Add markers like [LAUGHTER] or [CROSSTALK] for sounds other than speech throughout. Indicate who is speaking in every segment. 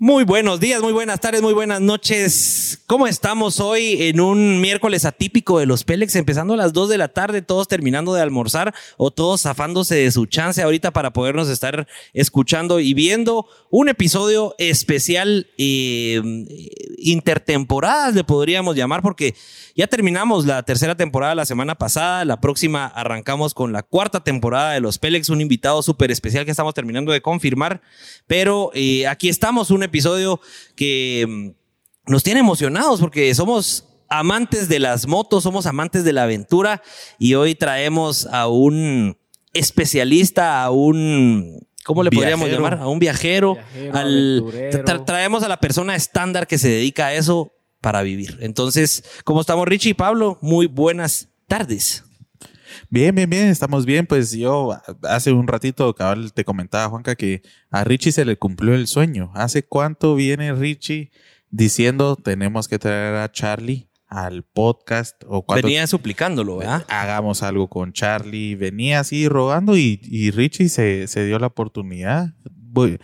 Speaker 1: Muy buenos días, muy buenas tardes, muy buenas noches. ¿Cómo estamos hoy en un miércoles atípico de los Pélex? Empezando a las 2 de la tarde, todos terminando de almorzar o todos zafándose de su chance ahorita para podernos estar escuchando y viendo un episodio especial eh, intertemporadas, le podríamos llamar, porque ya terminamos la tercera temporada la semana pasada. La próxima arrancamos con la cuarta temporada de los Pélex, un invitado súper especial que estamos terminando de confirmar. Pero eh, aquí estamos, un episodio que mm, nos tiene emocionados porque somos amantes de las motos, somos amantes de la aventura y hoy traemos a un especialista, a un... ¿Cómo le podríamos
Speaker 2: Viajero.
Speaker 1: llamar? A un viajero,
Speaker 3: Viajero,
Speaker 1: al,
Speaker 3: aventurero.
Speaker 1: tra- traemos a la persona estándar que se dedica a eso para vivir. Entonces, ¿cómo estamos Richie y Pablo? Muy buenas tardes.
Speaker 2: Bien, bien, bien, estamos bien. Pues yo a- hace un ratito, cabal, te comentaba, Juanca, que a Richie se le cumplió el sueño. ¿Hace cuánto viene Richie diciendo tenemos que traer a Charlie al podcast? ¿O cuánto
Speaker 1: Venía suplicándolo, ¿verdad?
Speaker 2: hagamos algo con Charlie? Venía así rogando y, y Richie se, se dio la oportunidad. Voy-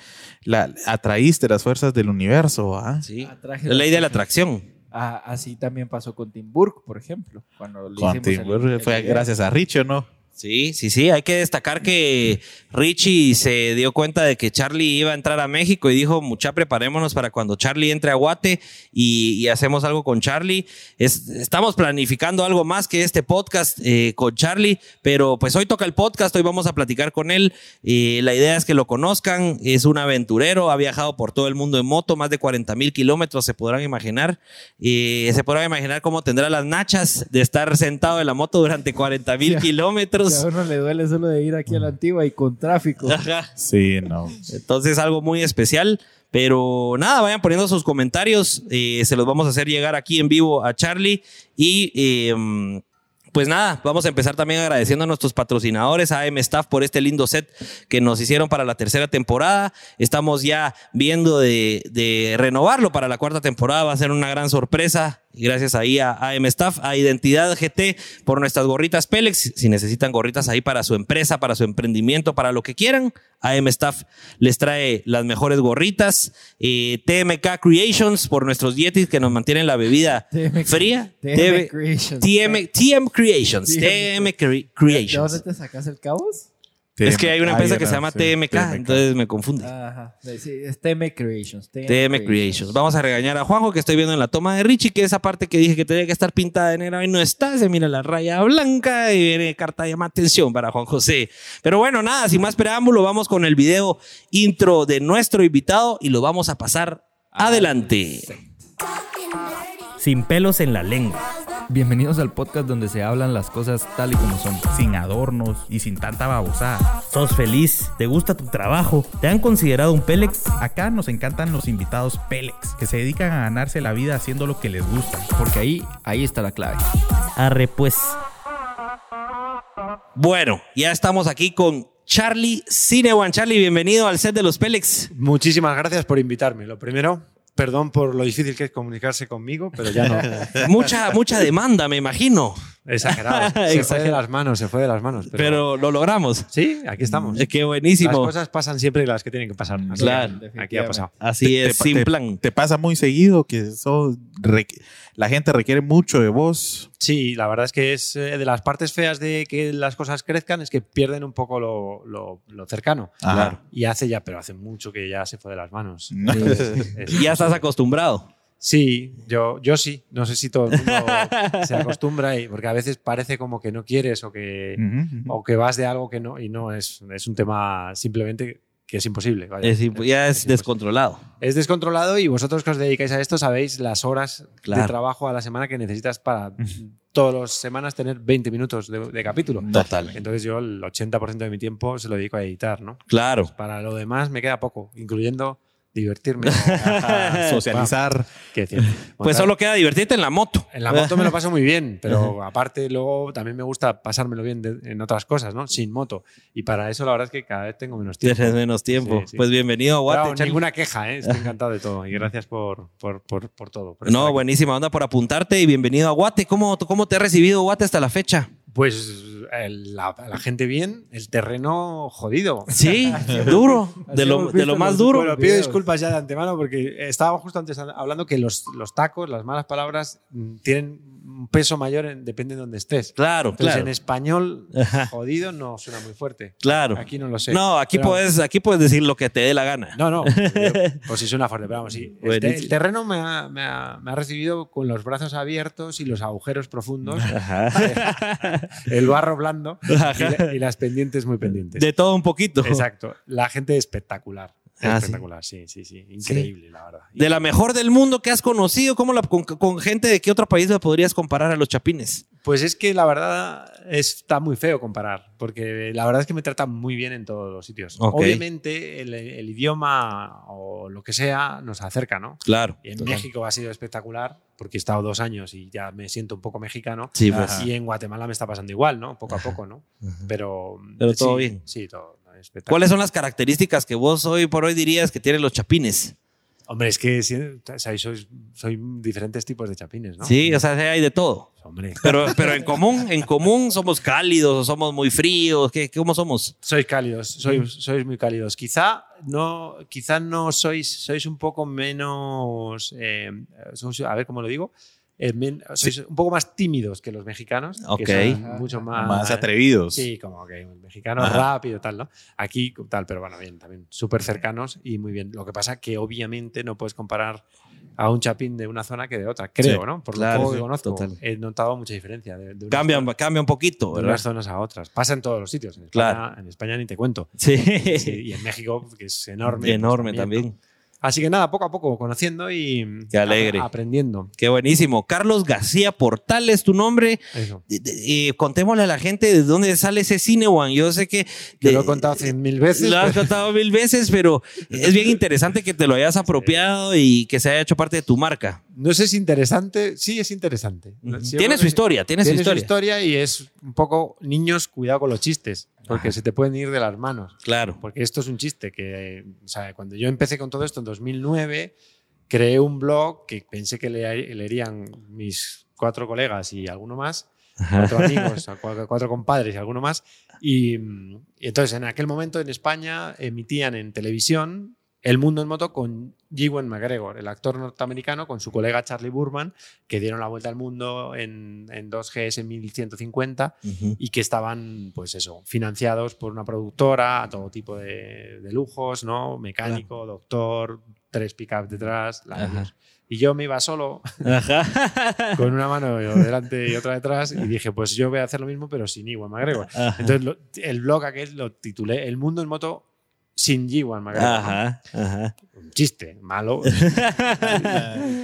Speaker 2: La, atraíste las fuerzas del universo, ¿ah?
Speaker 1: Sí.
Speaker 3: Atraje
Speaker 1: La ley de la
Speaker 3: atracción.
Speaker 1: atracción.
Speaker 3: Ah, así también pasó con Tim Burke, por ejemplo. Cuando le
Speaker 2: Con
Speaker 3: hicimos
Speaker 2: Tim
Speaker 3: el-
Speaker 2: Burke.
Speaker 3: el
Speaker 2: Fue
Speaker 3: video.
Speaker 2: gracias a Richie, ¿o no?
Speaker 1: Sí, sí, sí. Hay que destacar que Richie se dio cuenta de que Charlie iba a entrar a México y dijo, mucha, preparémonos para cuando Charlie entre a Guate y, y hacemos algo con Charlie. Es- estamos planificando algo más que este podcast eh, con Charlie, pero pues hoy toca el podcast, hoy vamos a platicar con él. Eh, la idea es que lo conozcan, es un aventurero, ha viajado por todo el mundo en moto, más de 40 mil kilómetros, se podrán imaginar. Eh, se podrán imaginar cómo tendrá las nachas de estar sentado en la moto durante 40 mil
Speaker 3: Ya. Que
Speaker 1: kilómetros.
Speaker 3: a uno le duele solo de ir aquí a la antigua y con tráfico.
Speaker 1: Ajá.
Speaker 2: Sí, no.
Speaker 1: Entonces algo muy especial. Pero nada, vayan poniendo sus comentarios. eh, se los vamos a hacer llegar aquí en vivo a Charlie. Y eh, pues nada, vamos a empezar también agradeciendo a nuestros patrocinadores, a AM Staff, por este lindo set que nos hicieron para la tercera temporada. Estamos ya viendo de, de renovarlo para la cuarta temporada. Va a ser una gran sorpresa. Gracias ahí a AM Staff, a Identidad GT por nuestras gorritas Pélex. Si necesitan gorritas ahí para su empresa, para su emprendimiento, para lo que quieran, AM Staff les trae las mejores gorritas. Eh, TMK Creations por nuestros dietis que nos mantienen la bebida
Speaker 3: TMK.
Speaker 1: fría.
Speaker 3: TM
Speaker 1: TV [LAUGHS]
Speaker 3: Creations.
Speaker 1: TM, TM Creations.
Speaker 3: Sí,
Speaker 1: TM Cre-
Speaker 3: ¿De dónde
Speaker 1: Creations.
Speaker 3: te sacas el cabos?
Speaker 1: Es que hay una
Speaker 2: Ah,
Speaker 1: empresa
Speaker 2: ya
Speaker 1: que
Speaker 2: no,
Speaker 1: se llama
Speaker 2: sí,
Speaker 1: TMK, entonces me confunde.
Speaker 3: Ajá. Sí, es TM Creations. TM,
Speaker 1: TM Ah, Creations. Vamos a regañar a Juanjo que estoy viendo en la toma de Richie, que esa parte que dije que tenía que estar pintada de negra hoy no está. Se mira la raya blanca y viene carta de llamada atención para Juan José. Pero bueno, nada, sin más preámbulo, vamos con el video intro de nuestro invitado y lo vamos a pasar adelante.
Speaker 4: Sin pelos en la lengua.
Speaker 5: Bienvenidos al podcast donde se hablan las cosas tal y como son.
Speaker 6: sin adornos y sin tanta babosada.
Speaker 4: Sos feliz, te gusta tu trabajo, te han considerado un Pélex.
Speaker 6: Acá nos encantan los invitados Pélex, que se dedican a ganarse la vida haciendo lo que les gusta.
Speaker 5: Porque ahí, ahí está la clave.
Speaker 4: Arre pues.
Speaker 1: Bueno, ya estamos aquí con Charlie Cinewan. Charlie, bienvenido al set de los Pélex.
Speaker 7: Muchísimas gracias por invitarme. Lo primero, perdón por lo difícil que es comunicarse conmigo, pero Pues ya [LAUGHS]
Speaker 3: [LAUGHS]
Speaker 7: no.
Speaker 1: Mucha, mucha demanda, me imagino.
Speaker 7: Exagerado. Se fue de las manos, se fue de las manos. Pero,
Speaker 1: Pero lo logramos.
Speaker 7: sí, aquí estamos.
Speaker 1: Eh, Qué
Speaker 7: Las
Speaker 1: buenísimo.
Speaker 7: cosas pasan siempre las que tienen que pasar. Así
Speaker 1: Claro,
Speaker 7: que Aquí ha pasado.
Speaker 1: Así
Speaker 2: Te-
Speaker 1: es,
Speaker 2: te-
Speaker 1: sin
Speaker 2: te-
Speaker 1: plan.
Speaker 2: ¿Te pasa muy seguido que eso requ- la gente requiere mucho de vos?
Speaker 7: Sí, la verdad es que es eh, de las partes feas de que las cosas crezcan es que pierden un poco lo, lo- lo cercano.
Speaker 2: Ajá.
Speaker 7: Y hace ya, pero hace mucho que ya se fue de las [LAUGHS] manos. Es-
Speaker 1: Ya estás acostumbrado.
Speaker 7: Sí, yo, yo sí. No sé si todo el mundo [LAUGHS] se acostumbra, y, porque a veces parece como que no quieres o que,
Speaker 2: Ujú, ujú.
Speaker 7: o que vas de algo que no, y no, es, es un tema simplemente que es imposible. vaya.
Speaker 1: Es imp- ya
Speaker 6: pues.
Speaker 1: es descontrolado.
Speaker 7: Es descontrolado y vosotros que os dedicáis a esto sabéis las horas
Speaker 1: Claro.
Speaker 7: de trabajo a la semana que necesitas para todas las semanas tener 20 minutos de, de capítulo.
Speaker 1: Total.
Speaker 7: Entonces yo el 80% de mi tiempo se lo dedico a editar, ¿no?
Speaker 1: Claro.
Speaker 7: Para lo demás me queda poco, incluyendo
Speaker 1: [LAUGHS]
Speaker 7: divertirme. [LAUGHS]
Speaker 2: Socializar.
Speaker 7: Qué decir,
Speaker 1: Pues
Speaker 7: montar-
Speaker 1: solo queda divertirte en la moto.
Speaker 7: En la moto me lo paso muy bien,
Speaker 1: [LAUGHS]
Speaker 7: pero aparte luego también me gusta pasármelo bien de- en otras cosas, ¿no? Sin moto. Y para eso la verdad es que cada vez tengo menos tiempo.
Speaker 1: Tienes menos tiempo.
Speaker 7: Sí, sí.
Speaker 1: Pues bienvenido a Guate,
Speaker 7: Bravo,
Speaker 1: Charlie.
Speaker 7: ninguna queja, ¿eh? estoy encantado de todo y gracias por, por, por, por todo. por estar
Speaker 1: No,
Speaker 7: aquí.
Speaker 1: buenísima onda por apuntarte y bienvenido a Guate. ¿Cómo, ¿Cómo te ha recibido Guate hasta la fecha?
Speaker 7: Pues el- la, la gente bien, el terreno jodido. [LAUGHS]
Speaker 1: Sí, duro. De lo, de lo más duro.
Speaker 3: Bueno,
Speaker 7: Pero pido disculpas ya de antemano porque estábamos justo antes hablando que los, los tacos, las malas palabras, mm, tienen un peso mayor en- depende de donde estés.
Speaker 1: Claro,
Speaker 7: Entonces,
Speaker 1: claro.
Speaker 7: en este español,
Speaker 1: Ajá.
Speaker 7: jodido no suena muy fuerte.
Speaker 1: Claro.
Speaker 7: Aquí no lo sé.
Speaker 1: No, aquí
Speaker 7: Pero-
Speaker 1: puedes, aquí puedes decir lo que te dé la gana.
Speaker 7: No, no,
Speaker 1: [LAUGHS]
Speaker 7: yo- por si suena fuerte, pero vamos, sí. El te-
Speaker 1: Buenísimo.
Speaker 7: el terreno me ha, me ha- me ha recibido con los brazos abiertos y los agujeros profundos, el barro blando y, la- y las pendientes muy pendientes.
Speaker 1: De todo un poquito.
Speaker 7: Exacto, la gente espectacular.
Speaker 1: Ah, ¿sí?
Speaker 7: espectacular, sí, sí, sí. Increíble, la verdad.
Speaker 1: De la mejor del mundo que has conocido, ¿cómo la, con, con gente de qué otro país la podrías comparar a los chapines?
Speaker 7: Pues es que la verdad está muy feo comparar, porque la verdad es que me tratan muy bien en todos los sitios.
Speaker 1: Ok.
Speaker 7: Obviamente el, el idioma o lo que sea nos acerca, ¿no?
Speaker 1: Claro.
Speaker 7: En México ha sido espectacular, porque he estado dos años y ya me siento un poco mexicano.
Speaker 1: Sí, pues.
Speaker 7: Y en Guatemala me está pasando igual, ¿no? Poco a poco, ¿no? Pero,
Speaker 1: Pero
Speaker 7: sí,
Speaker 1: todo bien.
Speaker 7: Sí, todo. espectacular.
Speaker 1: ¿Cuáles son las características que vos hoy por hoy dirías que tienen los chapines?
Speaker 7: Hombre, es que si- o sea, sois, sois diferentes tipos de chapines, ¿no?
Speaker 1: Sí, o sea, hay de todo.
Speaker 7: Hombre,
Speaker 1: Pero, pero en común, en común somos cálidos o somos muy fríos. ¿Qué, ¿Cómo somos?
Speaker 7: sois cálidos,
Speaker 1: Mm.
Speaker 7: sois, sois muy cálidos. Quizá no, quizá no sois, sois un poco menos, eh, sois- a ver cómo lo digo, Eh, men- sois un poco más tímidos que los mexicanos,
Speaker 1: Ok.
Speaker 7: que son mucho más,
Speaker 2: Más
Speaker 1: Pues
Speaker 2: atrevidos.
Speaker 7: Sí, como que el mexicano rápido, tal, ¿no? Aquí, tal, pero bueno, bien, también súper cercanos y muy bien. Lo que pasa que obviamente no puedes comparar a un chapín de una zona que de otra, creo,
Speaker 2: Sí,
Speaker 7: ¿no? Por
Speaker 1: claro,
Speaker 7: lo poco
Speaker 1: sí,
Speaker 7: que conozco,
Speaker 1: total.
Speaker 7: he notado mucha diferencia. De, de unas
Speaker 1: Cambian, cambia un poquito,
Speaker 7: de
Speaker 1: ¿verdad?
Speaker 7: unas zonas a otras. Pasa en todos los sitios. En España,
Speaker 1: Claro.
Speaker 7: en España ni te cuento.
Speaker 1: Sí.
Speaker 7: Sí, y en México, que es enorme.
Speaker 1: Enorme
Speaker 7: pues,
Speaker 1: también.
Speaker 7: ¿no? Así que nada, poco a poco, conociendo y
Speaker 1: Qué alegre.
Speaker 7: a- aprendiendo.
Speaker 1: Qué buenísimo. Carlos García Portales, tu nombre.
Speaker 7: Eso.
Speaker 1: De- de- eh, contémosle a la gente de dónde sale ese cine, Juan. Yo sé que...
Speaker 7: Que lo
Speaker 1: eh,
Speaker 7: he contado cien mil veces.
Speaker 1: Lo has contado mil veces, pero es bien interesante que te lo hayas apropiado y que se haya hecho parte de tu marca.
Speaker 7: No sé, es interesante. Sí, es interesante. Sí,
Speaker 1: tiene
Speaker 7: yo creo
Speaker 1: su
Speaker 7: que-
Speaker 1: historia, tiene, su historia.
Speaker 7: y es un poco niños, cuidado con los chistes, porque se te pueden ir de las manos.
Speaker 1: Claro. [LAUGHS]
Speaker 7: Porque esto es un chiste que, o sea, cuando yo empecé con todo esto en 2009, creé un blog que pensé que le- leerían mis cuatro colegas y alguno más, cuatro
Speaker 1: [LAUGHS]
Speaker 7: amigos, o cua- cuatro compadres y alguno más. Y, mm, y entonces en aquel momento en España emitían en televisión El Mundo en Moto con Ewan McGregor, el actor norteamericano, con su colega Charlie Burman, que dieron la vuelta al mundo en, en 2GS 1150
Speaker 1: Ujú.
Speaker 7: y que estaban, pues eso, financiados por una productora a todo tipo de, de lujos, ¿no? Mecánico, doctor, tres pickups detrás. la
Speaker 1: Ajá.
Speaker 7: verdad. Y yo me iba solo,
Speaker 1: Ajá.
Speaker 7: [LAUGHS] con una mano delante y otra detrás, y dije, pues yo voy a hacer lo mismo, pero sin Iwan McGregor. Entonces, lo- el blog aquel lo titulé El mundo en moto sin Iwan McGregor.
Speaker 1: Ajá, ajá.
Speaker 7: Un chiste,
Speaker 1: [LAUGHS]
Speaker 7: malo,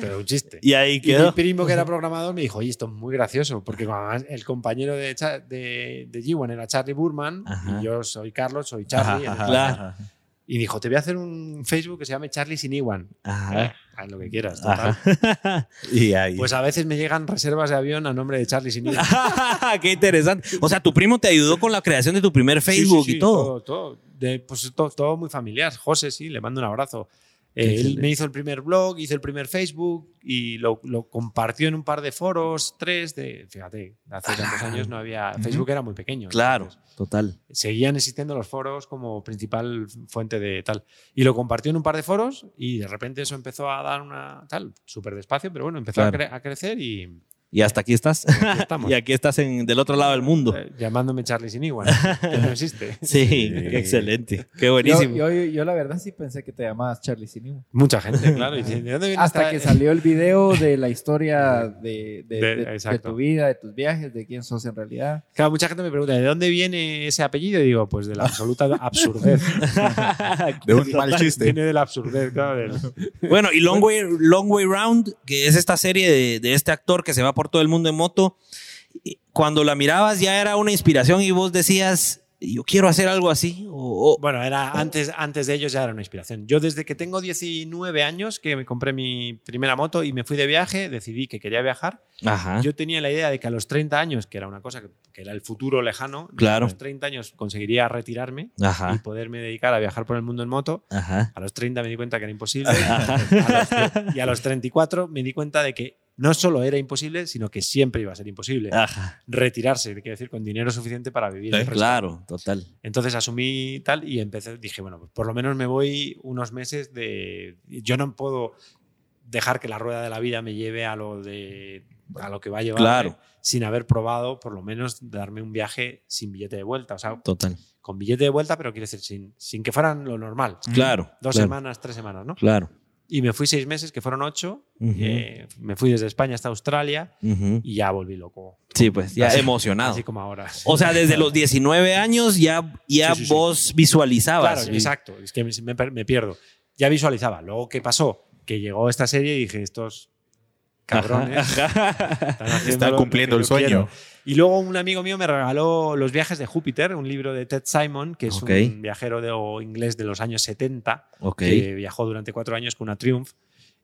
Speaker 7: pero un chiste.
Speaker 1: Y ahí
Speaker 7: Y mi
Speaker 1: quedó.
Speaker 7: primo, que era programador, me dijo, oye, esto es muy gracioso, porque como además el compañero de, Cha- de, de G1 era Charlie Burman,
Speaker 1: Ajá.
Speaker 7: y yo soy Carlos, soy Charlie. en el-
Speaker 1: Claro.
Speaker 7: Y dijo, te voy a hacer un Facebook que se llame Charlie sin Iwan.
Speaker 1: Ajá.
Speaker 7: Haz lo que quieras. total.
Speaker 1: Ajá. [LAUGHS]
Speaker 2: Y ahí.
Speaker 7: Pues a veces me llegan reservas de avión a nombre de Charlie sin Iwan.
Speaker 1: Ah, Qué interesante. O sea, tu primo te ayudó con la creación de tu primer Facebook
Speaker 7: Sí, sí, sí,
Speaker 1: y todo.
Speaker 7: Todo, todo. De- pues todo, todo muy familiar. José, sí, le mando un abrazo. Eh, él me hizo el primer blog, hizo el primer Facebook y lo, lo compartió en un par de foros, tres. De, fíjate, hace tantos años no había. Facebook era muy pequeño.
Speaker 1: Ah, Claro,
Speaker 7: entonces
Speaker 1: total.
Speaker 7: seguían existiendo los foros como principal fuente de tal. Y lo compartió en un par de foros y de repente eso empezó a dar una tal, súper despacio, pero bueno, empezó a,
Speaker 1: Claro.
Speaker 7: cre- a crecer y
Speaker 1: Y hasta aquí estás.
Speaker 7: aquí estamos.
Speaker 1: [LAUGHS] Y aquí estás en, del otro lado del mundo.
Speaker 7: Eh, llamándome Charlie Sin Igual, que no existe.
Speaker 1: Sí, qué excelente. Qué
Speaker 3: Yo,
Speaker 1: buenísimo.
Speaker 3: yo- yo la verdad sí pensé que te llamabas Charlie Sinigo.
Speaker 7: Mucha gente, claro. y dice, ¿de dónde viene
Speaker 3: Hasta
Speaker 7: esta-
Speaker 3: que salió el video de la historia de, de-
Speaker 7: De-
Speaker 3: de- de
Speaker 7: exacto.
Speaker 3: tu vida, de tus viajes, de quién sos en realidad.
Speaker 7: Claro, mucha gente me pregunta, ¿de dónde viene ese apellido? Y digo, pues de
Speaker 3: [LAUGHS]
Speaker 7: la absoluta absurdez.
Speaker 2: de un mal chiste.
Speaker 7: viene de la absurdez, claro. del-
Speaker 1: Bueno, y Long Way, Long Way Round, que es esta serie de, de este actor que se va por todo el mundo en moto, y cuando la mirabas ya era una inspiración y vos decías, yo quiero hacer algo así. O, o-
Speaker 7: Bueno, era antes, antes de ellos ya era una inspiración. Yo desde que tengo 19 años, que me compré mi primera moto y me fui de viaje, decidí que quería viajar.
Speaker 1: Ajá.
Speaker 7: Yo tenía la idea de que a los 30 años, que era una cosa que, que era el futuro lejano,
Speaker 1: Claro.
Speaker 7: a los 30 años conseguiría retirarme y
Speaker 1: Ajá.
Speaker 7: poderme dedicar a viajar por el mundo en moto.
Speaker 1: Ajá.
Speaker 7: A los 30 me di cuenta que era imposible. A los tre- y a los 34 me di cuenta de que no solo era imposible, sino que siempre iba a ser imposible.
Speaker 1: Ajá.
Speaker 7: Retirarse, quiero decir, con dinero suficiente para vivir. el resto.
Speaker 1: Claro, total.
Speaker 7: Entonces asumí tal y empecé, dije, bueno, pues por lo menos me voy unos meses de... Yo no puedo dejar que la rueda de la vida me lleve a lo de a lo que va a llevar
Speaker 1: Claro.
Speaker 7: sin haber probado por lo menos darme un viaje sin billete de vuelta o sea
Speaker 1: Total.
Speaker 7: con billete de vuelta pero quiero decir sin, sin que fueran lo normal
Speaker 1: Claro.
Speaker 7: dos
Speaker 1: claro,
Speaker 7: semanas tres semanas no
Speaker 1: Claro.
Speaker 7: y me fui seis meses que fueron ocho
Speaker 1: Ujú.
Speaker 7: eh, me fui desde España hasta Australia
Speaker 1: Ujú.
Speaker 7: y ya volví loco
Speaker 1: Sí, pues ya
Speaker 7: Así-
Speaker 1: emocionado.
Speaker 7: así como ahora
Speaker 1: O sea, desde los 19 años ya, ya
Speaker 7: Sí, sí, sí.
Speaker 1: vos visualizabas.
Speaker 7: Claro, exacto. Es que me, me per- me pierdo. Ya visualizaba. Luego, ¿qué pasó? Que llegó esta serie y dije, estos cabrones están, haciendo
Speaker 2: Está
Speaker 7: lo- lo
Speaker 2: cumpliendo
Speaker 7: que
Speaker 2: el
Speaker 7: yo quiero".
Speaker 2: sueño.
Speaker 7: Y luego un amigo mío me regaló Los viajes de Júpiter, un libro de Ted Simon, que es
Speaker 1: Ok.
Speaker 7: un viajero de, o inglés de los años 70,
Speaker 1: Ok.
Speaker 7: que viajó durante cuatro años con una Triumph.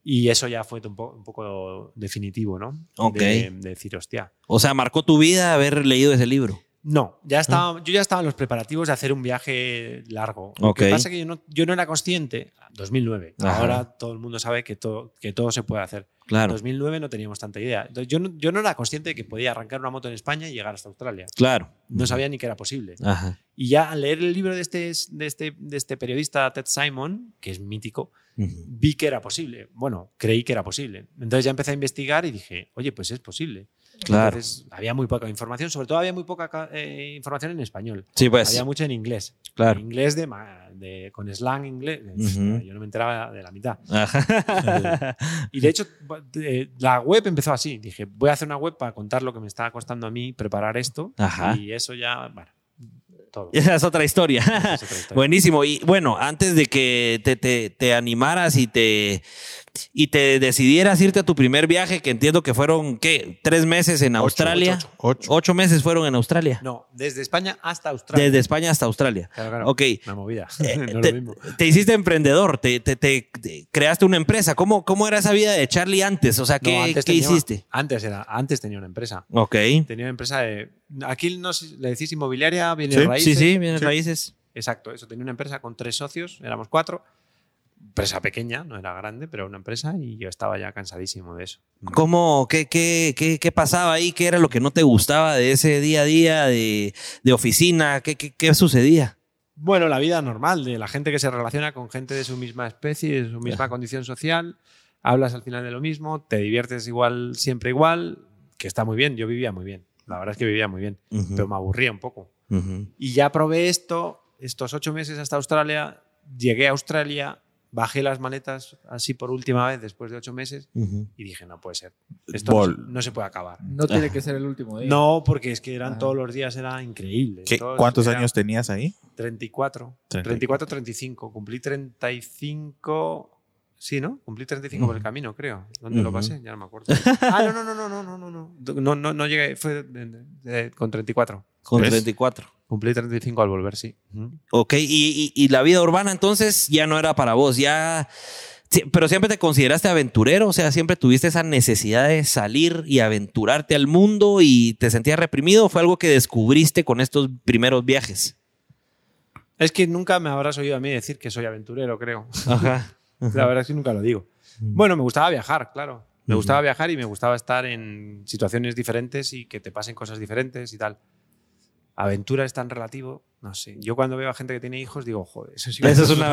Speaker 7: Y eso ya fue un, po- un poco definitivo, ¿no?
Speaker 1: Ok.
Speaker 7: De, de decir, hostia.
Speaker 1: O sea, marcó tu vida haber leído ese libro.
Speaker 7: No, ya estaba, yo ya estaba en los preparativos de hacer un viaje largo. Lo
Speaker 1: Ok.
Speaker 7: que pasa es que yo no, yo no era consciente, 2009,
Speaker 1: Ajá.
Speaker 7: ahora todo el mundo sabe que todo, que todo se puede hacer. En
Speaker 1: Claro,
Speaker 7: 2009 no teníamos tanta idea. Entonces, yo, no, yo no era consciente de que podía arrancar una moto en España y llegar hasta Australia.
Speaker 1: claro.
Speaker 7: No sabía ni que era posible.
Speaker 1: Ajá.
Speaker 7: Y ya al leer el libro de este, de este, de este periodista Ted Simon, que es mítico,
Speaker 1: Ujú.
Speaker 7: vi que era posible. Bueno, creí que era posible. Entonces ya empecé a investigar y dije, oye, pues es posible.
Speaker 1: Claro.
Speaker 7: Entonces había muy poca información, sobre todo había muy poca ca- eh, información en español.
Speaker 1: Sí, pues.
Speaker 7: Había mucho en inglés.
Speaker 1: Claro.
Speaker 7: En inglés de, ma- de- con slang inglés.
Speaker 1: Ujú.
Speaker 7: Yo no me enteraba de la mitad.
Speaker 1: Ajá.
Speaker 7: Y de hecho, eh, la web empezó así. Dije, voy a hacer una web para contar lo que me estaba costando a mí preparar esto.
Speaker 1: Ajá.
Speaker 7: Y eso ya, bueno,
Speaker 1: [LAUGHS]
Speaker 7: todo.
Speaker 1: Esa es otra historia.
Speaker 7: Esa es otra historia.
Speaker 1: Buenísimo. Y bueno, antes de que te, te- te animaras y te, y te decidieras irte a tu primer viaje, que entiendo que fueron, ¿qué? ¿Tres meses en Australia?
Speaker 7: ocho,
Speaker 2: Ocho.
Speaker 1: Ocho meses fueron en Australia.
Speaker 7: No, desde España hasta Australia.
Speaker 1: Desde España hasta Australia.
Speaker 7: Claro, claro,
Speaker 1: Ok.
Speaker 7: Una movida.
Speaker 1: Eh,
Speaker 7: [LAUGHS] no
Speaker 1: te,
Speaker 7: lo mismo.
Speaker 1: te hiciste emprendedor, te, te- te- te creaste una empresa. ¿Cómo, ¿Cómo era esa vida de Charlie antes? O sea,
Speaker 7: No,
Speaker 1: ¿qué,
Speaker 7: antes
Speaker 1: qué
Speaker 7: tenía-
Speaker 1: hiciste?
Speaker 7: Antes, era, antes tenía una empresa.
Speaker 1: Ok.
Speaker 7: Tenía una empresa de. Aquí no sé si le decís inmobiliaria, bienes
Speaker 2: Sí, sí,
Speaker 1: Sí,
Speaker 7: raíces.
Speaker 1: sí, bienes raíces.
Speaker 7: Exacto, eso. Tenía una empresa con tres socios, éramos cuatro. Empresa pequeña, no era grande, pero era una empresa y yo estaba ya cansadísimo de eso.
Speaker 1: ¿Cómo, qué, qué, qué, qué pasaba ahí? ¿Qué era lo que no te gustaba de ese día a día de, de oficina? ¿Qué, qué, qué sucedía?
Speaker 7: Bueno, la vida normal de la gente que se relaciona con gente de su misma especie, de su misma condición social, hablas al final de lo mismo, te diviertes igual, siempre igual, que está muy bien, yo vivía muy bien, la verdad es que vivía muy bien,
Speaker 1: Ujú.
Speaker 7: pero me aburría un poco.
Speaker 1: Ujú.
Speaker 7: Y ya probé esto, estos ocho meses hasta Australia, llegué a Australia, bajé las maletas así por última vez después de ocho meses
Speaker 1: Ujú.
Speaker 7: y dije, no puede ser, Oh, esto no,
Speaker 2: Vol-
Speaker 7: se- no se puede acabar. Ah.
Speaker 3: No tiene que ser el último día.
Speaker 7: No, porque es que eran
Speaker 3: Ajá.
Speaker 7: todos los días, era increíble.
Speaker 2: ¿Qué-
Speaker 7: Todos-
Speaker 2: ¿Cuántos
Speaker 7: era-
Speaker 2: años tenías ahí?
Speaker 7: 34.
Speaker 2: 34.
Speaker 7: 34, 35. Cumplí 35. Sí, ¿no? Cumplí 35 por el camino, creo. ¿Dónde lo
Speaker 1: Ujú.
Speaker 7: pasé? Ya no me acuerdo. Ah, no, no, no, no, no, no, no, no. No, no, no llegué. Fue de- de- de- con 34.
Speaker 1: Con
Speaker 2: ¿Ves?
Speaker 1: 34.
Speaker 7: Cumplí 35 al volver, sí. Ujú.
Speaker 1: Ok, y, y- y la vida urbana entonces ya no era para vos, ya... sí, Pero siempre te consideraste aventurero, o sea, siempre tuviste esa necesidad de salir y aventurarte al mundo y te sentías reprimido, ¿o fue algo que descubriste con estos primeros viajes?
Speaker 7: Es que nunca me habrás oído a mí decir que soy aventurero, creo.
Speaker 1: Ajá.
Speaker 7: [LAUGHS]
Speaker 1: Mm.
Speaker 7: La verdad es que nunca lo digo. Bueno, me gustaba viajar, claro. Me
Speaker 1: Ujú.
Speaker 7: gustaba viajar y me gustaba estar en situaciones diferentes y que te pasen cosas diferentes y tal. Aventura es tan relativo, no sé. Yo cuando veo a gente que tiene hijos digo, joder, eso sí que
Speaker 1: Eso es
Speaker 7: [LAUGHS]
Speaker 1: una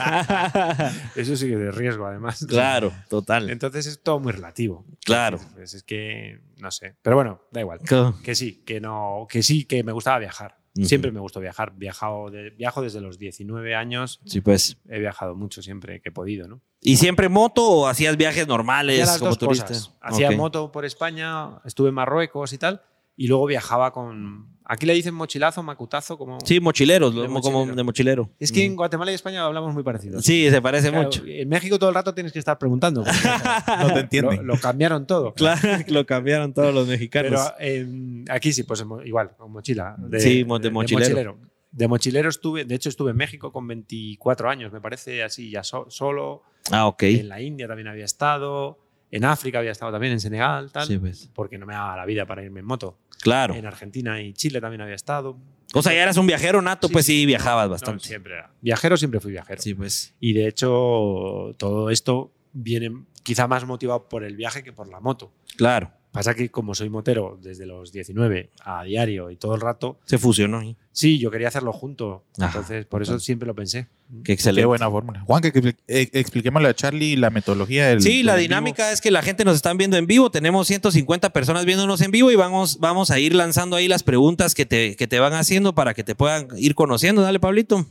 Speaker 1: aventura.
Speaker 7: Eso sí que de riesgo, además.
Speaker 1: claro, total.
Speaker 7: Entonces es todo muy relativo.
Speaker 1: Claro.
Speaker 7: Pues es que, no sé. Pero bueno, da igual. Que sí, que no, que sí, que me gustaba viajar.
Speaker 1: Ujú.
Speaker 7: Siempre me gustó viajar. Viajado de- viajo desde los 19 años.
Speaker 1: Sí, pues.
Speaker 7: He viajado mucho siempre que he podido, ¿no?
Speaker 1: ¿Y siempre moto o hacías viajes
Speaker 7: Hacía
Speaker 1: normales
Speaker 7: las
Speaker 1: como
Speaker 7: dos
Speaker 1: turista?
Speaker 7: cosas. Hacía
Speaker 1: Ok.
Speaker 7: moto por España, estuve en Marruecos y tal, y luego viajaba con. Aquí le dicen mochilazo, macutazo, como.
Speaker 1: Sí, mochileros,
Speaker 7: De
Speaker 1: lo- como
Speaker 7: mochilero.
Speaker 1: de mochilero. Mm.
Speaker 7: Es que en Guatemala y España hablamos muy parecido.
Speaker 1: Sí, se parece
Speaker 7: Claro,
Speaker 1: mucho. [LAUGHS]
Speaker 7: En México todo el rato tienes que estar preguntando.
Speaker 2: No te
Speaker 7: [LAUGHS] Lo,
Speaker 2: entienden.
Speaker 7: lo cambiaron todo.
Speaker 1: Claro, lo cambiaron todos los mexicanos.
Speaker 7: Pero eh, aquí sí, pues mo- igual, con mochila.
Speaker 1: Sí, mo- de mochilero.
Speaker 7: De mochilero estuve, de hecho estuve en México con 24 años, me parece así, ya so- solo.
Speaker 1: ah, ok.
Speaker 7: En la India también había estado, en África había estado también, en Senegal, tal.
Speaker 1: Sí, pues.
Speaker 7: Porque no me daba la vida para irme en moto.
Speaker 1: Claro.
Speaker 7: En Argentina y Chile también había estado.
Speaker 1: O sea, ya eras un viajero nato,
Speaker 7: Sí,
Speaker 1: pues
Speaker 7: sí,
Speaker 1: sí, viajabas
Speaker 7: No,
Speaker 1: bastante.
Speaker 7: siempre era. Viajero siempre fui viajero.
Speaker 1: sí, pues.
Speaker 7: Y de hecho, todo esto viene quizá más motivado por el viaje que por la moto.
Speaker 1: Claro,
Speaker 7: Pasa que como soy motero desde los 19 a diario y todo el rato,
Speaker 1: se fusionó. ¿eh?
Speaker 7: sí, yo quería hacerlo junto.
Speaker 1: Ajá.
Speaker 7: Entonces, por eso siempre lo pensé.
Speaker 1: Mm. Qué excelente.
Speaker 2: Qué buena fórmula. Juan, que expli- eh, expliquémosle a Charlie la metodología del.
Speaker 1: Sí, la
Speaker 2: del
Speaker 1: dinámica es que la gente nos están viendo en vivo. Tenemos 150 personas viéndonos en vivo y vamos, vamos a ir lanzando ahí las preguntas que te, que te van haciendo para que te puedan ir conociendo. Dale, Pablito.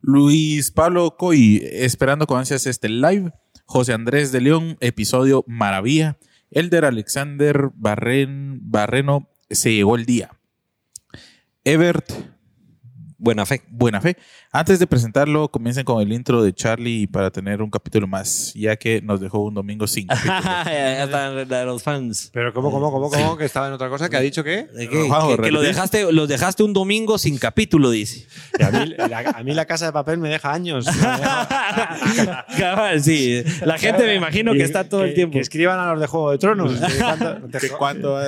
Speaker 2: Luis Pablo Coy, esperando con ansias este live. José Andrés de León, episodio Maravilla. Elder Alexander Barren, Barreno, se llegó el día. Ebert,
Speaker 1: Buena fe.
Speaker 2: buena fe. Antes de presentarlo, comiencen con el intro de Charlie para tener un capítulo más, ya que nos dejó un domingo sin [LAUGHS] capítulo.
Speaker 1: [LAUGHS] Ya están la de los fans.
Speaker 7: Pero ¿cómo, cómo, cómo, cómo? Que estaba en otra cosa, que ha dicho que...
Speaker 1: ¿De qué?
Speaker 2: Juanjo,
Speaker 1: que que lo
Speaker 2: ¿repetís?
Speaker 1: dejaste, los dejaste un domingo sin capítulo, [LAUGHS] dice.
Speaker 7: que a, mí, la, a mí la casa de papel me
Speaker 1: [LAUGHS]
Speaker 7: deja años.
Speaker 1: Cabal, sí. La gente me imagino que está todo el
Speaker 7: Que-
Speaker 1: tiempo.
Speaker 7: Que escriban a los de Juego
Speaker 1: [LAUGHS]
Speaker 7: de Tronos. De cuánto- de-
Speaker 2: ¿De cuánto va?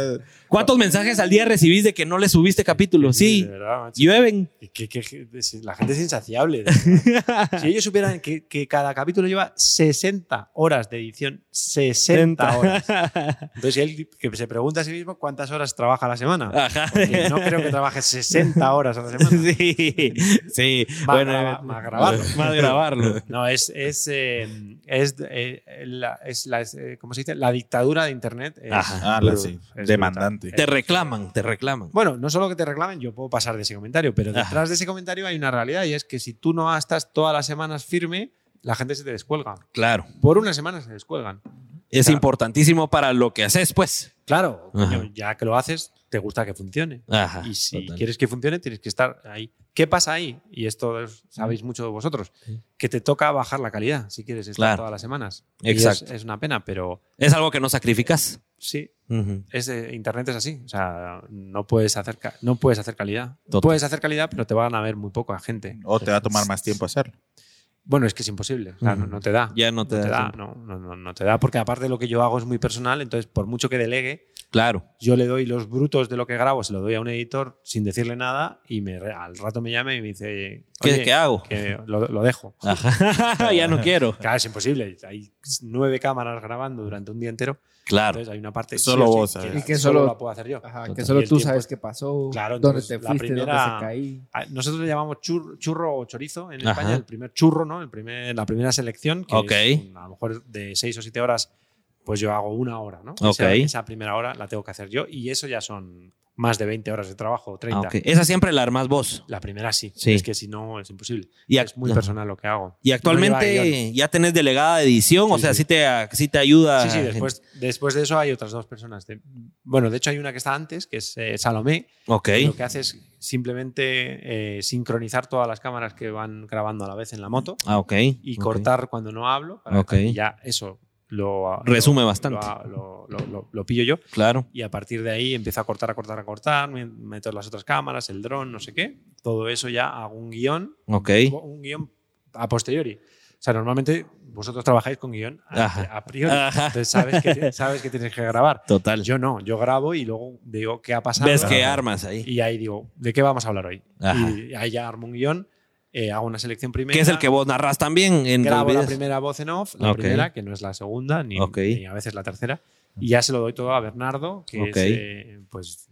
Speaker 1: ¿Cuántos mensajes al día recibís de que no le subiste capítulo? Sí.
Speaker 7: de verdad, macho.
Speaker 1: Llueven.
Speaker 7: Que- que- que- es- la gente es insaciable. de
Speaker 1: [LAUGHS]
Speaker 7: verdad. si ellos supieran que, que cada capítulo lleva 60 horas de edición, 60 horas.
Speaker 1: [LAUGHS]
Speaker 7: Entonces él que se pregunta a sí mismo cuántas horas trabaja a la semana.
Speaker 1: Ajá.
Speaker 7: Porque no creo que trabaje
Speaker 1: [LAUGHS]
Speaker 7: 60 horas a la semana.
Speaker 1: Sí, sí.
Speaker 7: Más
Speaker 1: bueno,
Speaker 7: grava- más grabarlo.
Speaker 1: [LAUGHS] Más grabarlo.
Speaker 7: No, es, es, eh, es, eh, la, es la- es, eh, ¿cómo se dice? La dictadura de Internet. es-
Speaker 2: Ah, la sí.
Speaker 7: es
Speaker 2: Demandante.
Speaker 1: Te reclaman, te reclaman.
Speaker 7: Bueno, no solo que te reclamen, yo puedo pasar de ese comentario, pero
Speaker 1: Ah.
Speaker 7: detrás de ese comentario hay una realidad y es que si tú no estás todas las semanas firme, la gente se te descuelga.
Speaker 1: Claro.
Speaker 7: Por una semana se descuelgan.
Speaker 1: Es
Speaker 7: Claro.
Speaker 1: importantío para lo que haces, pues.
Speaker 7: Claro,
Speaker 1: Ajá.
Speaker 7: coño, ya que lo haces, te gusta que funcione.
Speaker 1: Ajá.
Speaker 7: y si
Speaker 1: total.
Speaker 7: quieres que funcione, tienes que estar ahí. ¿Qué pasa ahí? Y esto es- sabéis mucho de vosotros, que te toca bajar la calidad si quieres estar
Speaker 1: Claro.
Speaker 7: todas las semanas. Y
Speaker 1: Exacto.
Speaker 7: es, es una pena, pero
Speaker 1: Es algo que no sacrificas.
Speaker 7: sí,
Speaker 1: Ujú.
Speaker 7: es de- Internet es así. O sea, no puedes hacer, ca- no puedes hacer calidad.
Speaker 1: Total.
Speaker 7: Puedes hacer calidad, pero te van a ver muy poca gente.
Speaker 2: O te va a tomar más tiempo hacerlo.
Speaker 7: Bueno, es que es imposible. O sea, no, no te da.
Speaker 1: Ya no te
Speaker 7: No
Speaker 1: da
Speaker 7: te da,
Speaker 1: tiempo.
Speaker 7: no, no, no, no te da, porque aparte lo que yo hago es muy personal, entonces por mucho que delegue, [LAUGHS]
Speaker 1: Claro.
Speaker 7: yo le doy los brutos de lo que grabo, se lo doy a un editor sin decirle nada y me, re- al rato me llama y me dice,
Speaker 1: ¿Qué-
Speaker 7: "Oye,
Speaker 1: qué hago?" Ah.
Speaker 7: que lo,
Speaker 1: [LAUGHS]
Speaker 7: lo dejo.
Speaker 1: Ajá. ya no quiero.
Speaker 7: Claro, es imposible. Hay nueve cámaras grabando durante un día entero,
Speaker 1: Claro.
Speaker 7: entonces hay una parte
Speaker 2: Solo vos
Speaker 7: que-
Speaker 2: sabes.
Speaker 7: que,
Speaker 3: Y que
Speaker 7: solo
Speaker 3: solo-
Speaker 7: la puedo hacer yo.
Speaker 3: Ajá,
Speaker 1: Total.
Speaker 3: que
Speaker 7: Y
Speaker 3: solo
Speaker 7: el
Speaker 3: tú
Speaker 7: tiempo
Speaker 3: sabes
Speaker 7: es-
Speaker 3: qué pasó,
Speaker 7: Claro,
Speaker 3: dónde
Speaker 7: entonces,
Speaker 3: te
Speaker 7: la
Speaker 3: fuiste,
Speaker 7: primera-
Speaker 3: dónde se caí.
Speaker 7: Ah, Nosotros le llamamos chur- churro o chorizo en
Speaker 1: Ajá.
Speaker 7: España, el primer churro, ¿no? El primer, la primera selección, que
Speaker 1: Ok.
Speaker 7: es, a lo mejor de seis o siete horas, pues yo hago una hora, ¿no?
Speaker 1: Ok.
Speaker 7: Esa, esa primera hora la tengo que hacer yo y eso ya son más de 20 horas de trabajo,
Speaker 1: Ah,
Speaker 7: 30.
Speaker 1: ok. Esa siempre la armas vos.
Speaker 7: La primera sí.
Speaker 1: Sí.
Speaker 7: Es que si no, es imposible.
Speaker 1: Y ac-
Speaker 7: es muy
Speaker 1: ajá.
Speaker 7: personal lo que hago.
Speaker 1: Y
Speaker 7: No lleva guión.
Speaker 1: actualmente ya tenés delegada de edición, o
Speaker 7: Sí,
Speaker 1: sea,
Speaker 7: sí.
Speaker 1: sí, te, sí te ayuda.
Speaker 7: Sí, sí, después, después de eso hay otras dos personas. de- bueno, de hecho hay una que está antes, que es eh, Salomé.
Speaker 1: Ok.
Speaker 7: que Lo que hace es simplemente eh, sincronizar todas las cámaras que van grabando a la vez en la moto.
Speaker 1: Ah, ok.
Speaker 7: y
Speaker 1: Ok.
Speaker 7: cortar cuando no hablo. para
Speaker 1: Ok.
Speaker 7: que ya eso lo
Speaker 1: Resume
Speaker 7: lo-
Speaker 1: bastante.
Speaker 7: Lo, lo- lo- lo pillo yo
Speaker 1: Claro.
Speaker 7: y a partir de ahí empiezo a cortar, a cortar, a cortar, me- meto las otras cámaras, el dron, no sé qué. Todo eso ya hago un guión,
Speaker 1: Ok.
Speaker 7: un guión a posteriori. O sea, normalmente vosotros trabajáis con guión
Speaker 1: Ajá.
Speaker 7: a, a priori.
Speaker 1: Ajá.
Speaker 7: Entonces sabes que, sabes que tienes que grabar.
Speaker 1: Total.
Speaker 7: Yo no, yo grabo y luego digo qué ha pasado.
Speaker 1: Ves que armas ahí.
Speaker 7: Y ahí digo, ¿de qué vamos a hablar hoy?
Speaker 1: Ajá.
Speaker 7: Y ahí ya armo un guión, eh, hago una selección primera.
Speaker 1: Que es el que vos narras también en los
Speaker 7: grabo la
Speaker 1: videos.
Speaker 7: primera voz en off, la
Speaker 1: Ok.
Speaker 7: primera, que no es la segunda, ni,
Speaker 1: Ok.
Speaker 7: ni a veces la tercera. Y ya se lo doy todo a Bernardo, que
Speaker 1: Ok.
Speaker 7: es, eh, pues,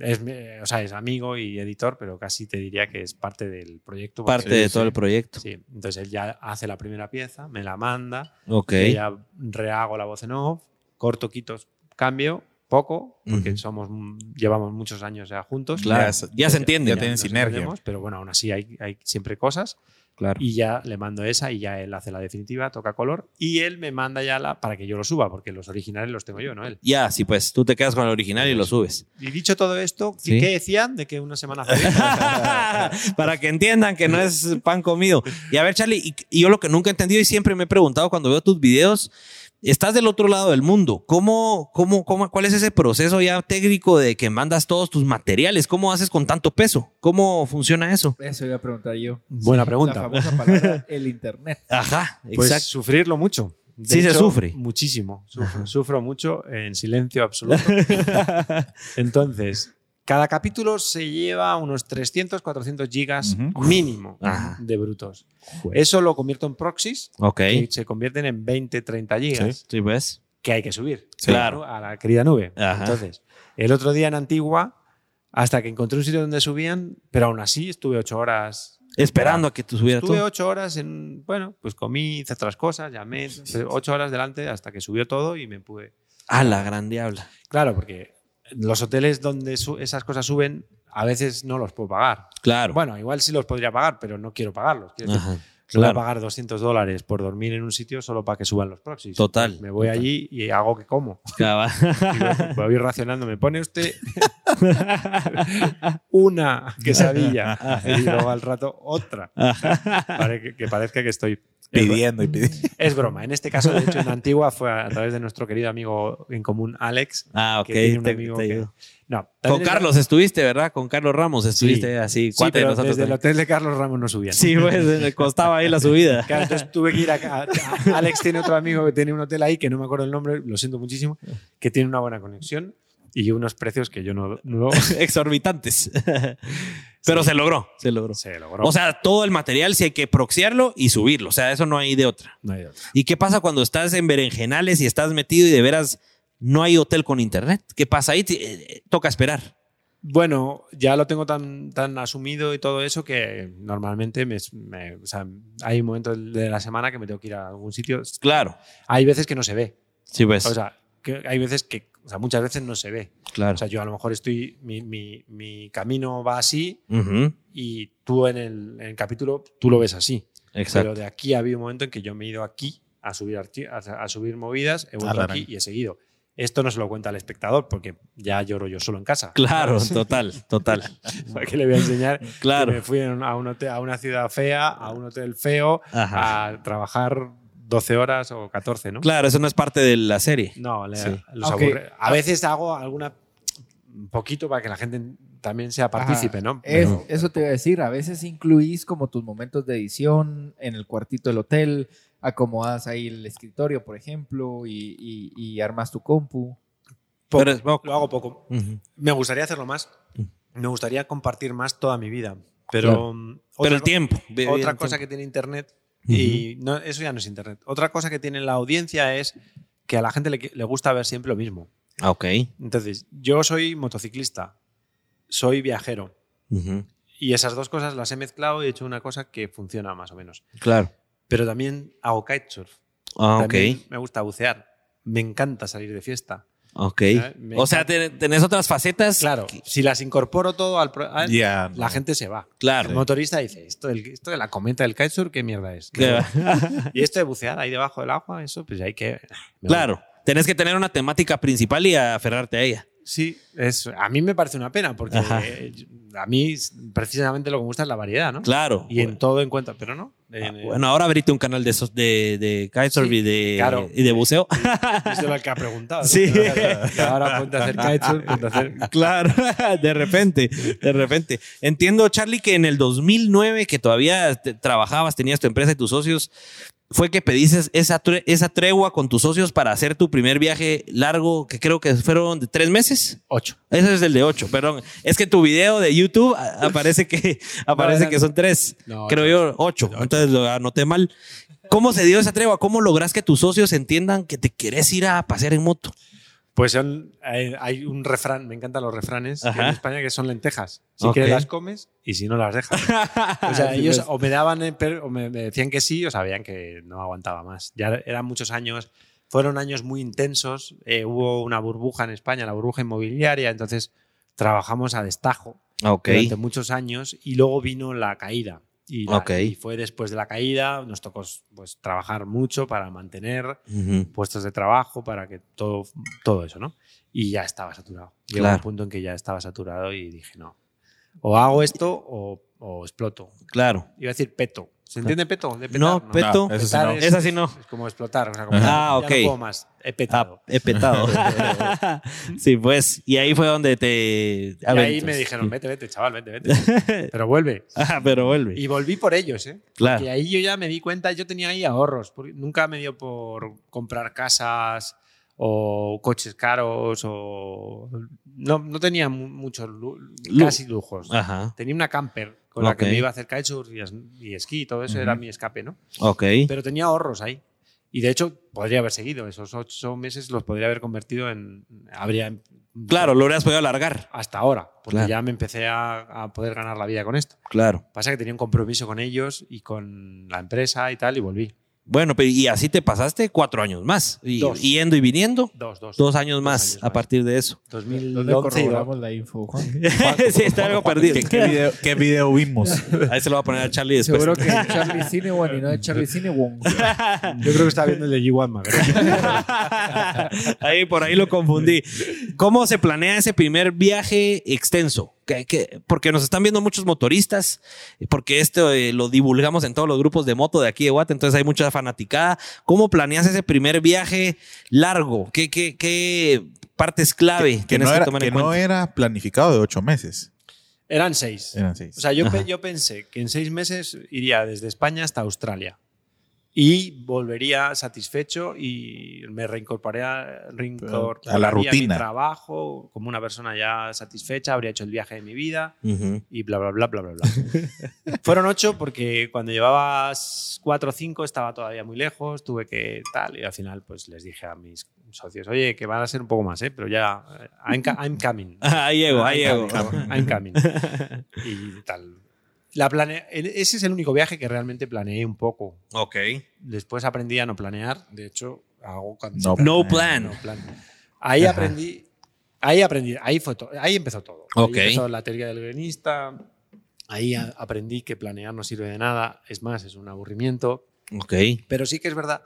Speaker 7: es, mi- o sea, es amigo y editor, pero casi te diría que es parte del proyecto. porque-
Speaker 1: Parte de todo el proyecto.
Speaker 7: Sí, entonces él ya hace la primera pieza, me la manda,
Speaker 1: Ok.
Speaker 7: yo ya rehago la voz en off, corto, quitos, cambio, poco, porque
Speaker 1: Ujú.
Speaker 7: somos, llevamos muchos años ya juntos.
Speaker 1: Claro.
Speaker 2: Ya-
Speaker 1: Ya, se entiende.
Speaker 2: ya tienen
Speaker 7: nos
Speaker 2: sinergia.
Speaker 7: entendemos, Pero bueno, aún así hay, hay siempre cosas.
Speaker 1: Claro.
Speaker 7: Y ya le mando esa y ya él hace la definitiva, toca color. Y él me manda ya la para que yo lo suba, porque los originales los tengo yo, no él.
Speaker 1: Ya, sí, pues tú te quedas con el original y lo [LAUGHS] subes.
Speaker 7: Y dicho todo esto,
Speaker 1: Sí.
Speaker 7: ¿qué decían de que una
Speaker 1: [LAUGHS]
Speaker 7: semana feliz?
Speaker 1: Para que entiendan que no es pan comido. Y a ver, Charlie, y, y yo lo que nunca he entendido y siempre me he preguntado cuando veo tus videos, estás del otro lado del mundo. ¿Cómo, cómo, cómo, ¿Cuál es ese proceso ya técnico de que mandas todos tus materiales? ¿Cómo haces con tanto peso? ¿Cómo funciona eso?
Speaker 3: Eso iba a preguntar yo.
Speaker 7: Buena
Speaker 3: La
Speaker 7: pregunta.
Speaker 3: famosa
Speaker 7: [LAUGHS]
Speaker 3: palabra, el internet.
Speaker 1: Ajá,
Speaker 7: Pues
Speaker 1: exacto.
Speaker 7: sufrirlo mucho. De
Speaker 1: Sí se sufre. [LAUGHS]
Speaker 7: Muchísimo. Sufro, sufro mucho en silencio absoluto. Entonces, Cada capítulo se lleva unos 300, 400 gigas
Speaker 6: Ujú.
Speaker 7: mínimo
Speaker 1: Ajá.
Speaker 7: de brutos.
Speaker 1: Jue-
Speaker 7: Eso lo convierto en proxies,
Speaker 1: Ok.
Speaker 7: que se convierten en 20, 30 gigas
Speaker 1: Sí, pues. ves.
Speaker 7: que hay que subir
Speaker 1: Sí. Claro.
Speaker 7: a la querida nube.
Speaker 1: Ajá.
Speaker 7: Entonces, el otro día en Antigua, hasta que encontré un sitio donde subían, pero aún así estuve ocho horas.
Speaker 1: Esperando a que tú subieras tú.
Speaker 7: Estuve ocho horas en, bueno, pues comí, hice otras cosas, llamé, pero ocho horas delante hasta que subió todo y me pude.
Speaker 1: A la gran diabla.
Speaker 7: Claro, porque los hoteles donde su- esas cosas suben, a veces no los puedo pagar.
Speaker 1: Claro.
Speaker 7: Bueno, igual sí los podría pagar, pero no quiero pagarlos. Quiero decir,
Speaker 1: Ajá.
Speaker 7: no voy a
Speaker 1: Claro.
Speaker 7: pagar 200 dólares por dormir en un sitio solo para que suban los proxies.
Speaker 1: Total,
Speaker 7: me voy
Speaker 1: total.
Speaker 7: allí y hago que como.
Speaker 1: Cabal.
Speaker 7: Y
Speaker 1: [LAUGHS]
Speaker 7: voy- voy racionando. Me pone usted una
Speaker 1: [LAUGHS]
Speaker 7: quesadilla y luego al rato otra. Para que, que parezca que estoy.
Speaker 2: Pidiendo y pidiendo.
Speaker 7: Es broma. En este caso, de hecho, en Antigua fue a través de nuestro querido amigo en común, Alex.
Speaker 1: Ah, ok.
Speaker 7: que tiene un
Speaker 1: te-
Speaker 7: amigo
Speaker 1: te
Speaker 7: que-
Speaker 1: ayudo.
Speaker 7: No,
Speaker 1: Con
Speaker 7: también es-
Speaker 1: Carlos estuviste, ¿verdad? Con Carlos Ramos estuviste así.
Speaker 7: Sí,
Speaker 1: cuate de
Speaker 7: pero
Speaker 1: nosotros
Speaker 7: desde el
Speaker 1: también.
Speaker 7: hotel de Carlos Ramos no subían.
Speaker 1: Sí, pues le costaba [LAUGHS] ahí la subida.
Speaker 7: Claro, entonces tuve que ir a, a- a- Alex tiene otro amigo que tiene un hotel ahí, que no me acuerdo el nombre, lo siento muchísimo, que tiene una buena conexión y unos precios que yo no,
Speaker 1: [LAUGHS]
Speaker 7: no
Speaker 1: Exorbitantes. Pero se logró, se logró.
Speaker 7: se logró.
Speaker 1: O sea, todo el material sí hay que proxiarlo y subirlo. O sea, eso no hay de otra.
Speaker 7: No hay otra.
Speaker 1: ¿Y qué pasa cuando estás en berenjenales y estás metido y de veras no hay hotel con internet? ¿Qué pasa ahí? Te- eh, toca esperar.
Speaker 7: Bueno, ya lo tengo tan, tan asumido y todo eso que normalmente me, me- o sea, hay momentos de la semana que me tengo que ir a algún sitio.
Speaker 1: Claro.
Speaker 7: Hay veces que no se ve.
Speaker 1: Sí, pues.
Speaker 7: O sea, que hay veces que, o sea, muchas veces no se ve.
Speaker 1: claro.
Speaker 7: O sea, yo a lo mejor estoy, mi, mi- mi camino va así
Speaker 1: Ujú,
Speaker 7: y tú en el, en el capítulo tú lo ves así.
Speaker 1: Exacto.
Speaker 7: Pero de aquí ha habido un momento en que yo me he ido aquí a subir, archi- a, a subir movidas, he vuelto
Speaker 2: la
Speaker 7: aquí y he seguido. Esto no se lo cuenta al espectador porque ya lloro yo solo en casa.
Speaker 1: Claro, total, total.
Speaker 7: ¿Para qué le voy a enseñar? Que
Speaker 1: [LAUGHS] Claro.
Speaker 7: Me fui en- a, un hotel- a una ciudad fea, a un hotel feo,
Speaker 1: Ajá.
Speaker 7: a trabajar 12 horas o 14, ¿no?
Speaker 1: Claro, eso no es parte de la serie.
Speaker 7: No, le-
Speaker 1: Sí.
Speaker 7: los
Speaker 3: Ok.
Speaker 7: aburre. A veces hago alguna un poquito para que la gente también sea partícipe, ¿no?
Speaker 3: Es-
Speaker 7: Pero-
Speaker 3: eso te iba a decir, a veces incluís como tus momentos de edición en el cuartito del hotel, acomodas ahí el escritorio, por ejemplo, y, y- y armas tu compu.
Speaker 1: Pero es poco.
Speaker 7: lo hago poco.
Speaker 1: Ujú.
Speaker 7: Me gustaría hacerlo más. Me gustaría compartir más toda mi vida. Pero,
Speaker 1: Claro.
Speaker 7: mm,
Speaker 1: Pero
Speaker 7: otra
Speaker 1: el
Speaker 7: co-
Speaker 1: tiempo.
Speaker 7: Otra cosa que tiene Internet, y no, eso ya no es Internet. Otra cosa que tiene la audiencia es que a la gente le, qui- le gusta ver siempre lo mismo.
Speaker 1: que. Ok.
Speaker 7: Entonces, yo soy motociclista, soy viajero.
Speaker 1: Ujú.
Speaker 7: Y esas dos cosas las he mezclado y he hecho una cosa que funciona más o menos.
Speaker 1: Claro.
Speaker 7: Pero también hago kitesurf.
Speaker 1: Ah, ok.
Speaker 7: También Me gusta bucear. Me encanta salir de fiesta.
Speaker 1: Ok.
Speaker 7: me
Speaker 1: O sea, te- tenés otras facetas.
Speaker 7: Claro, si las incorporo todo al... pro-
Speaker 1: Ah,
Speaker 7: al-
Speaker 2: Ya.
Speaker 7: La gente se va.
Speaker 1: Claro.
Speaker 7: El motorista dice, esto, del- esto de la cometa del kitesurf, ¿qué mierda es?
Speaker 1: Que-
Speaker 7: Y esto de bucear ahí debajo del agua, eso, pues hay que...
Speaker 1: [LAUGHS]
Speaker 7: me
Speaker 1: claro. Tenés que tener una temática principal y aferrarte a ella.
Speaker 7: voy. Sí, es, a mí me parece una pena, porque
Speaker 1: Ajá.
Speaker 7: eh, a mí precisamente lo que me gusta es la variedad, ¿no?
Speaker 1: Claro.
Speaker 7: Y en eh, todo encuentro, pero no. en- en-
Speaker 1: Ah, bueno, ahora abrite un canal de esos de, de kitesurf
Speaker 7: Sí,
Speaker 1: y, de,
Speaker 7: claro.
Speaker 1: y de buceo.
Speaker 7: Eso es lo que ha preguntado.
Speaker 1: [LAUGHS]
Speaker 7: ¿no?
Speaker 1: Sí. Ah,
Speaker 7: Ahora ponte a hacer kitesurf, ponte a hacer...
Speaker 1: [LAUGHS] Claro, [LAUGHS] de repente, de repente. Entiendo, Charlie, que en el 2009, que todavía te- trabajabas, tenías tu empresa y tus socios, fue que pediste esa, tre- esa tregua con tus socios para hacer tu primer viaje largo, que creo que fueron de tres meses.
Speaker 7: Ocho.
Speaker 1: Ese es el de ocho, perdón. Es que tu video de YouTube a- aparece que, aparece
Speaker 7: eran-
Speaker 1: que son tres.
Speaker 7: No,
Speaker 1: creo yo, ocho. Entonces lo anoté mal. ¿Cómo se dio esa tregua? ¿Cómo lográs que tus socios entiendan que te querés ir a pasear en moto?
Speaker 7: Pues son, hay, hay un refrán, me encantan los refranes que
Speaker 1: Ajá.
Speaker 7: en España que son lentejas. Si
Speaker 1: Ok.
Speaker 7: quieres las comes y si no
Speaker 1: [LAUGHS]
Speaker 7: las dejas. O sea,
Speaker 1: Sí,
Speaker 7: ellos
Speaker 1: pues.
Speaker 7: o me daban eh, per- o me, me decían que sí o sabían que no aguantaba más. Ya eran muchos años, fueron años muy intensos. eh, hubo una burbuja en España, la burbuja inmobiliaria, entonces trabajamos a destajo
Speaker 1: Ok.
Speaker 7: durante muchos años y luego vino la caída. Y, la-
Speaker 1: Ok.
Speaker 7: y fue después de la caída, nos tocó pues, trabajar mucho para mantener
Speaker 1: Ujú.
Speaker 7: puestos de trabajo, para que todo, todo eso, ¿no? Y ya estaba saturado. Llegó
Speaker 1: Claro.
Speaker 7: un punto en que ya estaba saturado y dije, no, o hago esto o, o exploto.
Speaker 1: Claro.
Speaker 7: Iba a decir peto. ¿Se entiende peto? De petar,
Speaker 1: No, peto.
Speaker 2: No, eso sí
Speaker 7: Petar
Speaker 2: no.
Speaker 7: es-
Speaker 1: Esa sí no.
Speaker 7: Es como explotar. o sea, como,
Speaker 1: Ah,
Speaker 7: ya
Speaker 1: ok.
Speaker 7: no puedo más. He petado.
Speaker 1: Ah, he petado. [LAUGHS] sí, pues. Y ahí fue donde te.
Speaker 7: y ahí me dijeron, vete, vete, chaval,
Speaker 1: [LAUGHS]
Speaker 7: vete, vete. Pero vuelve.
Speaker 1: [LAUGHS] Ah, pero vuelve.
Speaker 7: Y volví por ellos, ¿eh?
Speaker 1: claro.
Speaker 7: Y ahí yo ya me di cuenta, yo tenía ahí ahorros. porque nunca me dio por comprar casas o coches caros, o no, no tenía mu- muchos lu-
Speaker 1: Lu-
Speaker 7: casi lujos.
Speaker 1: Ajá.
Speaker 7: Tenía una camper con la que
Speaker 1: Ok.
Speaker 7: me iba a hacer kitesurf y, es- y esquí, y todo eso era mi escape, ¿no?
Speaker 1: Ok.
Speaker 7: Pero tenía ahorros ahí. Y de hecho, podría haber seguido. Esos ocho meses los podría haber convertido en. Habría.
Speaker 1: Claro, lo hubieras podido alargar.
Speaker 7: Hasta ahora, porque
Speaker 1: Claro.
Speaker 7: ya me empecé a, a poder ganar la vida con esto.
Speaker 1: Claro.
Speaker 7: Pasa que tenía un compromiso con ellos y con la empresa y tal, y volví.
Speaker 1: Bueno, pero y así te pasaste cuatro años más. Y,
Speaker 7: Dos.
Speaker 1: Yendo y viniendo.
Speaker 7: Dos, dos.
Speaker 1: Dos años más
Speaker 7: años
Speaker 1: a partir de
Speaker 7: [LAUGHS]
Speaker 1: eso.
Speaker 7: 2011
Speaker 3: ¿Dónde corroboramos la info, Juan?
Speaker 1: sí, [LAUGHS] está algo perdido.
Speaker 2: ¿Qué, qué video, qué video
Speaker 1: [LAUGHS]
Speaker 2: vimos?
Speaker 1: Ahí se lo va a poner a Charlie después.
Speaker 3: Seguro que es Charlie Cinewan y no es Charlie
Speaker 7: [LAUGHS]
Speaker 3: Cinewan.
Speaker 7: Yo creo que estaba viendo el de G1 Magret.
Speaker 1: [LAUGHS] ahí por ahí lo confundí. ¿Cómo se planea ese primer viaje extenso? Que- que- porque nos están viendo muchos motoristas, porque esto eh, lo divulgamos en todos los grupos de moto de aquí de Guate, entonces hay mucha fanaticada. ¿Cómo planeas ese primer viaje largo? ¿Qué, qué, qué partes clave
Speaker 2: Que
Speaker 1: tienes
Speaker 2: no,
Speaker 1: que,
Speaker 2: era,
Speaker 1: tomar
Speaker 2: que
Speaker 1: en
Speaker 2: no
Speaker 1: cuenta?
Speaker 2: era planificado de ocho meses.
Speaker 7: [LAUGHS] Eran seis.
Speaker 2: Eran seis.
Speaker 7: O sea, yo,
Speaker 1: Ajá.
Speaker 7: pe- yo pensé que en seis meses iría desde España hasta Australia y volvería satisfecho y me reincorporaría, reincorporaría
Speaker 2: A la
Speaker 7: a
Speaker 2: rutina.
Speaker 7: mi trabajo como una persona ya satisfecha, habría hecho el viaje de mi vida
Speaker 1: Ujú. [LAUGHS]
Speaker 7: y bla, bla, bla, bla, bla. bla. Fueron ocho porque cuando llevabas cuatro o cinco estaba todavía muy lejos, tuve que tal y al final pues les dije a mis socios, oye, que van a ser un poco más, ¿eh? pero ya, eh, I'm, ca- I'm coming.
Speaker 1: Ahí llego, ahí llego.
Speaker 7: I'm coming, I'm coming. y tal. La plane- el- ese es el único viaje que realmente planeé un poco.
Speaker 1: Ok.
Speaker 7: Después aprendí a no planear. De hecho, hago cuando
Speaker 2: No
Speaker 7: se planea,
Speaker 1: No plan.
Speaker 7: no plan. Ahí aprendí. Ahí aprendí. Ahí, fue to- ahí empezó todo.
Speaker 1: Ok.
Speaker 7: Ahí empezó la teoría del guionista. Ahí a- aprendí que planear no sirve de nada. Es más, es un aburrimiento.
Speaker 1: Ok,
Speaker 7: Pero sí que es verdad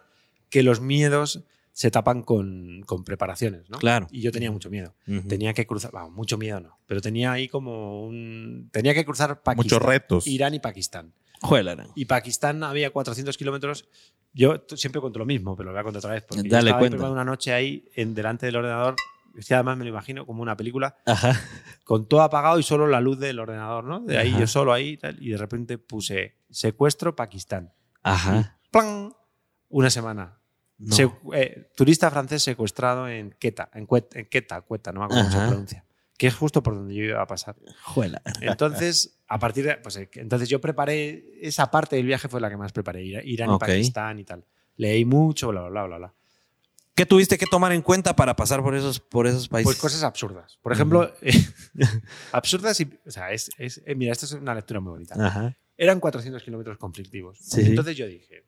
Speaker 7: que los miedos se tapan con, con preparaciones, ¿no?
Speaker 1: claro.
Speaker 7: Y yo tenía mucho miedo
Speaker 1: Ujú.
Speaker 7: tenía que cruzar, vamos, mucho miedo no, pero tenía ahí como un, tenía que cruzar Pakistán,
Speaker 2: Muchos retos.
Speaker 7: Irán y Pakistán.
Speaker 1: Juela, ¿no?
Speaker 7: Y Pakistán había 400 kilómetros. Yo t- siempre cuento lo mismo, pero lo voy a contar otra vez. Porque yo
Speaker 1: Dale,
Speaker 7: estaba
Speaker 1: cuenta.
Speaker 7: primero una noche ahí en, delante del ordenador. Es que además me lo imagino como una película
Speaker 1: Ajá.
Speaker 7: con todo apagado y solo la luz del ordenador, ¿no? De ahí
Speaker 1: Ajá.
Speaker 7: yo solo ahí tal, y de repente puse secuestro Pakistán.
Speaker 1: Ajá.
Speaker 7: ¡Plan! Una semana.
Speaker 1: No.
Speaker 7: Se- eh, turista francés secuestrado en Quetta, en Cueta, en Quetta, Cueta, no me acuerdo cómo
Speaker 1: Ajá.
Speaker 7: se pronuncia. Que es justo por donde yo iba a pasar.
Speaker 1: Juela.
Speaker 7: Entonces, a partir de. Pues, eh, entonces yo preparé. Esa parte del viaje fue la que más preparé. Ir- Irán
Speaker 1: Ok.
Speaker 7: y Pakistán y tal. Leí mucho, bla, bla, bla, bla, bla.
Speaker 1: ¿Qué tuviste que tomar en cuenta para pasar por esos, por esos países?
Speaker 7: Pues
Speaker 1: [LAUGHS]
Speaker 7: cosas absurdas. Por ejemplo, eh, [LAUGHS] absurdas y. O sea, es, es- eh, mira, esto es una lectura muy bonita.
Speaker 1: Ajá.
Speaker 7: Eran 400 kilómetros conflictivos.
Speaker 1: Sí.
Speaker 7: Entonces yo dije.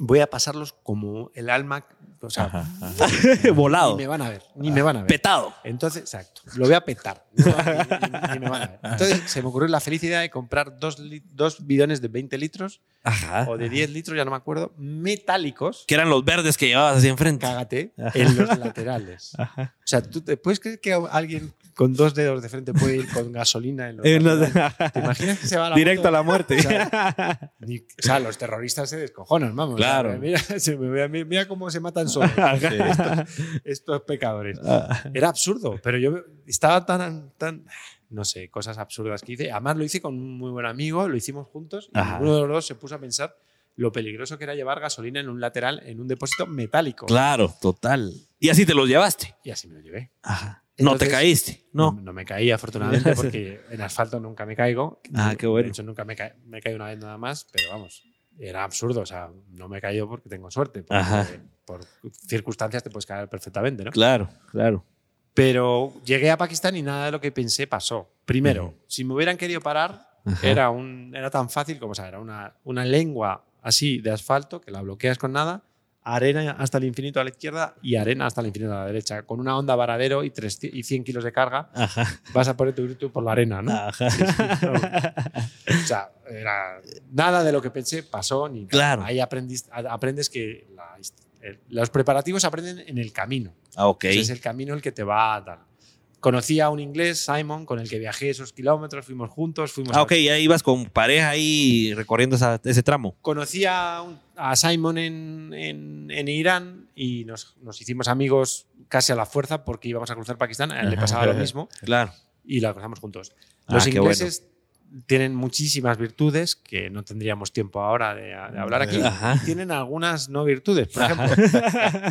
Speaker 7: Voy a pasarlos como el alma. O sea,
Speaker 2: Ajá, ajá.
Speaker 7: ni
Speaker 1: Volado.
Speaker 7: me van a ver. Ni me van a ver.
Speaker 1: Petado.
Speaker 7: Entonces, exacto, lo voy a [LAUGHS] petar. No, ni- ni- ni me van a ver. Entonces, se me ocurrió la felicidad de comprar dos, li- dos bidones de 20 litros
Speaker 1: Ajá.
Speaker 7: o de 10 litros, ya no me acuerdo, metálicos,
Speaker 1: Que eran los verdes que llevabas así enfrente.
Speaker 7: cágate, en
Speaker 1: [LAUGHS]
Speaker 7: los laterales. O sea, ¿tú te puedes creer que alguien con dos dedos de frente puede ir con gasolina en los
Speaker 1: En los- [LAUGHS]
Speaker 7: laterales? ¿Te imaginas que se va a la
Speaker 1: Directo
Speaker 7: moto?
Speaker 1: a la muerte.
Speaker 7: O sea,
Speaker 1: [LAUGHS]
Speaker 7: ni- o sea, los terroristas se descojonan, vamos.
Speaker 1: Claro.
Speaker 7: O sea, mira, [LAUGHS] se me- mira- mira cómo se matan
Speaker 1: [LAUGHS]
Speaker 7: solos estos, estos pecadores.
Speaker 1: Ah.
Speaker 7: Era absurdo, pero yo estaba tan, tan, no sé, cosas absurdas que hice. Además lo hice con un muy buen amigo, lo hicimos juntos y
Speaker 1: Ajá.
Speaker 7: uno de los dos se puso a pensar lo peligroso que era llevar gasolina en un lateral, en un depósito metálico.
Speaker 1: claro, total. Y así te los llevaste.
Speaker 7: Y así me lo llevé.
Speaker 1: Ajá. no
Speaker 7: Entonces-
Speaker 1: te caíste. No.
Speaker 7: No me caí, afortunadamente,
Speaker 1: [LAUGHS]
Speaker 7: porque en asfalto nunca me caigo.
Speaker 1: Ah, qué bueno.
Speaker 7: De hecho, nunca me, ca- me caí una vez nada más, pero vamos, era absurdo. O sea, no me he caído porque tengo suerte. porque
Speaker 1: Ajá.
Speaker 7: Por circunstancias te puedes caer perfectamente, ¿no?
Speaker 1: Claro, claro.
Speaker 7: Pero llegué a Pakistán y nada de lo que pensé pasó. Primero, si me hubieran querido parar, era, un, era tan fácil como, o sea, era una, una lengua así de asfalto que la bloqueas con nada, arena hasta el infinito a la izquierda y arena hasta el infinito a la derecha, con una onda varadero y, 300 y 100 kilos de carga
Speaker 1: Ajá.
Speaker 7: vas a poner tu virtud por la arena, ¿no?
Speaker 1: Ajá.
Speaker 7: O sea, era- nada de lo que pensé pasó ni nada.
Speaker 1: Claro.
Speaker 7: Ahí aprendis- a- aprendes que la hist- el- los preparativos aprenden en el camino.
Speaker 1: Ah, ok.
Speaker 7: Ese es el camino el que te va a dar. Conocí a un inglés, Simon, con el que viajé esos kilómetros, fuimos juntos, fuimos
Speaker 1: Ah,
Speaker 7: a-
Speaker 1: ok, ya ibas con pareja ahí recorriendo esa- ese tramo.
Speaker 7: Conocí a, un- a Simon en, en- en Irán y nos, nos hicimos amigos casi a la fuerza
Speaker 1: [LAUGHS]
Speaker 7: porque íbamos a cruzar Pakistán, a él le pasaba lo mismo.
Speaker 1: Claro.
Speaker 7: y la cruzamos juntos.
Speaker 1: Ah,
Speaker 7: Los
Speaker 1: qué
Speaker 7: ingleses tienen muchísimas virtudes que no tendríamos tiempo ahora de, de hablar aquí.
Speaker 1: Ajá.
Speaker 7: Tienen algunas no virtudes. Por
Speaker 1: [LAUGHS]
Speaker 7: ejemplo,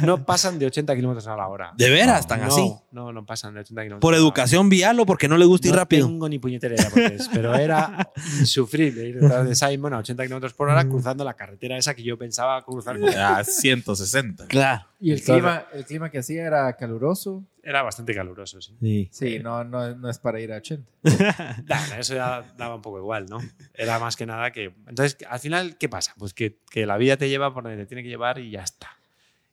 Speaker 7: no pasan de 80 kilómetros a la hora.
Speaker 1: De veras, tan
Speaker 7: no,
Speaker 1: así.
Speaker 7: No, no pasan de 80 kilómetros.
Speaker 1: Por
Speaker 7: a la hora.
Speaker 1: educación vial o porque no le gusta ir
Speaker 7: no
Speaker 1: rápido.
Speaker 7: tengo ni puñetera idea por qué es, pero era insufrible ir detrás de Simon a 80 kilómetros por
Speaker 1: Mm.
Speaker 7: hora cruzando la carretera esa que yo pensaba cruzar. con-
Speaker 2: A 160.
Speaker 1: Claro.
Speaker 3: Y el
Speaker 7: Entonces-
Speaker 3: clima, el clima que hacía era caluroso.
Speaker 7: Era bastante caluroso, sí.
Speaker 1: Sí.
Speaker 7: Eh.
Speaker 3: Sí, no, no, no es para ir a 80.
Speaker 7: Nah, eso ya daba un poco igual, ¿no? Era más que nada que... Entonces, al final, ¿qué pasa? Pues que, que la vida te lleva por donde te tiene que llevar y ya está.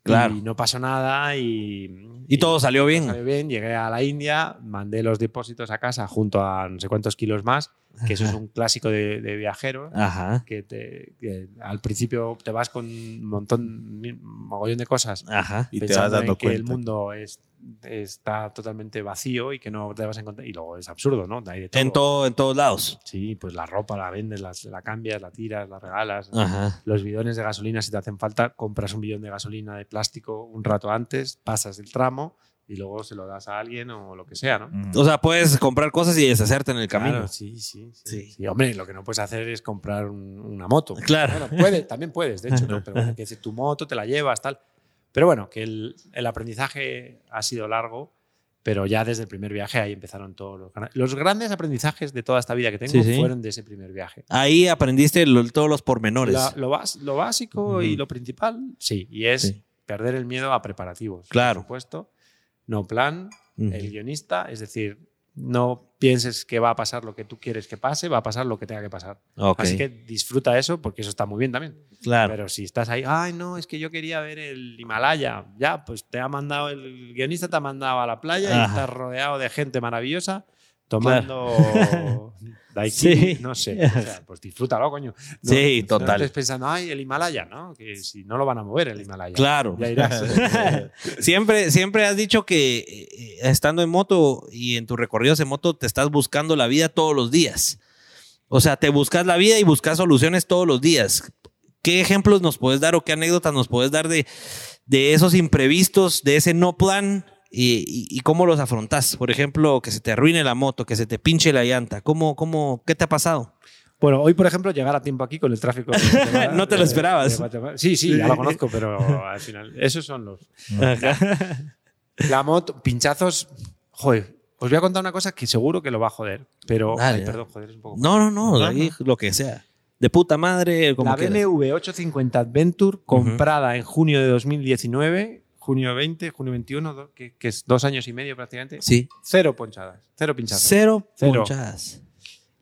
Speaker 1: Claro.
Speaker 7: Y no pasó nada y...
Speaker 1: Y todo salió
Speaker 7: salió
Speaker 1: bien.
Speaker 7: bien, llegué a la India, mandé los depósitos a casa junto a no sé cuántos kilos más, que eso es un clásico de, de
Speaker 1: Ah.
Speaker 7: viajero.
Speaker 1: Ajá.
Speaker 7: que, te- que al principio te vas con un montón, un mogollón de cosas,
Speaker 1: Ajá.
Speaker 2: Y te
Speaker 7: pensando
Speaker 2: vas dando
Speaker 7: en que el
Speaker 2: cuenta.
Speaker 7: mundo es, está totalmente vacío y que no te vas a encontrar. Y luego es absurdo, ¿no? Hay de todo.
Speaker 1: En, todo, en todos lados.
Speaker 7: sí, pues la ropa la vendes, las- la cambias, la tiras, la regalas.
Speaker 1: Ajá.
Speaker 7: Los bidones de gasolina, si te hacen falta, compras un bidón de gasolina de plástico un rato antes, pasas el tramo y luego se lo das a alguien o lo que sea, ¿no?
Speaker 2: Mm.
Speaker 1: O sea, puedes comprar cosas y deshacerte en el camino.
Speaker 7: Claro, sí, sí, sí,
Speaker 1: Sí.
Speaker 7: Sí, Hombre, lo que no puedes hacer es comprar un-
Speaker 1: [LAUGHS]
Speaker 7: una moto.
Speaker 1: Claro.
Speaker 7: Bueno, puede, también puedes, de hecho,
Speaker 1: [LAUGHS]
Speaker 7: ¿no? pero bueno, que si tu moto te la llevas, tal. Pero bueno, que el, el aprendizaje ha sido largo, pero ya desde el primer viaje ahí empezaron todos los gran- los grandes aprendizajes de toda esta vida que tengo
Speaker 1: Sí, sí.
Speaker 7: fueron de ese primer viaje.
Speaker 1: Ahí aprendiste lo- todos los pormenores.
Speaker 7: La- lo, bas- lo básico y lo principal, sí, y es
Speaker 1: Sí.
Speaker 7: perder el miedo a preparativos.
Speaker 1: Claro.
Speaker 7: Por supuesto, no plan,
Speaker 1: Ujú.
Speaker 7: el guionista, es decir, no pienses que va a pasar lo que tú quieres que pase, va a pasar lo que tenga que pasar.
Speaker 1: Ok.
Speaker 7: Así que disfruta eso porque eso está muy bien también.
Speaker 1: claro.
Speaker 7: Pero si estás ahí, ay, no, es que yo quería ver el Himalaya. Ya, pues te ha mandado, el guionista te ha mandado a la playa y
Speaker 1: Ajá.
Speaker 7: estás rodeado de gente maravillosa tomando
Speaker 1: Sí. [LAUGHS]
Speaker 7: daiquiri, no sé. O sea, pues disfrútalo, coño. No-
Speaker 1: Sí,
Speaker 7: No
Speaker 1: total.
Speaker 7: estés pensando, ay, el Himalaya, ¿no? Que si no lo van a mover el Himalaya.
Speaker 1: Claro. [LAUGHS]
Speaker 7: Ya irás. [LAUGHS]
Speaker 1: Siempre, siempre has dicho que eh, estando en moto y en tus recorridos en moto te estás buscando la vida todos los días. O sea, te buscas la vida y buscas soluciones todos los días. ¿Qué ejemplos nos puedes dar o qué anécdotas nos puedes dar de, de esos imprevistos, de ese no plan y, y- y cómo los afrontas? Por ejemplo, que se te arruine la moto, que se te pinche la llanta. ¿Cómo, cómo, ¿Qué te ha pasado?
Speaker 7: Bueno, hoy, por ejemplo, llegar a tiempo aquí con el tráfico. de
Speaker 1: [LAUGHS]
Speaker 7: Guatemala-
Speaker 1: No te lo
Speaker 7: de-
Speaker 1: esperabas.
Speaker 7: de Guatemala. Sí, sí, ya lo conozco,
Speaker 1: [LAUGHS]
Speaker 7: pero al final, esos son los, La moto, pinchazos. Joder, os voy a contar una cosa que seguro que lo va a joder. Pero.
Speaker 1: Dale,
Speaker 7: ay,
Speaker 1: dale.
Speaker 7: perdón, joder, es un poco.
Speaker 1: No, no, no, de ahí lo que sea. De puta madre, como
Speaker 7: la
Speaker 1: quieras.
Speaker 7: BMW 850 Adventure, comprada en junio de 2019, junio 20, junio 21, do- que, que es dos años y medio prácticamente.
Speaker 1: Sí.
Speaker 7: Cero ponchadas, cero pinchazos.
Speaker 1: Cero
Speaker 7: Cero.
Speaker 1: ponchadas.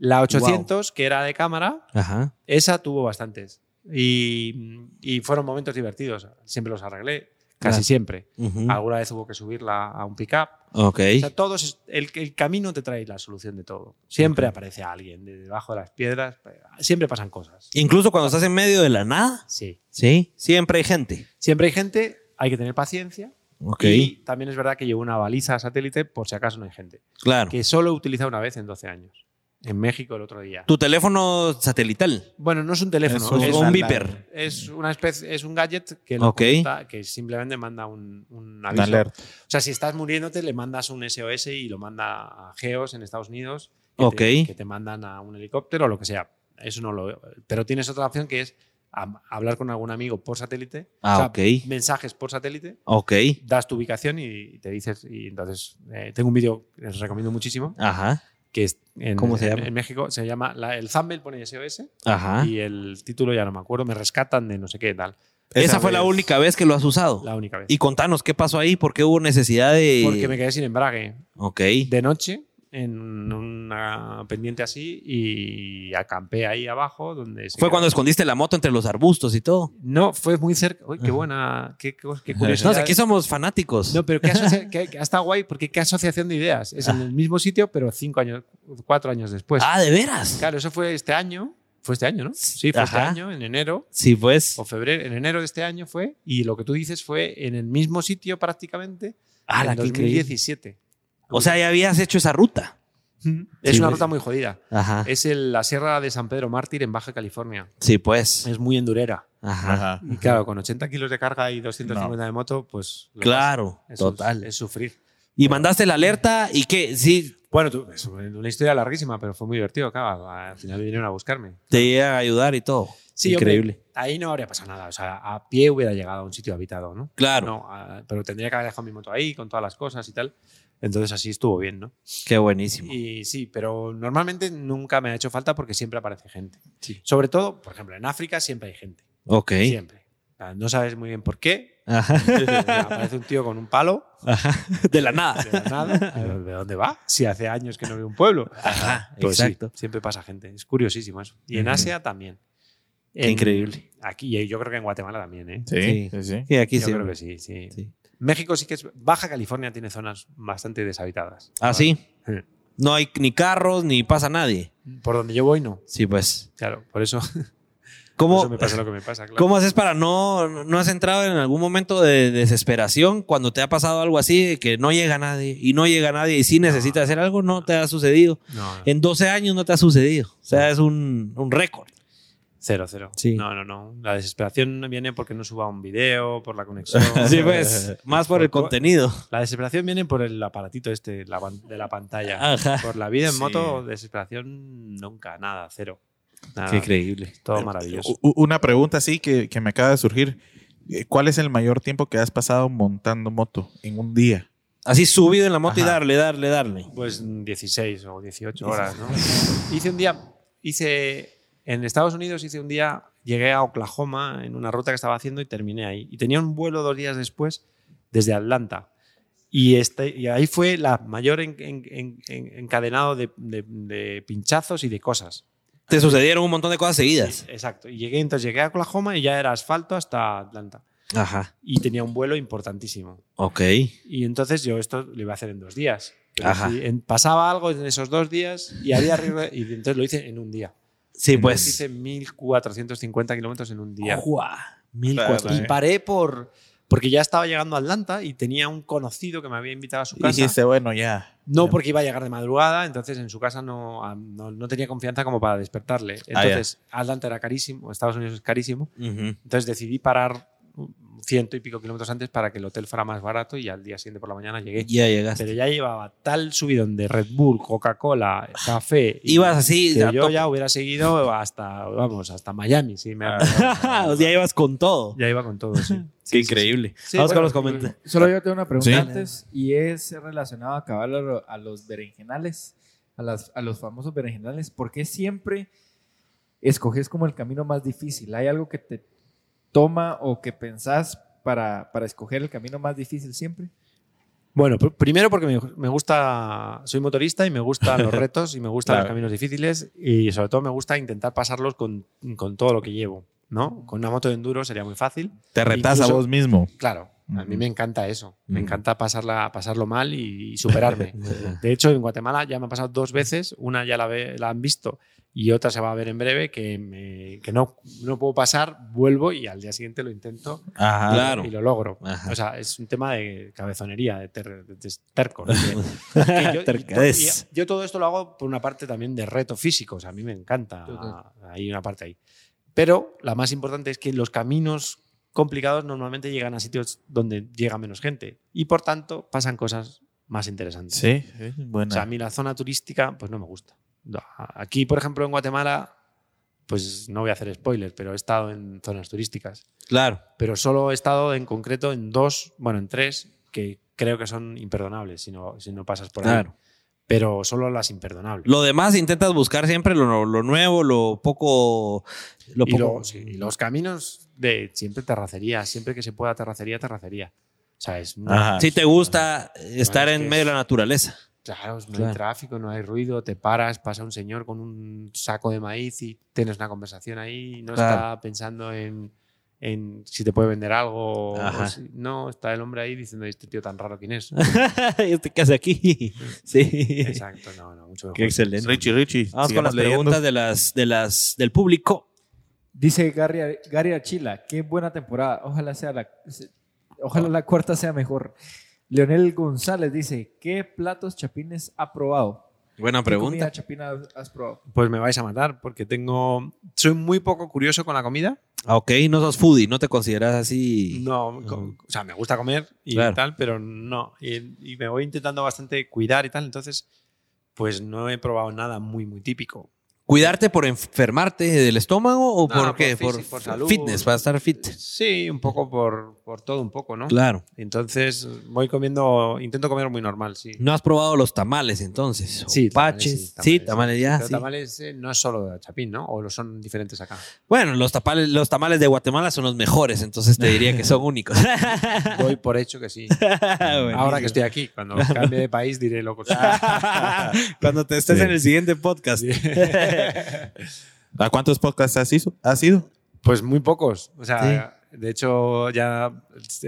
Speaker 7: La 800, que era de cámara,
Speaker 1: Ajá.
Speaker 7: esa tuvo bastantes. Y, y fueron momentos divertidos. Siempre los arreglé, casi
Speaker 1: Claro.
Speaker 7: siempre.
Speaker 1: Ujú.
Speaker 7: Alguna vez hubo que subirla a un pickup.
Speaker 1: Ok.
Speaker 7: O sea, todos es- el, el camino te trae la solución de todo. Siempre aparece alguien de debajo de las piedras. pues, Siempre pasan cosas.
Speaker 1: Incluso cuando estás en medio de la nada.
Speaker 7: Sí.
Speaker 1: Sí. Siempre hay gente.
Speaker 7: Siempre hay gente, hay que tener paciencia.
Speaker 1: Ok.
Speaker 7: Y también es verdad que llevo una baliza satélite por si acaso no hay gente.
Speaker 1: claro.
Speaker 7: Que solo he utilizado una vez en 12 años. En México el otro día.
Speaker 1: Tu teléfono satelital.
Speaker 7: Bueno, no es un teléfono.
Speaker 1: Es un-
Speaker 7: es,
Speaker 1: un beeper.
Speaker 7: es una especie, es un gadget que, lo
Speaker 1: Ok.
Speaker 7: conecta- que simplemente manda un, un aviso.
Speaker 2: alerta.
Speaker 7: O sea, si estás muriéndote, le mandas un SOS y lo manda a Geos en Estados Unidos. Que
Speaker 1: Ok.
Speaker 7: Te, que te mandan a un helicóptero o lo que sea. Eso no lo. Pero tienes otra opción que es am- hablar con algún amigo por satélite.
Speaker 1: Ah,
Speaker 7: O sea,
Speaker 1: ok.
Speaker 7: Mensajes por satélite.
Speaker 1: Ok.
Speaker 7: Das tu ubicación y te dices. Y entonces, eh, tengo un vídeo que les recomiendo muchísimo.
Speaker 1: Ajá.
Speaker 7: Que es en,
Speaker 1: ¿Cómo se
Speaker 7: en-
Speaker 1: llama? Ah.
Speaker 7: en México se llama. la- el thumbnail pone SOS
Speaker 1: Ajá.
Speaker 7: y el título ya no me acuerdo. Me rescatan de no sé qué tal.
Speaker 1: esa, fue la
Speaker 2: vez.
Speaker 1: única vez que lo has usado.
Speaker 7: La única vez.
Speaker 1: Y contanos qué pasó ahí, por qué hubo necesidad de.
Speaker 7: Porque me quedé sin embrague.
Speaker 1: Ok.
Speaker 7: de noche en una pendiente así y acampé ahí abajo donde se
Speaker 1: Fue cuando
Speaker 7: quedaba-
Speaker 1: escondiste la moto entre los arbustos y todo.
Speaker 7: no fue muy cerca uy qué buena qué, qué, qué curiosidad
Speaker 1: No, si aquí somos fanáticos.
Speaker 7: No, pero qué asocia- qué- qué- está guay porque qué asociación de ideas es en el mismo sitio pero cinco años cuatro años después
Speaker 1: ah, de veras.
Speaker 7: claro eso fue este año fue este año no sí fue este
Speaker 1: Ajá.
Speaker 7: año en enero
Speaker 1: Sí, pues.
Speaker 7: o febrero en enero de este año fue y lo que tú dices fue en el mismo sitio prácticamente
Speaker 1: Ah, la
Speaker 7: en
Speaker 1: que increíble.
Speaker 7: 2017
Speaker 1: O sea, ya habías hecho esa ruta.
Speaker 7: es
Speaker 1: sí,
Speaker 7: una
Speaker 1: pues.
Speaker 7: ruta muy jodida
Speaker 1: Ajá.
Speaker 7: Es el- la Sierra de San Pedro Mártir en Baja California.
Speaker 1: Sí, pues.
Speaker 7: Es muy endurera.
Speaker 1: Ajá.
Speaker 2: Ajá.
Speaker 7: Y claro, con 80 kilos de carga y 250 de moto, pues. lo
Speaker 1: Claro,
Speaker 7: más- eso
Speaker 1: total.
Speaker 7: Es, es sufrir.
Speaker 1: Y mandaste la alerta y que sí,
Speaker 7: Bueno, tú- es una historia larguísima, pero fue muy divertido. Claro, al final vinieron a buscarme.
Speaker 1: Te llega a ayudar y todo.
Speaker 7: Sí, hombre,
Speaker 1: Increíble.
Speaker 7: ahí no habría pasado nada. O sea, a pie hubiera llegado a un sitio habitado, ¿no?
Speaker 1: Claro,
Speaker 7: No, a- pero tendría que haber dejado mi moto ahí con todas las cosas y tal. Entonces así estuvo bien, ¿no?
Speaker 1: qué buenísimo.
Speaker 7: Y sí, pero normalmente nunca me ha hecho falta porque siempre aparece gente. Sobre todo, por ejemplo, en África siempre hay gente.
Speaker 1: ok.
Speaker 7: Siempre. O sea, No sabes muy bien por qué.
Speaker 1: Ajá.
Speaker 7: [LAUGHS] Aparece un tío con un palo
Speaker 1: [LAUGHS] De la nada.
Speaker 7: de la
Speaker 1: [LAUGHS]
Speaker 7: nada. Pero, ¿De dónde va? Si hace años que no veo un pueblo.
Speaker 1: Ajá,
Speaker 7: Pues sí,
Speaker 1: exacto.
Speaker 7: siempre pasa gente. Es curiosísimo eso. Y en Asia también.
Speaker 1: Qué
Speaker 7: En-
Speaker 1: increíble.
Speaker 7: Aquí, y yo creo que en Guatemala también, ¿eh?
Speaker 1: Sí.
Speaker 2: Sí, sí, sí.
Speaker 1: Y aquí
Speaker 7: yo
Speaker 1: sí.
Speaker 7: creo que sí, sí.
Speaker 1: Sí.
Speaker 7: México sí que es. Baja California tiene zonas bastante deshabitadas.
Speaker 1: Ah, sí.
Speaker 7: Sí.
Speaker 1: No hay ni carros ni pasa nadie.
Speaker 7: Por donde yo voy, no.
Speaker 1: Sí, pues.
Speaker 7: Claro, por eso, [LAUGHS] por
Speaker 1: ¿Cómo,
Speaker 7: eso me pasa lo que me pasa. claro.
Speaker 1: ¿Cómo haces para no, no has entrado en algún momento de desesperación cuando te ha pasado algo así de que no llega nadie y no llega nadie y si necesitas hacer algo no te ha sucedido?
Speaker 7: No, no.
Speaker 1: En 12 años no te ha sucedido. O sea, es un, un [LAUGHS] récord.
Speaker 7: Cero, cero.
Speaker 1: Sí.
Speaker 7: No, no, no. La desesperación viene porque no suba un video, por la conexión.
Speaker 1: [LAUGHS] Sí, pues, más por el contenido.
Speaker 7: La desesperación viene por el aparatito este la pan- de la pantalla.
Speaker 1: Ajá.
Speaker 7: Por la vida en
Speaker 2: Sí.
Speaker 7: moto, desesperación nunca, nada, cero. Nada,
Speaker 1: Qué increíble.
Speaker 7: todo maravilloso.
Speaker 2: U- Una pregunta así que, que me acaba de surgir. Eh, ¿Cuál es el mayor tiempo que has pasado montando moto en un día?
Speaker 1: Así subido en la moto y
Speaker 2: Ajá.
Speaker 1: darle, darle, darle.
Speaker 7: Pues mm, 16 o 18 horas, ¿no? Hice un día, hice, en Estados Unidos hice un día, llegué a Oklahoma en una ruta que estaba haciendo y terminé ahí. Y tenía un vuelo dos días después desde Atlanta. Y, este, y ahí fue la mayor en- en- en- en- encadenado de, de- de pinchazos y de cosas.
Speaker 1: Te sucedieron un montón de cosas seguidas.
Speaker 7: Exacto. Y llegué, entonces llegué a Oklahoma y ya era asfalto hasta Atlanta.
Speaker 1: Ajá.
Speaker 7: Y tenía un vuelo importantísimo.
Speaker 1: Ok.
Speaker 7: Y entonces yo esto lo iba a hacer en dos días. Pero
Speaker 1: Ajá.
Speaker 7: si en- pasaba algo en esos dos días y había [LAUGHS] riesgo de- y entonces lo hice en un día.
Speaker 1: Sí,
Speaker 7: Entonces
Speaker 1: pues.
Speaker 7: hice 1450 kilómetros en un día.
Speaker 1: Ujua,
Speaker 2: Claro, ¿eh?
Speaker 1: 1400.
Speaker 7: pues, y paré por porque ya estaba llegando a Atlanta y tenía un conocido que me había invitado a su
Speaker 2: Y
Speaker 7: casa.
Speaker 2: dijiste, bueno, ya.
Speaker 7: No porque iba a llegar de madrugada, entonces en su casa no, a- no, no tenía confianza como para despertarle.
Speaker 2: Ah, ya.
Speaker 7: Entonces Atlanta era carísimo, Estados Unidos es carísimo.
Speaker 1: Ujú.
Speaker 7: Entonces decidí parar un ciento y pico kilómetros antes para que el hotel fuera más barato y al día siguiente por la mañana llegué.
Speaker 1: Ya llegaste.
Speaker 7: Pero ya llevaba tal subidón de Red Bull, Coca-Cola, café. y-
Speaker 1: Ibas así.
Speaker 7: que
Speaker 1: a
Speaker 7: yo
Speaker 1: tope.
Speaker 7: ya hubiera seguido hasta, vamos, hasta Miami. Sí, me-
Speaker 1: Ah, o sea, ibas con todo.
Speaker 7: [LAUGHS] ya iba con todo, sí.
Speaker 1: Qué increíble.
Speaker 7: Sí,
Speaker 1: Vamos
Speaker 7: bueno,
Speaker 1: con los comentarios.
Speaker 3: Solo yo tengo una pregunta
Speaker 2: Sí.
Speaker 3: antes y es relacionado a cabal a, lo- a los berenjenales, a, las, a los famosos berenjenales. ¿Por qué siempre escoges como el camino más difícil? ¿Hay algo que te toma o que pensás para, para escoger el camino más difícil siempre?
Speaker 7: [LAUGHS] Bueno, pr- primero porque me, me gusta, soy motorista y me gustan los retos y me gustan los
Speaker 2: Claro.
Speaker 7: caminos difíciles y sobre todo me gusta intentar pasarlos con, con todo lo que llevo, ¿no? Con una moto de enduro sería muy fácil.
Speaker 2: Te retas
Speaker 7: Incluso-
Speaker 2: a vos mismo.
Speaker 7: Claro, a mí
Speaker 2: Ujú.
Speaker 7: me encanta eso. Me
Speaker 2: Ujú.
Speaker 7: encanta pasarla, pasarlo mal y,
Speaker 2: [LAUGHS]
Speaker 7: y superarme. de hecho, en Guatemala ya me ha pasado dos veces. Una ya la, ve- la han visto y otra se va a ver en breve que, me- que no, no puedo pasar, vuelvo y al día siguiente lo intento
Speaker 2: Ajá.
Speaker 7: y-
Speaker 1: Claro.
Speaker 7: Ah, y lo logro.
Speaker 1: Ajá.
Speaker 7: O sea, es un tema de cabezonería, de, ter- de terco.
Speaker 1: [LAUGHS]
Speaker 7: ¿no? Que- que yo, y to-
Speaker 1: Tercadez.
Speaker 7: y yo todo esto lo hago por una parte también de reto físico. O sea, a mí me encanta. Hay una parte ahí. Pero la más importante es que los caminos complicados normalmente llegan a sitios donde llega menos gente y por tanto pasan cosas más interesantes.
Speaker 2: Sí, sí, buena.
Speaker 7: O sea, a mí la zona turística, pues no me gusta. No, Aquí, por ejemplo, en Guatemala, pues no voy a hacer spoilers, pero he estado en zonas turísticas.
Speaker 1: Claro.
Speaker 7: Pero solo he estado en concreto en dos, bueno, en tres, que creo que son imperdonables si no, si no pasas por
Speaker 1: Claro.
Speaker 7: ahí. Pero solo las imperdonables.
Speaker 1: Lo demás intentas buscar siempre lo, lo nuevo, lo poco. Lo
Speaker 7: y,
Speaker 1: poco.
Speaker 7: lo- sí, y los caminos de siempre terracería, siempre que se pueda terracería, terracería. O sea, es una-
Speaker 2: Ajá.
Speaker 1: Si te gusta estar
Speaker 7: es
Speaker 1: en
Speaker 7: que
Speaker 1: medio de la
Speaker 7: es-
Speaker 1: naturaleza.
Speaker 7: Claro, no
Speaker 1: Claro.
Speaker 7: hay tráfico, no hay ruido, te paras, pasa un señor con un saco de maíz y tienes una conversación ahí, no
Speaker 1: Claro.
Speaker 7: está pensando en, en si te puede vender algo. o
Speaker 1: Ajá.
Speaker 7: si- no, está el hombre ahí diciendo, este tío tan raro quién es.
Speaker 1: [LAUGHS] este que hace aquí. [LAUGHS] sí.
Speaker 7: Exacto, no, no, mucho mejor.
Speaker 1: Qué excelente.
Speaker 2: Richie, Richie.
Speaker 1: Vamos con
Speaker 2: sigamos
Speaker 1: las
Speaker 2: leyendo.
Speaker 1: preguntas de las, de las, del público.
Speaker 3: Dice Gary, Gary Achila, qué buena temporada. Ojalá sea la, ojalá la cuarta sea mejor. Leonel González dice, ¿qué platos chapines ha probado?
Speaker 1: Buena
Speaker 3: ¿Qué
Speaker 1: pregunta.
Speaker 3: comida chapina has probado?
Speaker 7: Pues me vais a matar porque tengo. Soy muy poco curioso con la comida.
Speaker 1: Ah, Ok, no sos foodie, no te consideras así.
Speaker 7: No, co-
Speaker 1: Ujú.
Speaker 7: o sea, me gusta comer y
Speaker 1: Claro.
Speaker 7: tal, pero no. Y, y me voy intentando bastante cuidar y tal. Entonces, pues no he probado nada muy, muy típico.
Speaker 1: ¿Cuidarte por enfermarte del estómago o
Speaker 7: No,
Speaker 1: por
Speaker 7: por
Speaker 1: qué?
Speaker 7: físico,
Speaker 1: Por,
Speaker 7: por salud.
Speaker 1: fitness, para estar fit.
Speaker 7: Sí, un poco por, por todo, un poco, ¿no?
Speaker 1: Claro.
Speaker 7: Entonces voy comiendo, intento comer muy normal, sí.
Speaker 1: No has probado los tamales entonces. o
Speaker 7: Sí, tamales,
Speaker 1: paches. sí,
Speaker 7: sí, tamales, sí.
Speaker 1: tamales ya.
Speaker 7: Pero
Speaker 1: sí.
Speaker 7: tamales eh, no es solo de Chapín, ¿no? O lo son diferentes acá.
Speaker 1: Bueno, los tamales, los tamales de Guatemala son los mejores, entonces te diría que
Speaker 7: [LAUGHS]
Speaker 1: son únicos. [LAUGHS]
Speaker 7: Doy por hecho que sí.
Speaker 1: Buenísimo.
Speaker 7: Ahora que estoy aquí, cuando cambie de país diré loco.
Speaker 1: Cuando te estés
Speaker 2: Sí.
Speaker 1: en el siguiente podcast.
Speaker 2: ¿A cuántos podcasts has, hizo- has ido?
Speaker 7: Pues muy pocos. O sea, de hecho ya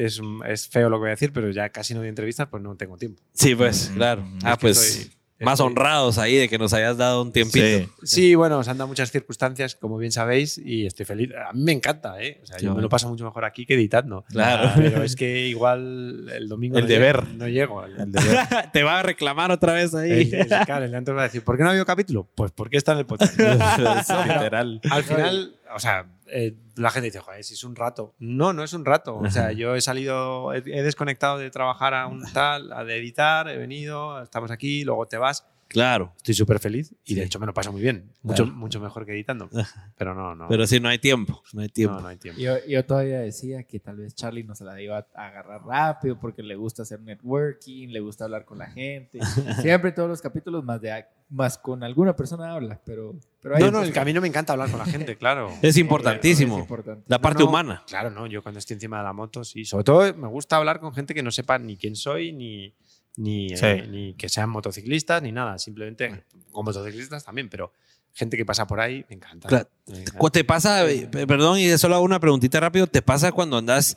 Speaker 7: es, es feo lo que voy a decir, pero ya casi no doy entrevistas, pues no tengo tiempo.
Speaker 1: Sí, pues, claro. Ah,
Speaker 7: Es que este
Speaker 1: pues
Speaker 7: estoy-
Speaker 1: más
Speaker 7: estoy-
Speaker 1: honrados ahí de que nos hayas dado un tiempito.
Speaker 7: Sí, bueno, se han dado muchas circunstancias, como bien sabéis, y estoy feliz. A mí me encanta, ¿eh? O sea, yo me lo paso mucho mejor aquí que editando.
Speaker 1: Claro.
Speaker 7: Pero es que igual el domingo
Speaker 2: El
Speaker 7: no,
Speaker 2: deber.
Speaker 7: llego, no llego. El, [LAUGHS]
Speaker 2: El de ver.
Speaker 1: [LAUGHS] Te va a reclamar otra vez ahí.
Speaker 7: el- el- claro, el de antes va a decir, ¿por qué no ha habido capítulo? Pues porque está en el podcast.
Speaker 2: Literal.
Speaker 7: Al final, o sea, eh, la gente dice, joder, si es un rato. No, no es un rato. O sea, yo he salido, he, he desconectado de trabajar a un tal, a de editar, he venido, estamos aquí, luego te vas.
Speaker 1: Claro.
Speaker 7: Estoy súper feliz y de
Speaker 1: Sí.
Speaker 7: hecho me lo paso muy bien. Mucho, mucho mejor que editando. Pero no, no.
Speaker 1: Pero sí, no hay tiempo. No hay tiempo.
Speaker 7: No, no hay tiempo.
Speaker 3: Yo, yo todavía decía que tal vez Charlie no se la iba a agarrar rápido porque le gusta hacer networking, le gusta hablar con la
Speaker 7: [LAUGHS]
Speaker 3: gente. Siempre todos los capítulos más de más con alguna persona habla, pero pero hay
Speaker 7: No, no, el camino me encanta hablar con la gente, claro.
Speaker 1: Es
Speaker 3: Es
Speaker 1: importantísimo.
Speaker 3: importante.
Speaker 1: La
Speaker 7: No,
Speaker 1: parte
Speaker 7: no,
Speaker 1: humana.
Speaker 7: Claro, no, yo cuando estoy encima de la moto, sí. Sobre todo me gusta hablar con gente que no sepa ni quién soy, ni, ni,
Speaker 2: Sí.
Speaker 7: eh, ni que sean motociclistas, ni nada.
Speaker 1: Mm.
Speaker 7: Simplemente con motociclistas también, pero gente que pasa por ahí, me encanta.
Speaker 1: Claro.
Speaker 7: Me encanta.
Speaker 1: Cu- ¿Te pasa, eh, pe- perdón, y solo hago una preguntita rápido, ¿te pasa cuando andas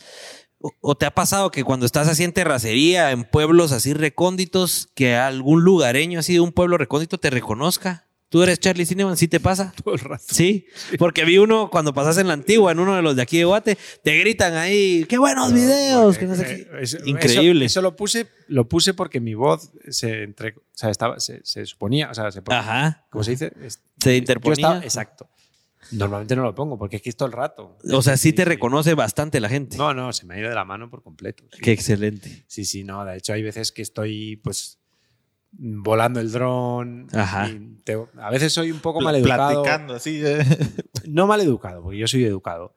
Speaker 1: o, o te ha pasado que cuando estás así en terracería, en pueblos así recónditos, que algún lugareño así de un pueblo recóndito te reconozca? ¿Tú eres Charlie Cinnamon? ¿Sí te pasa?
Speaker 7: Todo el rato.
Speaker 1: Sí, porque vi uno cuando pasas en la antigua, en uno de los de aquí de Guate, te gritan ahí, qué buenos videos, que no sé
Speaker 7: Eh,
Speaker 1: qué.
Speaker 7: eso-
Speaker 1: Increíble.
Speaker 7: Eso, eso lo puse, lo puse porque mi voz se entre, o sea, estaba, se, se suponía, o sea, se ponía-
Speaker 1: Ajá,
Speaker 7: ¿cómo se dice? Es-
Speaker 1: se
Speaker 7: yo estaba-
Speaker 1: interponía.
Speaker 7: exacto. Normalmente no lo pongo porque es que es todo el rato.
Speaker 1: O sea, sí te
Speaker 7: Sí, sí.
Speaker 1: reconoce bastante la gente.
Speaker 7: No, no, se me ha ido de la mano por completo. sí.
Speaker 1: Qué excelente.
Speaker 7: Sí, sí, no. De hecho, hay veces que estoy, pues, volando el dron.
Speaker 1: Ajá.
Speaker 7: y te- a veces soy un poco maleducado.
Speaker 2: Platicando así.
Speaker 7: No maleducado, porque yo soy educado.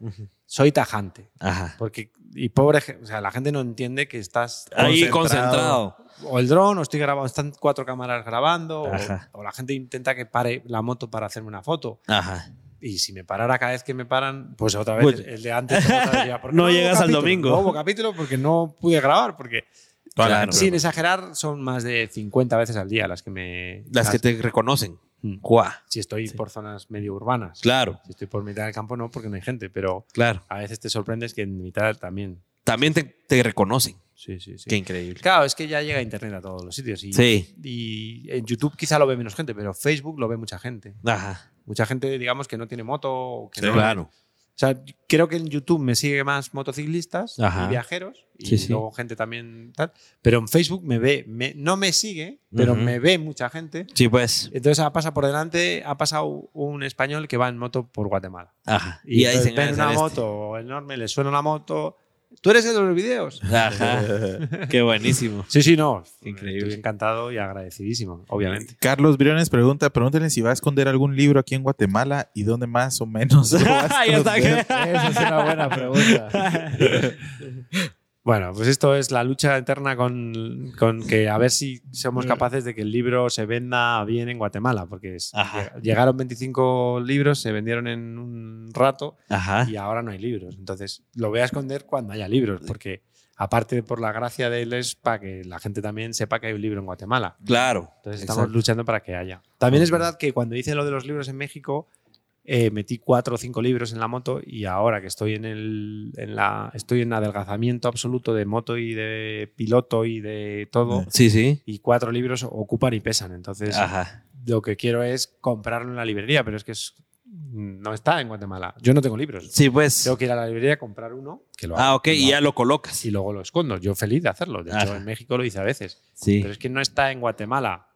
Speaker 7: Soy tajante.
Speaker 1: Ajá.
Speaker 7: Porque, y pobre, ge- o sea, la gente no entiende que estás
Speaker 1: Ahí
Speaker 2: Concentrado.
Speaker 1: concentrado.
Speaker 7: o el dron, o estoy grabando, están cuatro cámaras grabando, o,
Speaker 1: Ajá.
Speaker 7: o la gente intenta que pare la moto para hacerme una foto.
Speaker 1: Ajá.
Speaker 7: Y si me parara cada vez que me paran, pues otra vez
Speaker 1: Pues-
Speaker 7: el de antes. otra vez ya, ¿por qué
Speaker 1: No
Speaker 7: hubo
Speaker 1: llegas al
Speaker 7: capítulo?
Speaker 1: domingo.
Speaker 7: No hubo capítulo porque no pude grabar, porque
Speaker 2: Toda
Speaker 1: Claro.
Speaker 2: la
Speaker 7: sin
Speaker 2: gente.
Speaker 7: exagerar, son más de 50 veces al día las que me.
Speaker 1: Las que te reconocen.
Speaker 7: Mm.
Speaker 1: Cuá.
Speaker 7: Si estoy por zonas medio urbanas.
Speaker 1: Claro,
Speaker 7: Si estoy por mitad del campo, no, porque no hay gente, pero
Speaker 1: claro.
Speaker 7: a veces te sorprendes que en mitad también.
Speaker 1: También te, te reconocen.
Speaker 7: Sí, sí, sí.
Speaker 1: Qué increíble.
Speaker 7: Claro, es que ya llega Internet a todos los sitios. Y,
Speaker 1: Sí.
Speaker 7: y en YouTube quizá lo ve menos gente, pero Facebook lo ve mucha gente.
Speaker 1: Ajá.
Speaker 7: Mucha gente, digamos, que no tiene moto. o que no-
Speaker 1: Claro.
Speaker 7: O sea, creo que en YouTube me sigue más motociclistas
Speaker 1: Ajá.
Speaker 7: y viajeros y
Speaker 1: Sí, sí.
Speaker 7: luego gente también tal. Pero en Facebook me ve, me- no me sigue, pero
Speaker 1: Ujú.
Speaker 7: me ve mucha gente.
Speaker 1: Sí, pues.
Speaker 7: Entonces ha pasado por delante, ha pasado un español que va en moto por Guatemala.
Speaker 1: Ajá. Y,
Speaker 7: Y,
Speaker 1: ahí se
Speaker 7: entonces ven una moto enorme, le suena la moto. ¿Tú eres el de
Speaker 1: [LAUGHS]
Speaker 7: los videos?
Speaker 1: Ajá.
Speaker 7: [LAUGHS]
Speaker 1: Qué buenísimo.
Speaker 7: Sí, sí, no.
Speaker 1: Increíble.
Speaker 7: Estoy encantado y agradecidísimo, obviamente.
Speaker 2: Carlos Briones pregunta, pregúntenle si va a esconder algún libro aquí en Guatemala y dónde más o menos. [LAUGHS] lo va a
Speaker 1: [LAUGHS] Ya está.
Speaker 2: esconder.
Speaker 3: Esa es una buena
Speaker 7: [LAUGHS]
Speaker 3: pregunta.
Speaker 7: Bueno, pues esto es la lucha eterna con, con que a ver si
Speaker 1: Mm.
Speaker 7: somos capaces de que el libro se venda bien en Guatemala, porque es-
Speaker 1: Ajá.
Speaker 7: lleg- llegaron 25 libros, se vendieron en un rato
Speaker 1: Ajá.
Speaker 7: y ahora no hay libros. Entonces lo voy a esconder cuando haya libros, porque aparte por la gracia de él es para que la gente también sepa que hay un libro en Guatemala.
Speaker 1: Claro.
Speaker 7: Entonces
Speaker 1: Exacto.
Speaker 7: estamos luchando para que haya. También es verdad que cuando hice lo de los libros en México, eh, metí cuatro o cinco libros en la moto y ahora que estoy en el en la estoy en adelgazamiento absoluto de moto y de piloto y de todo
Speaker 1: Sí, sí.
Speaker 7: y cuatro libros ocupan y pesan entonces
Speaker 1: Ajá.
Speaker 7: lo que quiero es comprarlo en la librería pero es que es- no está en Guatemala yo no tengo libros
Speaker 1: Sí, pues.
Speaker 7: tengo que ir a la librería a comprar uno que lo
Speaker 1: Ah,
Speaker 7: hago,
Speaker 1: ok.
Speaker 7: lo
Speaker 1: Y ya
Speaker 7: hago,
Speaker 1: lo colocas.
Speaker 7: y luego lo escondo yo feliz de hacerlo de hecho
Speaker 1: Ajá.
Speaker 7: en México lo hice a veces
Speaker 1: Sí.
Speaker 7: pero es que no está en Guatemala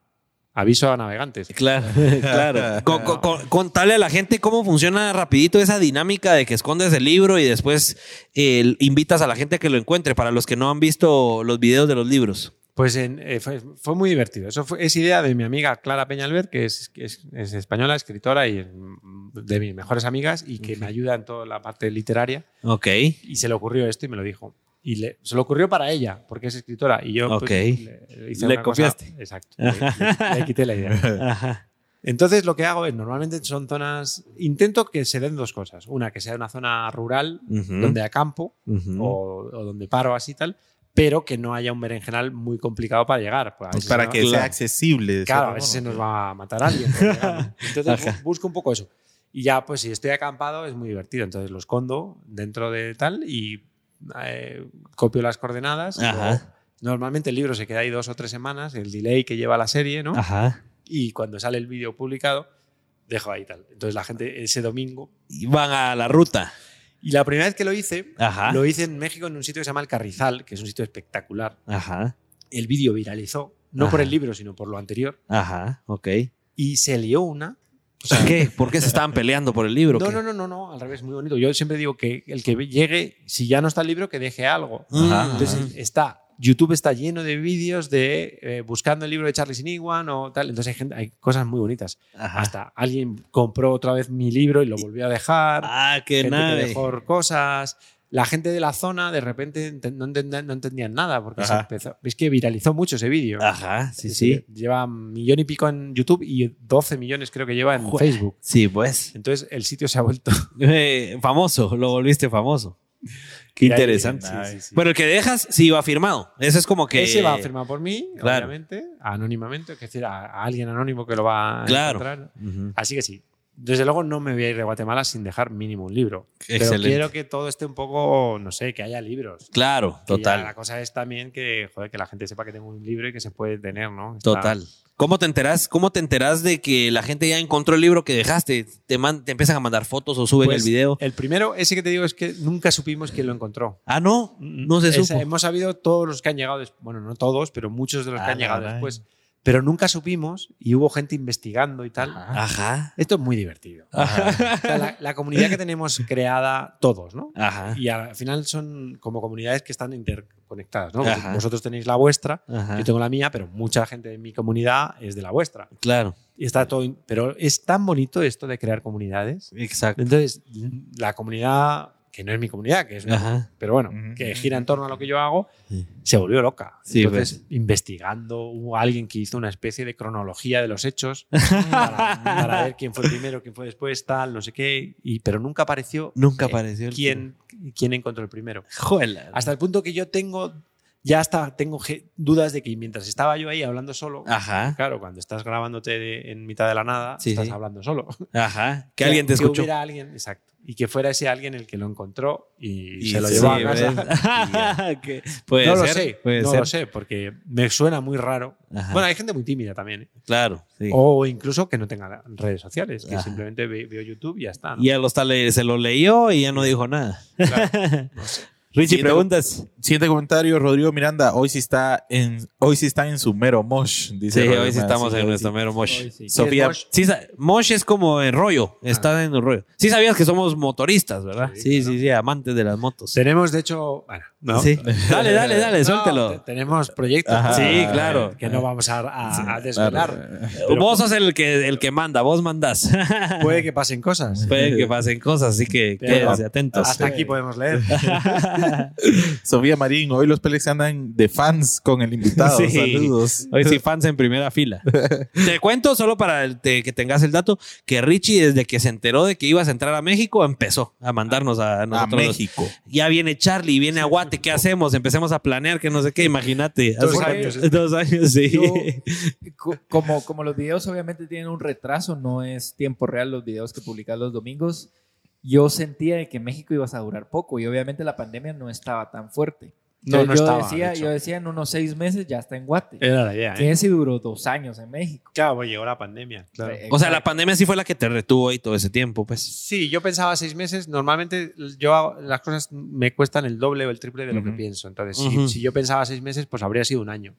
Speaker 7: aviso a navegantes
Speaker 1: Claro, claro. Con- con- con- contarle a la gente cómo funciona rapidito esa dinámica de que escondes el libro y después eh, invitas a la gente a que lo encuentre, para los que no han visto los videos de los libros.
Speaker 7: Pues en- eh, fue, fue muy divertido. Eso fue- es idea de mi amiga Clara Peñalver, que es, que es- es española, escritora y mm, de mis mejores amigas y que me ayuda en toda la parte literaria.
Speaker 1: Ok.
Speaker 7: Y se le ocurrió esto y me lo dijo. Y le- se lo ocurrió para ella, porque es escritora. Y yo pues,
Speaker 1: Ok.
Speaker 7: le, le hice
Speaker 1: Le
Speaker 7: una cosa-
Speaker 1: copiaste.
Speaker 7: exacto. Le, le- le quité la [LAUGHS] idea.
Speaker 1: Ajá.
Speaker 7: Entonces lo que hago es, normalmente son zonas... Intento que se den dos cosas. Una, que sea una zona rural,
Speaker 1: Ujú.
Speaker 7: donde acampo,
Speaker 1: Ujú.
Speaker 7: o, o donde paro así tal, pero que no haya un berenjenal muy complicado para llegar. pues, a veces
Speaker 2: para
Speaker 7: no-
Speaker 2: que sea accesible. de
Speaker 7: Claro,
Speaker 2: cierta
Speaker 7: a veces se
Speaker 2: forma.
Speaker 7: nos va a matar alguien. por
Speaker 2: [LAUGHS]
Speaker 7: llegar, ¿no? Entonces bu- busco un poco eso. Y ya, pues si estoy acampado es muy divertido. Entonces lo escondo dentro de tal y eh, copio las coordenadas.
Speaker 1: Ajá.
Speaker 7: Normalmente el libro se queda ahí dos o tres semanas, el delay que lleva la serie,
Speaker 2: Ah.
Speaker 7: ¿no?
Speaker 1: Ajá.
Speaker 7: Y cuando sale el vídeo publicado, dejo ahí tal. Entonces la gente ese domingo.
Speaker 1: Y van a la ruta.
Speaker 7: Y la primera vez que lo hice,
Speaker 1: Ajá.
Speaker 7: lo hice en México en un sitio que se llama El Carrizal, que es un sitio espectacular.
Speaker 1: Ajá.
Speaker 7: El vídeo viralizó, no
Speaker 1: Ajá.
Speaker 7: por el libro, sino por lo anterior.
Speaker 1: Ajá. Ok.
Speaker 7: Y se lió una
Speaker 1: ¿Qué? ¿Por qué se estaban peleando por el libro? o
Speaker 7: No,
Speaker 1: qué?
Speaker 7: no, no, no, no, al revés, muy bonito. Yo siempre digo que el que llegue, si ya no está el libro, que deje algo.
Speaker 1: Ajá.
Speaker 7: Entonces está, YouTube está lleno de vídeos de eh, buscando el libro de Charlie Sinigwan o tal. Entonces hay, gente- hay cosas muy bonitas.
Speaker 1: Ajá.
Speaker 7: Hasta alguien compró otra vez mi libro y lo volvió a dejar.
Speaker 1: Ah, qué
Speaker 7: gente que
Speaker 1: nave.
Speaker 7: dejó cosas. La gente de la zona de repente enten- no entendían, no entendían nada porque se
Speaker 2: Ajá.
Speaker 7: empezó. Es que viralizó mucho ese vídeo.
Speaker 6: Ah,
Speaker 1: Ajá. Ah, Sí,
Speaker 7: Es
Speaker 1: sí.
Speaker 7: decir, Lleva millón y pico en YouTube y 12 millones creo que lleva en
Speaker 1: Jue-
Speaker 7: Facebook.
Speaker 1: Sí, pues.
Speaker 7: Entonces el sitio se ha vuelto
Speaker 1: Eh, famoso. Lo volviste famoso. Qué
Speaker 7: Y ahí-
Speaker 1: interesante.
Speaker 7: Sí, sí, sí.
Speaker 1: Pero el que dejas, sí va firmado. Ese es como [LAUGHS] que.
Speaker 7: Ese va a firmar por mí,
Speaker 1: Claro.
Speaker 7: obviamente, anónimamente, es decir, a, a alguien anónimo que lo va a
Speaker 1: Claro.
Speaker 7: encontrar.
Speaker 1: Ujú.
Speaker 7: Así que sí. Desde luego no me voy a ir de Guatemala sin dejar mínimo un libro. Pero
Speaker 1: Excelente.
Speaker 7: quiero que todo esté un poco, no sé, que haya libros.
Speaker 1: Claro,
Speaker 7: Que ya La
Speaker 1: total.
Speaker 7: cosa es también que, joder, que la gente sepa que tengo un libro y que se puede tener, ¿no? Está-
Speaker 1: Total. ¿Cómo te enterás, cómo te enterás de que la gente ya encontró el libro que dejaste? Te, man- te empiezan a mandar fotos o suben
Speaker 7: Pues,
Speaker 1: el video.
Speaker 7: El primero, ese que te digo, es que nunca supimos quién lo encontró.
Speaker 1: Ah, no, no se
Speaker 7: Ese-
Speaker 1: supo.
Speaker 7: hemos sabido todos los que han llegado, des- bueno, no todos, pero muchos de los que
Speaker 2: Ah,
Speaker 7: han llegado
Speaker 2: caray.
Speaker 7: después. Pero nunca supimos y hubo gente investigando y tal.
Speaker 1: Ajá.
Speaker 7: Esto es muy divertido. O sea, la, la comunidad que tenemos creada todos, ¿no?
Speaker 1: Ajá.
Speaker 7: Y al final son como comunidades que están interconectadas, ¿no?
Speaker 1: Ajá.
Speaker 7: Vosotros tenéis la vuestra,
Speaker 1: Ajá.
Speaker 7: yo tengo la mía, pero mucha gente de mi comunidad es de la vuestra.
Speaker 1: Claro,
Speaker 7: Y está todo, in- pero es tan bonito esto de crear comunidades.
Speaker 1: exacto.
Speaker 7: Entonces, la comunidad que no es mi comunidad, que es una-
Speaker 1: Ajá.
Speaker 7: pero bueno,
Speaker 2: Ujú.
Speaker 7: que gira en torno a lo que yo hago,
Speaker 1: Sí.
Speaker 7: se volvió loca.
Speaker 1: Sí, pues.
Speaker 7: Entonces, investigando, hubo alguien que hizo una especie de cronología de
Speaker 1: [LAUGHS]
Speaker 7: los hechos para, para ver quién fue primero, quién fue después, tal, no sé qué, y, pero nunca apareció
Speaker 1: Nunca
Speaker 7: eh,
Speaker 1: apareció el
Speaker 7: quién, quién encontró el primero.
Speaker 1: Joder.
Speaker 7: Hasta el punto que yo tengo, ya hasta tengo ge- dudas de que mientras estaba yo ahí hablando solo,
Speaker 1: Ajá,
Speaker 7: claro, cuando estás grabándote de- en mitad de la nada,
Speaker 1: Ah. Sí,
Speaker 7: estás
Speaker 1: sí.
Speaker 7: hablando solo. [LAUGHS]
Speaker 1: ajá. Que alguien te escuchó. [LAUGHS]
Speaker 7: hubiera alguien, exacto. Y que fuera ese alguien el que lo encontró y,
Speaker 2: Y
Speaker 7: se lo
Speaker 2: sí,
Speaker 7: llevó a
Speaker 2: ¿ves?
Speaker 7: casa. [LAUGHS]
Speaker 1: Que- [LAUGHS] puede
Speaker 7: no
Speaker 1: ser,
Speaker 7: lo sé,
Speaker 1: puede
Speaker 7: no
Speaker 1: ser.
Speaker 7: lo sé, porque me suena muy raro.
Speaker 1: Ajá.
Speaker 7: Bueno, hay gente muy tímida también. ¿eh?
Speaker 1: Claro, sí.
Speaker 7: O incluso que no tenga redes sociales, que
Speaker 1: Ajá.
Speaker 7: simplemente ve- veo YouTube y ya está. ¿no?
Speaker 1: Y ya los tales se lo leyó y ya no dijo nada. [LAUGHS]
Speaker 7: Claro, no sé.
Speaker 1: Richie,
Speaker 2: Siento-
Speaker 1: preguntas.
Speaker 2: Siguiente comentario, Rodrigo Miranda. Hoy sí está en, hoy sí está en su mero mosh. Dice
Speaker 1: Sí,
Speaker 2: Rodrigo
Speaker 1: hoy sí
Speaker 2: Miranda.
Speaker 1: estamos
Speaker 2: Sí,
Speaker 1: en
Speaker 2: hoy
Speaker 1: nuestro
Speaker 2: sí.
Speaker 1: mero Mosh.
Speaker 3: Hoy sí.
Speaker 1: Sofía,
Speaker 7: ¿Qué es Mosh?
Speaker 1: sí sa- Mosh es como en rollo, está en el rollo. Sí sabías que somos motoristas, ¿verdad? Sí,
Speaker 7: Sí,
Speaker 1: sí,
Speaker 7: claro.
Speaker 1: sí, amantes de las motos.
Speaker 7: Tenemos, de hecho, bueno, no.
Speaker 1: Sí. [LAUGHS] Dale, dale,
Speaker 7: [LAUGHS]
Speaker 1: dale,
Speaker 7: No, te-
Speaker 1: suéltelo.
Speaker 7: tenemos proyectos.
Speaker 2: Ajá.
Speaker 1: Sí, claro.
Speaker 7: Que no vamos a, a- a
Speaker 1: [LAUGHS]
Speaker 2: Claro.
Speaker 7: desvelar.
Speaker 1: vos
Speaker 7: pues-
Speaker 1: sos el que, el que manda, vos mandás. [LAUGHS]
Speaker 7: Puede que pasen cosas.
Speaker 1: Puede que pasen cosas, así que
Speaker 7: Pero-
Speaker 1: quédense atentos.
Speaker 7: Hasta aquí
Speaker 1: [LAUGHS]
Speaker 7: podemos leer.
Speaker 2: [LAUGHS] Sofía Marín, hoy los Pelex andan de fans con el invitado.
Speaker 1: Sí.
Speaker 2: Saludos.
Speaker 1: Hoy sí, fans en primera [LAUGHS] fila. Te cuento, solo para el- te- que tengas el dato, que Richie, desde que se enteró de que ibas a entrar a México, empezó a mandarnos a
Speaker 2: A
Speaker 1: nosotros.
Speaker 2: México.
Speaker 1: Ya viene Charlie, viene Aguate, ¿qué hacemos? Empecemos a planear, que no sé qué, imagínate.
Speaker 7: Dos
Speaker 1: Hace-
Speaker 7: años.
Speaker 1: Dos años, sí. [LAUGHS]
Speaker 3: Yo, co- como, como los videos obviamente tienen un retraso, no es tiempo real los videos que publicas los domingos, yo sentía de que México ibas a durar poco y obviamente la pandemia no estaba tan fuerte.
Speaker 7: No,
Speaker 3: Entonces, yo,
Speaker 7: no estaba,
Speaker 3: decía,
Speaker 7: de hecho.
Speaker 3: yo decía en unos seis meses ya está en Guate.
Speaker 7: Era la idea, ¿eh?
Speaker 3: que ese duró dos años en México.
Speaker 7: Claro, pues llegó la pandemia. Claro.
Speaker 3: Eh,
Speaker 1: O sea, la pandemia sí fue la que te retuvo ahí todo ese tiempo, pues.
Speaker 7: Sí, yo pensaba seis meses. Normalmente yo hago- las cosas me cuestan el doble o el triple de lo que
Speaker 2: Ujú.
Speaker 7: pienso. Entonces,
Speaker 1: Ujú.
Speaker 7: si, si yo pensaba seis meses, pues habría sido un año.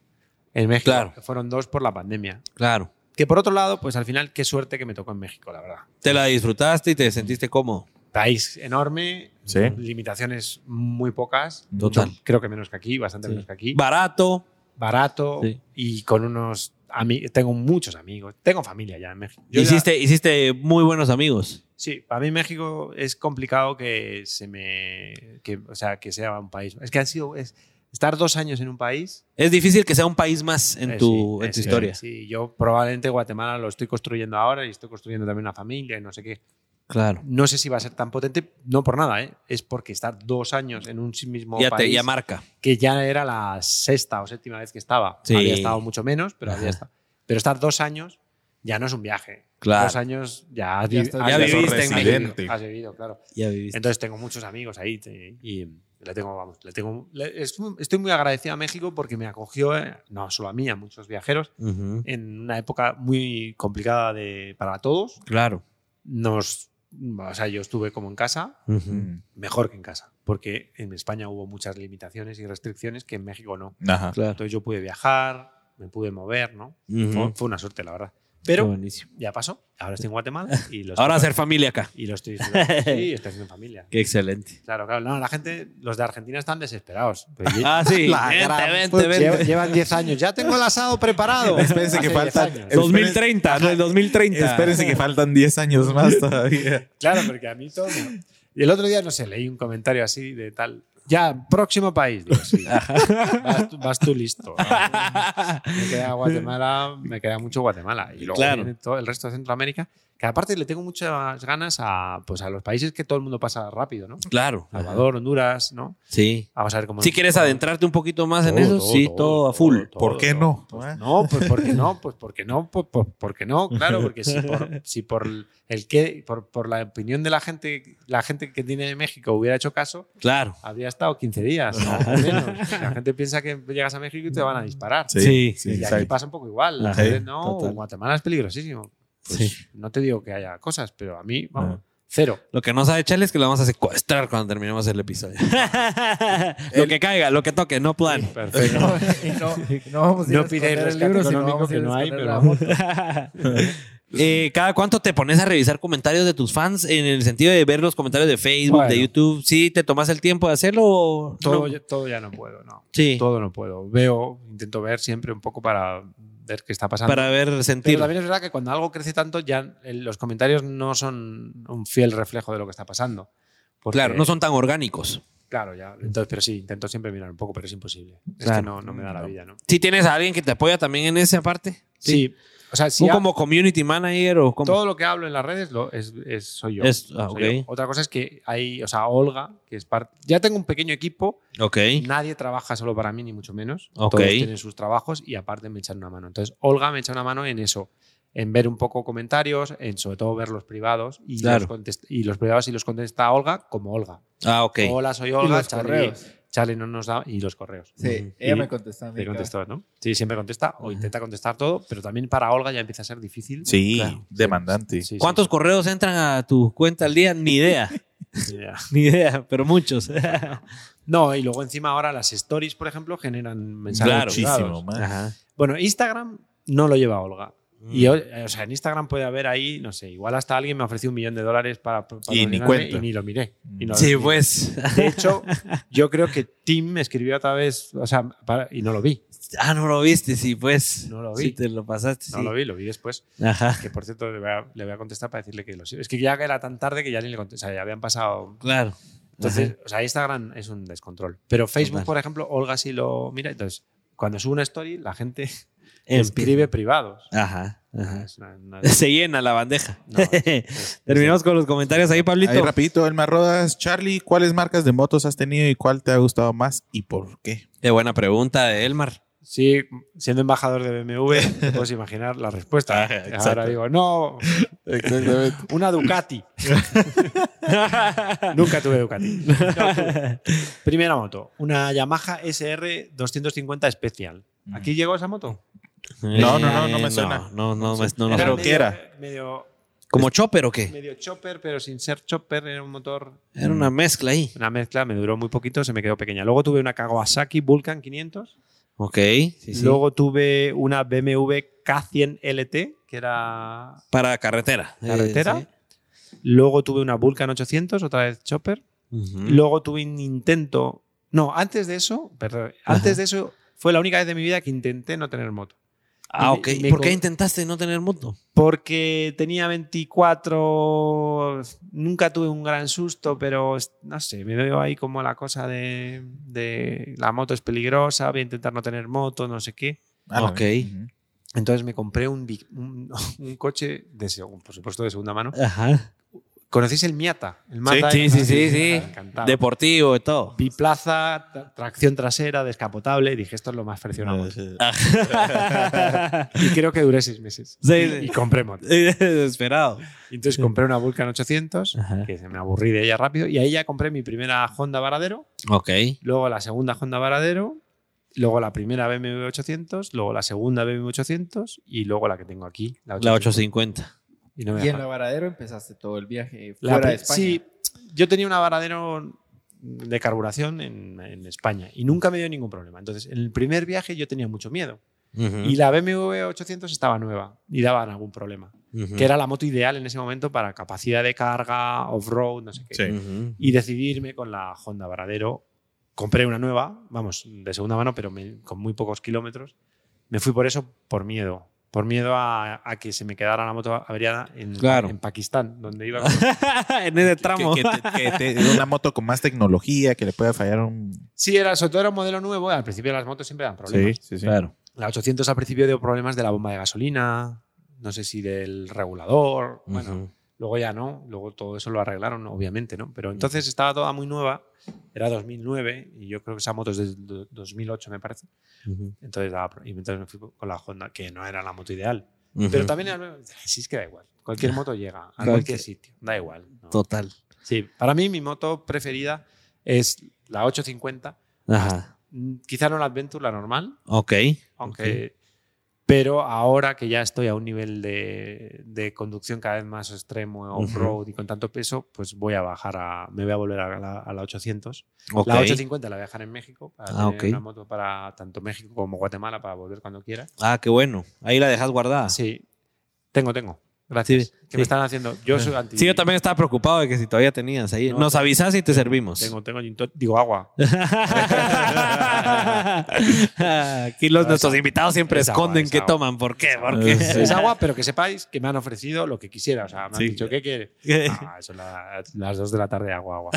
Speaker 7: En México
Speaker 1: Claro.
Speaker 7: fueron dos por la pandemia.
Speaker 1: Claro.
Speaker 7: Que por otro lado, pues al final, qué suerte que me tocó en México, la verdad.
Speaker 1: Te la disfrutaste y te sentiste cómodo.
Speaker 7: País enorme,
Speaker 2: Sí.
Speaker 7: limitaciones muy pocas.
Speaker 1: Total.
Speaker 7: Creo que menos que aquí, bastante menos que aquí.
Speaker 1: Barato.
Speaker 7: barato
Speaker 1: Sí.
Speaker 7: y con unos... ami- Tengo muchos amigos, tengo familia ya en México. Yo ya-
Speaker 1: Hiciste, hiciste muy buenos amigos.
Speaker 7: Sí, para mí México es complicado que se me, que, o sea, que sea un país. Es que han sido es, estar dos años en un país.
Speaker 1: Es difícil que sea un país más en
Speaker 7: eh,
Speaker 1: tu,
Speaker 7: sí,
Speaker 1: en tu
Speaker 7: es-
Speaker 1: historia.
Speaker 7: Sí, yo probablemente Guatemala lo estoy construyendo ahora y estoy construyendo también una familia y no sé qué.
Speaker 1: Claro.
Speaker 7: No sé si va a ser tan potente, no por nada, ¿eh? es porque estar dos años en un sí mismo
Speaker 1: Ya,
Speaker 7: país
Speaker 1: te, ya marca.
Speaker 7: que ya era la sexta o séptima vez que estaba.
Speaker 1: Sí.
Speaker 7: Había estado mucho menos, pero
Speaker 1: Ajá.
Speaker 7: había estado. Pero estar dos años ya no es un viaje.
Speaker 1: Claro.
Speaker 7: Dos años ya, has
Speaker 3: Ya
Speaker 7: vi-
Speaker 3: estás-
Speaker 7: has
Speaker 1: Ya
Speaker 7: vivido,
Speaker 1: viviste
Speaker 7: has
Speaker 1: en
Speaker 7: vivido,
Speaker 2: México.
Speaker 7: Has vivido, claro.
Speaker 1: Ya viviste.
Speaker 7: Entonces tengo muchos amigos ahí te- y le tengo, vamos, le tengo, le- es- estoy muy agradecido a México porque me acogió, eh, no solo a mí, a muchos viajeros,
Speaker 1: Ujú.
Speaker 7: en una época muy complicada de, para todos.
Speaker 1: Claro.
Speaker 7: Nos, o sea, yo estuve como en casa,
Speaker 1: Ujú.
Speaker 2: Mm,
Speaker 7: mejor que en casa, porque en España hubo muchas limitaciones y restricciones que en México no.
Speaker 2: Ajá.
Speaker 1: Claro.
Speaker 7: Entonces yo pude viajar, me pude mover, ¿no?
Speaker 1: Ujú.
Speaker 7: Fue- Fue una suerte, la verdad.
Speaker 1: Qué
Speaker 7: Pero
Speaker 1: buenísimo.
Speaker 7: ya pasó, ahora estoy en Guatemala y lo estoy,
Speaker 1: Ahora hacer familia acá.
Speaker 7: y lo estoy disfrutando. [LAUGHS] Sí, estoy haciendo familia.
Speaker 1: Qué excelente.
Speaker 7: Claro, claro. No, la gente, los de Argentina están [LAUGHS] desesperados. Pues lle-
Speaker 1: Ah, [LAUGHS] sí.
Speaker 7: La
Speaker 1: Vente,
Speaker 7: gran
Speaker 1: vente,
Speaker 7: puta,
Speaker 1: vente.
Speaker 7: lle- pues, Llevan 10 años. Ya tengo el
Speaker 2: [LAUGHS]
Speaker 7: asado preparado.
Speaker 2: Espérense
Speaker 7: Hace
Speaker 2: que
Speaker 7: 10
Speaker 2: falta-
Speaker 7: años.
Speaker 1: 2030, del 2030.
Speaker 2: Espérense que faltan 10 años [LAUGHS] más todavía.
Speaker 7: Claro, porque a mí todo. me- Y el otro día, no sé, leí un comentario así de tal. Ya, próximo país. Digo,
Speaker 1: [LAUGHS]
Speaker 7: sí. vas, tú- vas tú listo. ¿no? Me queda Guatemala, me queda mucho Guatemala. Y luego
Speaker 1: Claro.
Speaker 7: viene todo el resto de Centroamérica. Que aparte le tengo muchas ganas a, pues, a los países que todo el mundo pasa rápido, ¿no?
Speaker 1: Claro.
Speaker 7: Salvador, Honduras, ¿no?
Speaker 1: Sí.
Speaker 7: Vamos a ver cómo.
Speaker 1: Si quieres
Speaker 7: cómo-
Speaker 1: adentrarte un poquito más en
Speaker 7: Todo,
Speaker 1: eso,
Speaker 7: todo,
Speaker 1: sí, todo,
Speaker 7: todo,
Speaker 1: a full.
Speaker 7: todo,
Speaker 2: ¿Por
Speaker 7: todo,
Speaker 2: qué
Speaker 7: todo.
Speaker 2: no?
Speaker 7: No, pues porque no, pues porque no, pues, pues, porque no, claro, porque si por, si por el que, por, por la opinión de la gente, la gente que tiene de México hubiera hecho caso,
Speaker 1: Claro.
Speaker 7: habría estado 15 días ¿no? o menos. La gente piensa que llegas a México y te van a disparar.
Speaker 1: Sí.
Speaker 7: y aquí
Speaker 2: exacto.
Speaker 7: pasa un poco igual. La
Speaker 1: Ajá.
Speaker 7: gente, no,
Speaker 1: Total.
Speaker 7: Guatemala es peligrosísimo. Pues
Speaker 1: Sí. Ah.
Speaker 7: no te digo que haya cosas, pero a mí, vamos,
Speaker 2: Ajá.
Speaker 7: cero.
Speaker 1: Lo que no sabe Charlie es que lo vamos a secuestrar cuando terminemos el
Speaker 7: [LAUGHS]
Speaker 1: episodio. lo que caiga, lo que toque, no plan.
Speaker 7: Perfecto.
Speaker 3: [LAUGHS] Y no,
Speaker 7: [LAUGHS]
Speaker 3: y no vamos a ir
Speaker 7: No
Speaker 3: a
Speaker 7: pidáis
Speaker 3: esconder el
Speaker 7: rescate
Speaker 3: libro, sino
Speaker 7: económico,
Speaker 3: vamos a ir
Speaker 7: que
Speaker 3: a
Speaker 7: no hay,
Speaker 3: esconder la
Speaker 7: pero-
Speaker 3: moto.
Speaker 1: Eh, ¿Cada cuánto te pones a revisar comentarios de tus fans en el sentido de ver los comentarios de Facebook, de
Speaker 7: Bueno.
Speaker 1: YouTube? ¿Sí te tomas el tiempo de hacerlo o
Speaker 7: Todo,
Speaker 1: no?
Speaker 7: ya- todo ya no puedo, no.
Speaker 1: Sí,
Speaker 7: Todo no puedo. Veo, intento ver siempre un poco para ver qué está pasando.
Speaker 1: para ver,
Speaker 7: Pero
Speaker 1: sentir.
Speaker 7: también es verdad que cuando algo crece tanto, ya eh, los comentarios no son un fiel reflejo de lo que está pasando. Porque-
Speaker 1: Claro, no son tan orgánicos.
Speaker 7: Claro, ya. Entonces, pero sí, intento siempre mirar un poco, pero es imposible. Es
Speaker 1: Claro.
Speaker 7: que no, no me da la vida, ¿no?
Speaker 1: ¿Sí tienes a alguien que te apoya también en esa parte?
Speaker 7: Sí. O sea, si
Speaker 1: ¿Tú
Speaker 7: ha-
Speaker 1: como community manager o como...?
Speaker 7: todo lo que hablo en las redes lo, es, es- soy yo.
Speaker 1: Es- ah,
Speaker 7: Soy yo.
Speaker 1: ok.
Speaker 7: Otra cosa es que hay, o sea, Olga, que es parte. Ya tengo un pequeño equipo,
Speaker 1: Ok,
Speaker 7: nadie trabaja solo para mí, ni mucho menos.
Speaker 1: Ok.
Speaker 7: Todos tienen sus trabajos y aparte me echan una mano. Entonces, Olga me echa una mano en eso, en ver un poco comentarios, en sobre todo ver los privados y,
Speaker 1: Claro.
Speaker 7: los, contest- y los privados y los contesta Olga como Olga.
Speaker 1: ah, ok.
Speaker 7: Hola, soy
Speaker 3: Y
Speaker 7: Olga,
Speaker 3: los
Speaker 7: Charlie,
Speaker 3: correos.
Speaker 7: Charlie no nos da y los correos.
Speaker 3: Sí,
Speaker 7: Y
Speaker 3: ella me contestó a mí.
Speaker 7: Te
Speaker 3: cabrón.
Speaker 7: contestó, ¿no? Sí, siempre contesta o intenta contestar todo, pero también para Olga ya empieza a ser difícil.
Speaker 2: Sí,
Speaker 1: Claro.
Speaker 2: demandante.
Speaker 7: Sí, sí,
Speaker 1: ¿Cuántos correos entran a tu cuenta al día? Ni [LAUGHS] idea,
Speaker 7: sí, ya.
Speaker 1: ni idea, pero muchos.
Speaker 7: No, y luego encima ahora las stories, por ejemplo, generan mensajes.
Speaker 1: Claro.
Speaker 7: privados.
Speaker 2: Muchísimo más.
Speaker 1: Ajá.
Speaker 7: Bueno, Instagram no lo lleva Olga.
Speaker 1: Mm.
Speaker 7: Y, o o sea, en Instagram puede haber ahí, no sé, igual hasta alguien me ofreció un millón de dólares para, para
Speaker 2: Y ni
Speaker 7: patrocinarme
Speaker 2: cuenta.
Speaker 7: y ni lo miré. Y no lo
Speaker 1: Sí,
Speaker 7: miré.
Speaker 1: pues.
Speaker 7: De hecho, yo creo que Tim me escribió otra vez, o sea, para- y no lo vi.
Speaker 1: Ah, no lo viste, sí, pues.
Speaker 7: No lo
Speaker 1: Sí,
Speaker 7: vi.
Speaker 1: te lo pasaste, sí.
Speaker 7: No lo vi, lo vi después.
Speaker 1: Ajá,
Speaker 7: Que por cierto, le voy a, le voy a contestar para decirle que lo sigo. Es que ya era tan tarde que ya ni le contesté. O sea, ya habían pasado.
Speaker 1: claro.
Speaker 7: Entonces, o sea, Instagram es un descontrol. Pero Facebook,
Speaker 1: Total.
Speaker 7: por ejemplo, Olga sí lo mira. Entonces, cuando subo una story, la gente
Speaker 1: En-
Speaker 7: escribe privados.
Speaker 1: Ajá, ajá.
Speaker 7: Es una-
Speaker 1: [LAUGHS]
Speaker 7: una-
Speaker 1: Se llena la [LAUGHS] bandeja.
Speaker 7: no, es-
Speaker 1: Terminamos con los comentarios ahí, Pablito.
Speaker 2: Ahí rapidito, Elmar Rodas. Charlie, ¿cuáles marcas de motos has tenido y cuál te ha gustado más y por qué?
Speaker 1: Qué buena pregunta de Elmar.
Speaker 7: Sí, siendo embajador de BMW, te puedes imaginar la
Speaker 1: [LAUGHS] Ah,
Speaker 7: respuesta. Ahora digo, no,
Speaker 2: Exactamente.
Speaker 1: [LAUGHS]
Speaker 7: una Ducati. Nunca tuve Ducati.
Speaker 1: [LAUGHS]
Speaker 7: No, tuve. Primera moto, una Yamaha SR 250 Special.
Speaker 1: Mm.
Speaker 7: ¿Aquí llegó esa moto?
Speaker 2: No, no, no, no me suena.
Speaker 1: Eh, No, no, no, no, no.
Speaker 2: Pero
Speaker 7: medio,
Speaker 2: ¿qué era?
Speaker 7: Medio,
Speaker 1: ¿Como chopper o qué?
Speaker 7: medio chopper, pero sin ser chopper, era un motor,
Speaker 1: Era una mezcla ahí.
Speaker 7: una mezcla, me duró muy poquito, se me quedó pequeña. Luego tuve una Kawasaki Vulcan 500.
Speaker 1: Ok. sí, sí.
Speaker 7: Luego tuve una BMW K100 LT, que era
Speaker 1: Para carretera. Eh,
Speaker 7: carretera.
Speaker 1: sí.
Speaker 7: Luego tuve una Vulcan 800, otra vez Chopper.
Speaker 1: Ujú.
Speaker 7: Luego tuve un intento. No, antes de eso, perdón, antes de eso Fue la única vez de mi vida que intenté no tener moto.
Speaker 1: Ah,
Speaker 7: Y-
Speaker 1: ok.
Speaker 7: y me
Speaker 1: ¿Por qué
Speaker 7: co-
Speaker 1: intentaste no tener moto?
Speaker 7: Porque tenía 24, nunca tuve un gran susto, pero es- no sé, me veo ahí como la cosa de, de la moto es peligrosa, voy a intentar no tener moto, no sé qué.
Speaker 2: Ah, la
Speaker 1: Ok.
Speaker 2: ve- Ujú.
Speaker 7: Entonces me compré un, bi- un, [LAUGHS] un coche, de, seg- por supuesto, de segunda mano.
Speaker 1: Ajá.
Speaker 7: ¿Conocéis el Miata? El Mazda
Speaker 1: sí,
Speaker 7: del-
Speaker 1: sí, sí, sí.
Speaker 7: Encantado.
Speaker 1: Deportivo y todo.
Speaker 7: Biplaza, tra- tracción trasera, descapotable. Dije, esto es lo más
Speaker 2: Sí,
Speaker 7: fraccionado.
Speaker 2: no, sí.
Speaker 7: Y creo que duré seis meses.
Speaker 1: [LAUGHS] Sí,
Speaker 7: y,
Speaker 1: sí.
Speaker 7: y compré moto.
Speaker 1: [LAUGHS] Desesperado.
Speaker 7: Y Entonces compré una Vulcan 800,
Speaker 1: Ajá.
Speaker 7: que se me aburrí de ella rápido, y ahí ya compré mi primera Honda Varadero,
Speaker 1: Ok.
Speaker 7: luego la segunda Honda Varadero, luego la primera BMW 800, luego la segunda BMW 800 y luego la que tengo aquí, la 800.
Speaker 1: La 850.
Speaker 7: Y no me
Speaker 3: Y en
Speaker 7: deja.
Speaker 3: la Varadero empezaste todo el viaje
Speaker 7: La
Speaker 3: fuera
Speaker 7: pri-
Speaker 3: de España.
Speaker 7: Sí, yo tenía una Varadero de carburación en, en España y nunca me dio ningún problema. Entonces, en el primer viaje yo tenía mucho miedo. Y la BMW 800 estaba nueva y daban algún problema. que era la moto ideal en ese momento para capacidad de carga, off-road, no sé qué.
Speaker 2: Sí.
Speaker 7: Y decidirme con la Honda Varadero. Compré una nueva, vamos, de segunda mano, pero me- con muy pocos kilómetros. Me fui por eso, por miedo. Por miedo a, a que se me quedara la moto averiada en,
Speaker 1: Claro.
Speaker 7: en Pakistán, donde iba. con-
Speaker 1: [LAUGHS] en ese
Speaker 2: Que-
Speaker 1: tramo.
Speaker 2: que te- eh, que te- era una moto con más tecnología que le pueda fallar un.
Speaker 7: Sí, era, sobre todo era un modelo nuevo. Al principio las motos siempre dan problemas.
Speaker 2: sí,
Speaker 1: [LAUGHS]
Speaker 2: sí.
Speaker 1: Claro.
Speaker 7: La 800 al principio dio problemas de la bomba de gasolina, no sé si del regulador. Bueno,
Speaker 1: Ujú.
Speaker 7: Luego ya no, luego todo eso lo arreglaron, obviamente, ¿no? Pero entonces estaba toda muy nueva, era 2009 y yo creo que esa moto es de do- 2008, me parece.
Speaker 1: Ujú.
Speaker 7: Entonces, daba pro- y entonces me fui con la Honda, que no era la moto ideal.
Speaker 1: Ujú.
Speaker 7: Pero también era nueva. sí es que da igual. Cualquier moto llega a
Speaker 1: Claro
Speaker 7: cualquier
Speaker 1: que-
Speaker 7: sitio, da igual. ¿no?
Speaker 1: Total.
Speaker 7: Sí, para mí mi moto preferida es la 850,
Speaker 1: Ajá.
Speaker 7: Mm, quizá no la Adventure, la normal,
Speaker 1: Ok.
Speaker 7: aunque pero ahora que ya estoy a un nivel de, de conducción cada vez más extremo off-road y con tanto peso pues voy a bajar a me voy a volver a la, a la 800
Speaker 1: Ok.
Speaker 7: la 850 la voy a dejar en México para
Speaker 1: Ah,
Speaker 7: tener
Speaker 1: ok.
Speaker 7: una moto para tanto México como Guatemala para volver cuando quiera
Speaker 1: Ah, qué bueno. Ahí la dejas guardada. Sí.
Speaker 7: sí tengo tengo gracias
Speaker 1: Ah. Sí,
Speaker 7: que me
Speaker 1: sí.
Speaker 7: están haciendo yo soy anti
Speaker 1: yo también estaba preocupado de que si todavía tenías ahí.
Speaker 7: No,
Speaker 1: Nos
Speaker 7: tengo-
Speaker 1: avisas y te servimos. [LAUGHS]
Speaker 7: tengo tengo gin tonic, digo agua
Speaker 1: Aquí los,
Speaker 7: No,
Speaker 1: nuestros
Speaker 7: esa-
Speaker 1: invitados siempre
Speaker 7: esa agua,
Speaker 1: esconden
Speaker 7: esa
Speaker 1: que
Speaker 7: agua.
Speaker 1: toman. ¿Por qué? ¿Por [LAUGHS] qué?
Speaker 7: es agua pero que sepáis que me han ofrecido lo que quisiera o sea me han
Speaker 1: Sí.
Speaker 7: dicho qué
Speaker 1: [LAUGHS]
Speaker 7: quiere ah, son la- las 2 de la tarde agua agua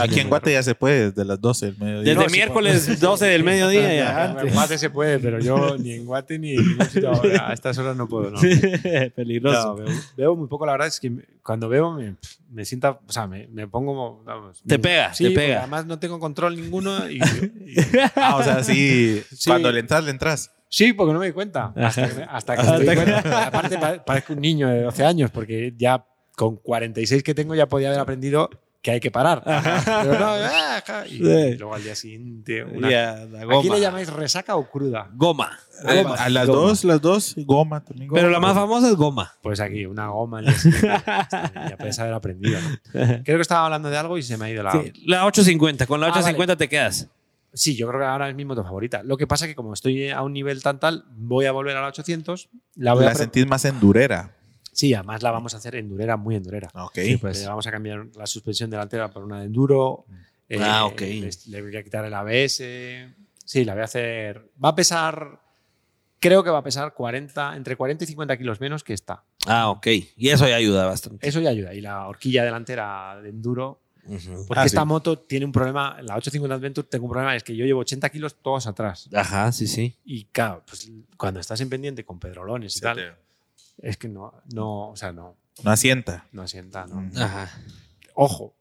Speaker 2: Aquí en Guate ya se puede, desde las 12 del mediodía.
Speaker 1: Desde
Speaker 7: No, sí,
Speaker 1: miércoles 12 del mediodía [LAUGHS] ya.
Speaker 7: En Guate se puede, pero yo
Speaker 1: [LAUGHS]
Speaker 7: ni en Guate ni en ningún sitio ahora. A estas horas no puedo, no. No,
Speaker 1: Peligroso.
Speaker 7: bebo, bebo muy poco, la verdad es que me- cuando bebo me, me sienta, o sea, me, me pongo, como, vamos,
Speaker 1: Te
Speaker 7: me-
Speaker 1: pega,
Speaker 7: sí,
Speaker 1: te
Speaker 7: porque
Speaker 1: pega.
Speaker 7: Además no tengo control ninguno y, y-
Speaker 1: [LAUGHS]
Speaker 2: Ah, o sea, sí,
Speaker 7: Sí.
Speaker 2: Cuando le entras, le entras.
Speaker 7: sí, porque no me di cuenta. Hasta que, me- hasta que me di cuenta. Aparte pa- parezco un niño de 12 años porque ya con 46 que tengo ya podía haber aprendido que hay que parar. Pero no, ah, ajá, y,
Speaker 1: Sí.
Speaker 7: luego al día siguiente una-
Speaker 1: Ya, la
Speaker 7: ¿Aquí
Speaker 1: goma.
Speaker 7: le llamáis resaca o cruda?
Speaker 1: Ah, Goma.
Speaker 2: Eh, a las
Speaker 1: Goma.
Speaker 2: dos, las dos, goma también.
Speaker 1: Pero la más famosa es goma.
Speaker 7: Pues aquí, una goma. en la esquina. ya puedes haber aprendido. ¿no? Creo que estaba hablando de algo y se me ha ido la.
Speaker 1: Sí, la 850. Con la
Speaker 7: Ah,
Speaker 1: 850 te quedas.
Speaker 7: Sí, yo creo que ahora es mi moto favorita. Lo que pasa es que, como estoy a un nivel tan tal, voy a volver a la 800. La voy
Speaker 2: la
Speaker 7: a pro-
Speaker 2: sentís más endurera.
Speaker 7: Sí, además la vamos a hacer endurera, muy endurera.
Speaker 2: Ok.
Speaker 7: Le eh, vamos a cambiar la suspensión delantera por una de enduro. eh,
Speaker 1: Ah, ok.
Speaker 7: les- Le, voy a quitar el ABS. Sí, la voy a hacer. Va a pesar. Creo que va a pesar 40, entre 40 y 50 kilos menos que esta.
Speaker 1: Ah, ok. Y eso ya ayuda bastante.
Speaker 7: Eso ya ayuda. Y la horquilla delantera de enduro
Speaker 1: Ujú.
Speaker 7: Porque
Speaker 2: Ah,
Speaker 7: esta
Speaker 2: sí.
Speaker 7: moto tiene un problema, la 850 Adventure tengo un problema, es que yo llevo 80 kilos todos atrás.
Speaker 1: Ajá, sí, sí.
Speaker 7: Y claro, pues cuando estás en pendiente con pedrolones y
Speaker 2: Se
Speaker 7: tal,
Speaker 2: te-
Speaker 7: es que no, no, o sea, no,
Speaker 2: No asienta.
Speaker 7: no asienta, no.
Speaker 1: Ajá.
Speaker 7: Ojo,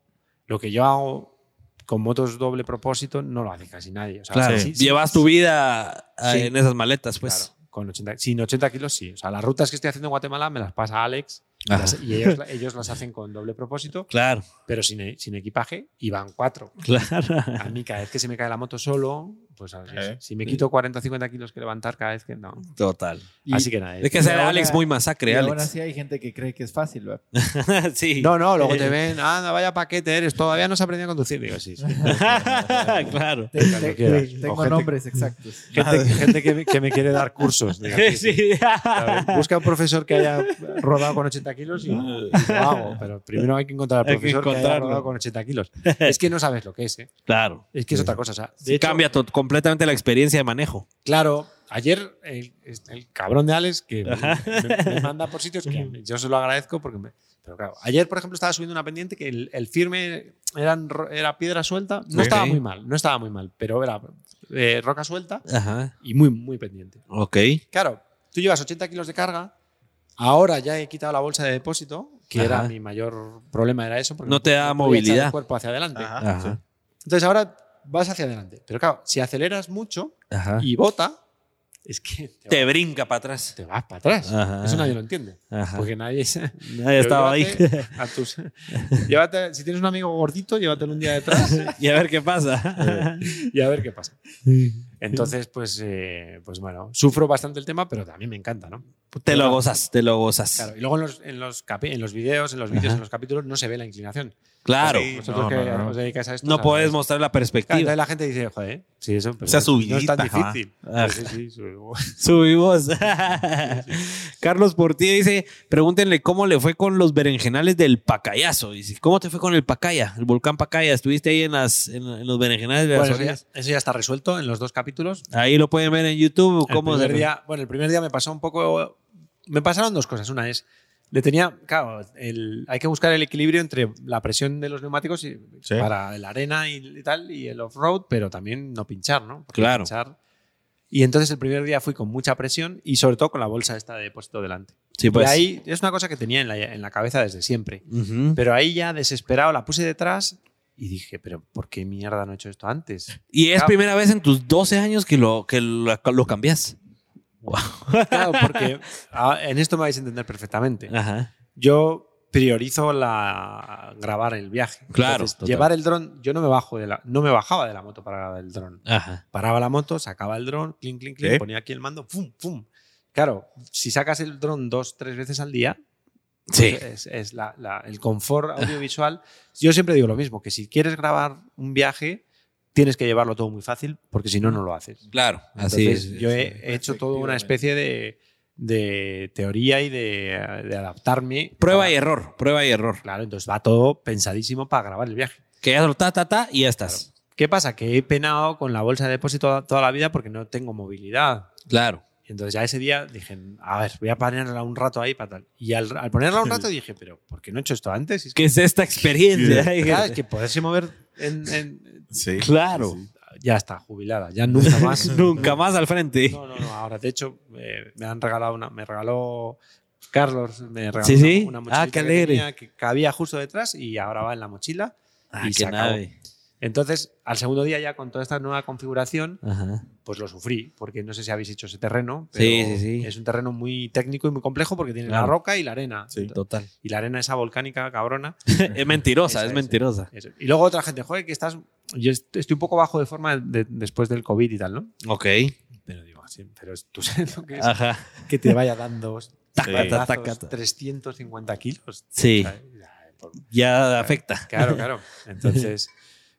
Speaker 7: lo que yo hago con motos doble propósito no lo hace casi nadie. O sea,
Speaker 1: Claro.
Speaker 7: sí, sí,
Speaker 1: Llevas tu vida ah,
Speaker 7: Sí.
Speaker 1: en esas maletas,
Speaker 7: claro,
Speaker 1: pues.
Speaker 7: con 80, sin 80 kilos sí. O sea, las rutas que estoy haciendo en Guatemala me las pasa Alex
Speaker 1: Ajá.
Speaker 7: las- y ellos, la- ellos las hacen con doble propósito,
Speaker 1: Claro,
Speaker 7: pero sin, e- sin equipaje y van cuatro.
Speaker 1: claro.
Speaker 7: A mí cada vez que se me cae la moto solo, pues así es.
Speaker 2: Eh.
Speaker 7: si me quito 40 o 50 kilos que levantar cada vez que no.
Speaker 1: Total.
Speaker 3: Y-
Speaker 7: Así que nada.
Speaker 1: Es que
Speaker 3: y
Speaker 1: ese
Speaker 3: ahora-
Speaker 1: Alex muy masacre,
Speaker 3: y aún
Speaker 1: Alex.
Speaker 3: así hay gente que cree que es fácil, ¿verdad?
Speaker 1: [LAUGHS] sí.
Speaker 7: No, no, luego te ven, anda, vaya paquete eres, todavía no se aprendió a conducir. Digo,
Speaker 1: [LAUGHS]
Speaker 7: sí, sí.
Speaker 1: claro.
Speaker 3: Te-
Speaker 7: Cuando
Speaker 3: te-
Speaker 7: quieras.
Speaker 3: tengo
Speaker 7: O gente-
Speaker 3: nombres exactos.
Speaker 7: Gente, gente que, me, que me quiere dar cursos. digo, sí, sí.
Speaker 1: Sí. [LAUGHS]
Speaker 7: A ver, Busca un profesor que haya rodado con 80 kilos y, y lo hago. Pero primero hay que encontrar al
Speaker 1: Hay que
Speaker 7: profesor que, haya
Speaker 1: encontrarlo. [LAUGHS]
Speaker 7: rodado con 80 kilos. Es que no sabes lo que es, ¿eh?
Speaker 1: Claro.
Speaker 7: Es que es otra cosa. o sea, de
Speaker 1: Sí,
Speaker 7: hecho,
Speaker 1: cambia to- completamente la experiencia de manejo.
Speaker 7: Claro, ayer el, el cabrón de Alex que me, me- me manda por sitios que yo se lo agradezco porque me- pero claro, ayer por ejemplo estaba subiendo una pendiente que el, el firme eran ro- era piedra suelta, no
Speaker 1: Ok.
Speaker 7: estaba muy mal, no estaba muy mal, pero era eh, roca suelta
Speaker 1: Ajá.
Speaker 7: y muy muy pendiente.
Speaker 1: Ok.
Speaker 7: Claro, tú llevas 80 kilos de carga, ahora ya he quitado la bolsa de depósito, que
Speaker 1: Ajá.
Speaker 7: era mi mayor problema era eso porque
Speaker 1: No te da
Speaker 7: podía echar el
Speaker 1: movilidad.
Speaker 7: cuerpo hacia adelante.
Speaker 1: Ajá.
Speaker 7: Entonces ahora vas hacia adelante, pero claro, si aceleras mucho
Speaker 1: Ajá.
Speaker 7: y bota,
Speaker 1: [LAUGHS]
Speaker 7: es que te,
Speaker 1: Te
Speaker 7: vas,
Speaker 1: brinca para atrás.
Speaker 7: [LAUGHS] te vas para atrás.
Speaker 1: Ajá.
Speaker 7: Eso nadie lo entiende.
Speaker 1: Ah, Ajá.
Speaker 7: Porque nadie es.
Speaker 1: Nadie [LAUGHS] estaba ahí. [LAUGHS]
Speaker 7: A tus, llévate, si tienes un amigo gordito, llévatelo un
Speaker 1: [LAUGHS]
Speaker 7: día detrás
Speaker 1: y a ver qué pasa.
Speaker 7: y a ver qué pasa. Entonces, pues, eh, pues bueno, sufro bastante el tema, pero también me encanta, ¿no?
Speaker 1: [LAUGHS] te lo gozas, te lo gozas.
Speaker 7: Claro, y luego en los, en los, capi- en los videos, en los vídeos,
Speaker 1: Ajá.
Speaker 7: en los capítulos, no se ve la inclinación.
Speaker 1: Claro.
Speaker 2: Sí,
Speaker 7: Vosotros
Speaker 2: no,
Speaker 7: que
Speaker 2: no, no.
Speaker 7: os dedicáis a esto.
Speaker 1: No
Speaker 7: sabéis.
Speaker 1: puedes mostrar la
Speaker 7: Claro,
Speaker 1: perspectiva.
Speaker 7: entonces la gente dice, joder, sí, eso. pero
Speaker 2: Esa
Speaker 7: No es
Speaker 2: subidita, Ah.
Speaker 7: tan
Speaker 2: ajá.
Speaker 7: difícil.
Speaker 1: Ajá.
Speaker 7: Sí, sí, sí, sí.
Speaker 1: Subimos. [LAUGHS] Carlos Portillo dice, pregúntenle cómo le fue con los berenjenales del Pacayazo. Dice, ¿cómo te fue con el Pacaya, el volcán Pacaya? ¿Estuviste ahí en, las, en, en los berenjenales de las
Speaker 7: Bueno, eso ya,
Speaker 1: orillas?
Speaker 7: eso ya está resuelto en los dos capítulos.
Speaker 1: Ahí lo pueden ver en YouTube.
Speaker 7: El
Speaker 1: ¿Cómo
Speaker 7: primer
Speaker 1: se-
Speaker 7: día- bueno, el primer día me pasó un poco. Me pasaron dos cosas. Una es. Le tenía. Claro, el- hay que buscar el equilibrio entre la presión de los neumáticos y-
Speaker 2: Sí.
Speaker 7: para la arena y, y tal, y el off-road, pero también no pinchar, ¿no? Porque
Speaker 1: Claro.
Speaker 7: pinchar- y entonces el primer día fui con mucha presión y sobre todo con la bolsa esta de depósito delante.
Speaker 1: Sí, pues.
Speaker 7: Y ahí es una cosa que tenía en la, en la cabeza desde siempre.
Speaker 1: Ujú.
Speaker 7: Pero ahí ya desesperado la puse detrás y dije, pero ¿por qué mierda no he hecho
Speaker 1: [LAUGHS]
Speaker 7: esto antes?
Speaker 1: Y es
Speaker 7: Claro.
Speaker 1: primera vez en tus 12 años que lo, que lo, lo cambias.
Speaker 7: Claro, porque ah, en esto me vais a entender perfectamente.
Speaker 1: Ajá.
Speaker 7: yo priorizo la grabar el viaje.
Speaker 1: Claro, total.
Speaker 7: llevar el dron, yo no me bajo de la, no me bajaba de la moto para grabar el dron.
Speaker 1: Ajá.
Speaker 7: Paraba la moto, sacaba el dron, clink, clink, clink,
Speaker 2: Sí.
Speaker 7: ponía aquí el mando, pum, pum. Claro, si sacas el dron dos, tres veces al día,
Speaker 1: Sí.
Speaker 7: es, es la- la-
Speaker 1: [LAUGHS]
Speaker 7: el confort audiovisual. Yo siempre digo lo mismo, que si quieres grabar un viaje, tienes que llevarlo todo muy fácil, porque si no, no lo haces.
Speaker 1: Claro. Así
Speaker 7: Entonces,
Speaker 1: es.
Speaker 7: yo he hecho toda una especie de, de teoría y de, de adaptarme.
Speaker 1: Prueba
Speaker 7: a-
Speaker 1: y error. Prueba y error.
Speaker 7: Claro, entonces va todo pensadísimo para grabar el viaje.
Speaker 1: Que ya lo ta, ta, ta y ya estás.
Speaker 7: ¿Qué pasa? Que he penado con la bolsa de depósito toda- toda la vida porque no tengo movilidad.
Speaker 1: Claro.
Speaker 7: Y Entonces ya ese día dije, a ver, voy a ponerla un rato ahí para tal. Y al, al ponerla
Speaker 1: [LAUGHS]
Speaker 7: un rato dije, pero ¿por qué no he hecho esto antes? Y es que,
Speaker 1: ¿Qué es esta experiencia? [LAUGHS]
Speaker 7: claro, es que poderse mover en- en-
Speaker 2: Sí.
Speaker 1: Claro.
Speaker 7: Ya está, jubilada, ya nunca más.
Speaker 1: [LAUGHS] Nunca más al frente.
Speaker 7: No, no, no. Ahora, de hecho, eh, me han regalado una. Me regaló Carlos, me regaló
Speaker 1: Sí,
Speaker 7: una,
Speaker 1: sí.
Speaker 7: una
Speaker 1: Ah,
Speaker 7: mochilita
Speaker 1: qué
Speaker 7: que
Speaker 1: alegre.
Speaker 7: tenía que cabía justo detrás y ahora va en la mochila.
Speaker 1: Ah,
Speaker 7: y
Speaker 1: qué
Speaker 7: se acabó.
Speaker 1: nave.
Speaker 7: Entonces, al segundo día ya con toda esta nueva configuración,
Speaker 1: Ajá.
Speaker 7: pues lo sufrí, porque no sé si habéis hecho ese terreno, pero
Speaker 1: Sí, sí, sí.
Speaker 7: es un terreno muy técnico y muy complejo porque tiene
Speaker 1: Claro.
Speaker 7: la roca y la arena.
Speaker 2: Sí.
Speaker 1: Total.
Speaker 7: Y la arena esa volcánica cabrona.
Speaker 1: es mentirosa,
Speaker 7: Esa
Speaker 1: es
Speaker 7: es.
Speaker 1: mentirosa.
Speaker 7: Eso. Y luego otra gente, joder, que estás... Yo est- estoy un poco bajo de forma de- después del COVID y tal, ¿no?
Speaker 1: Ok.
Speaker 7: Pero digo, sí, pero es- tú sabes lo que es
Speaker 1: Ajá.
Speaker 7: que te vaya dando
Speaker 1: Taca, taca,
Speaker 7: batazos,
Speaker 1: taca.
Speaker 7: 350 kilos.
Speaker 1: Sí.
Speaker 7: ¿sabes? Ay, por-
Speaker 1: Ya afecta. [LAUGHS]
Speaker 7: Claro, claro. Entonces,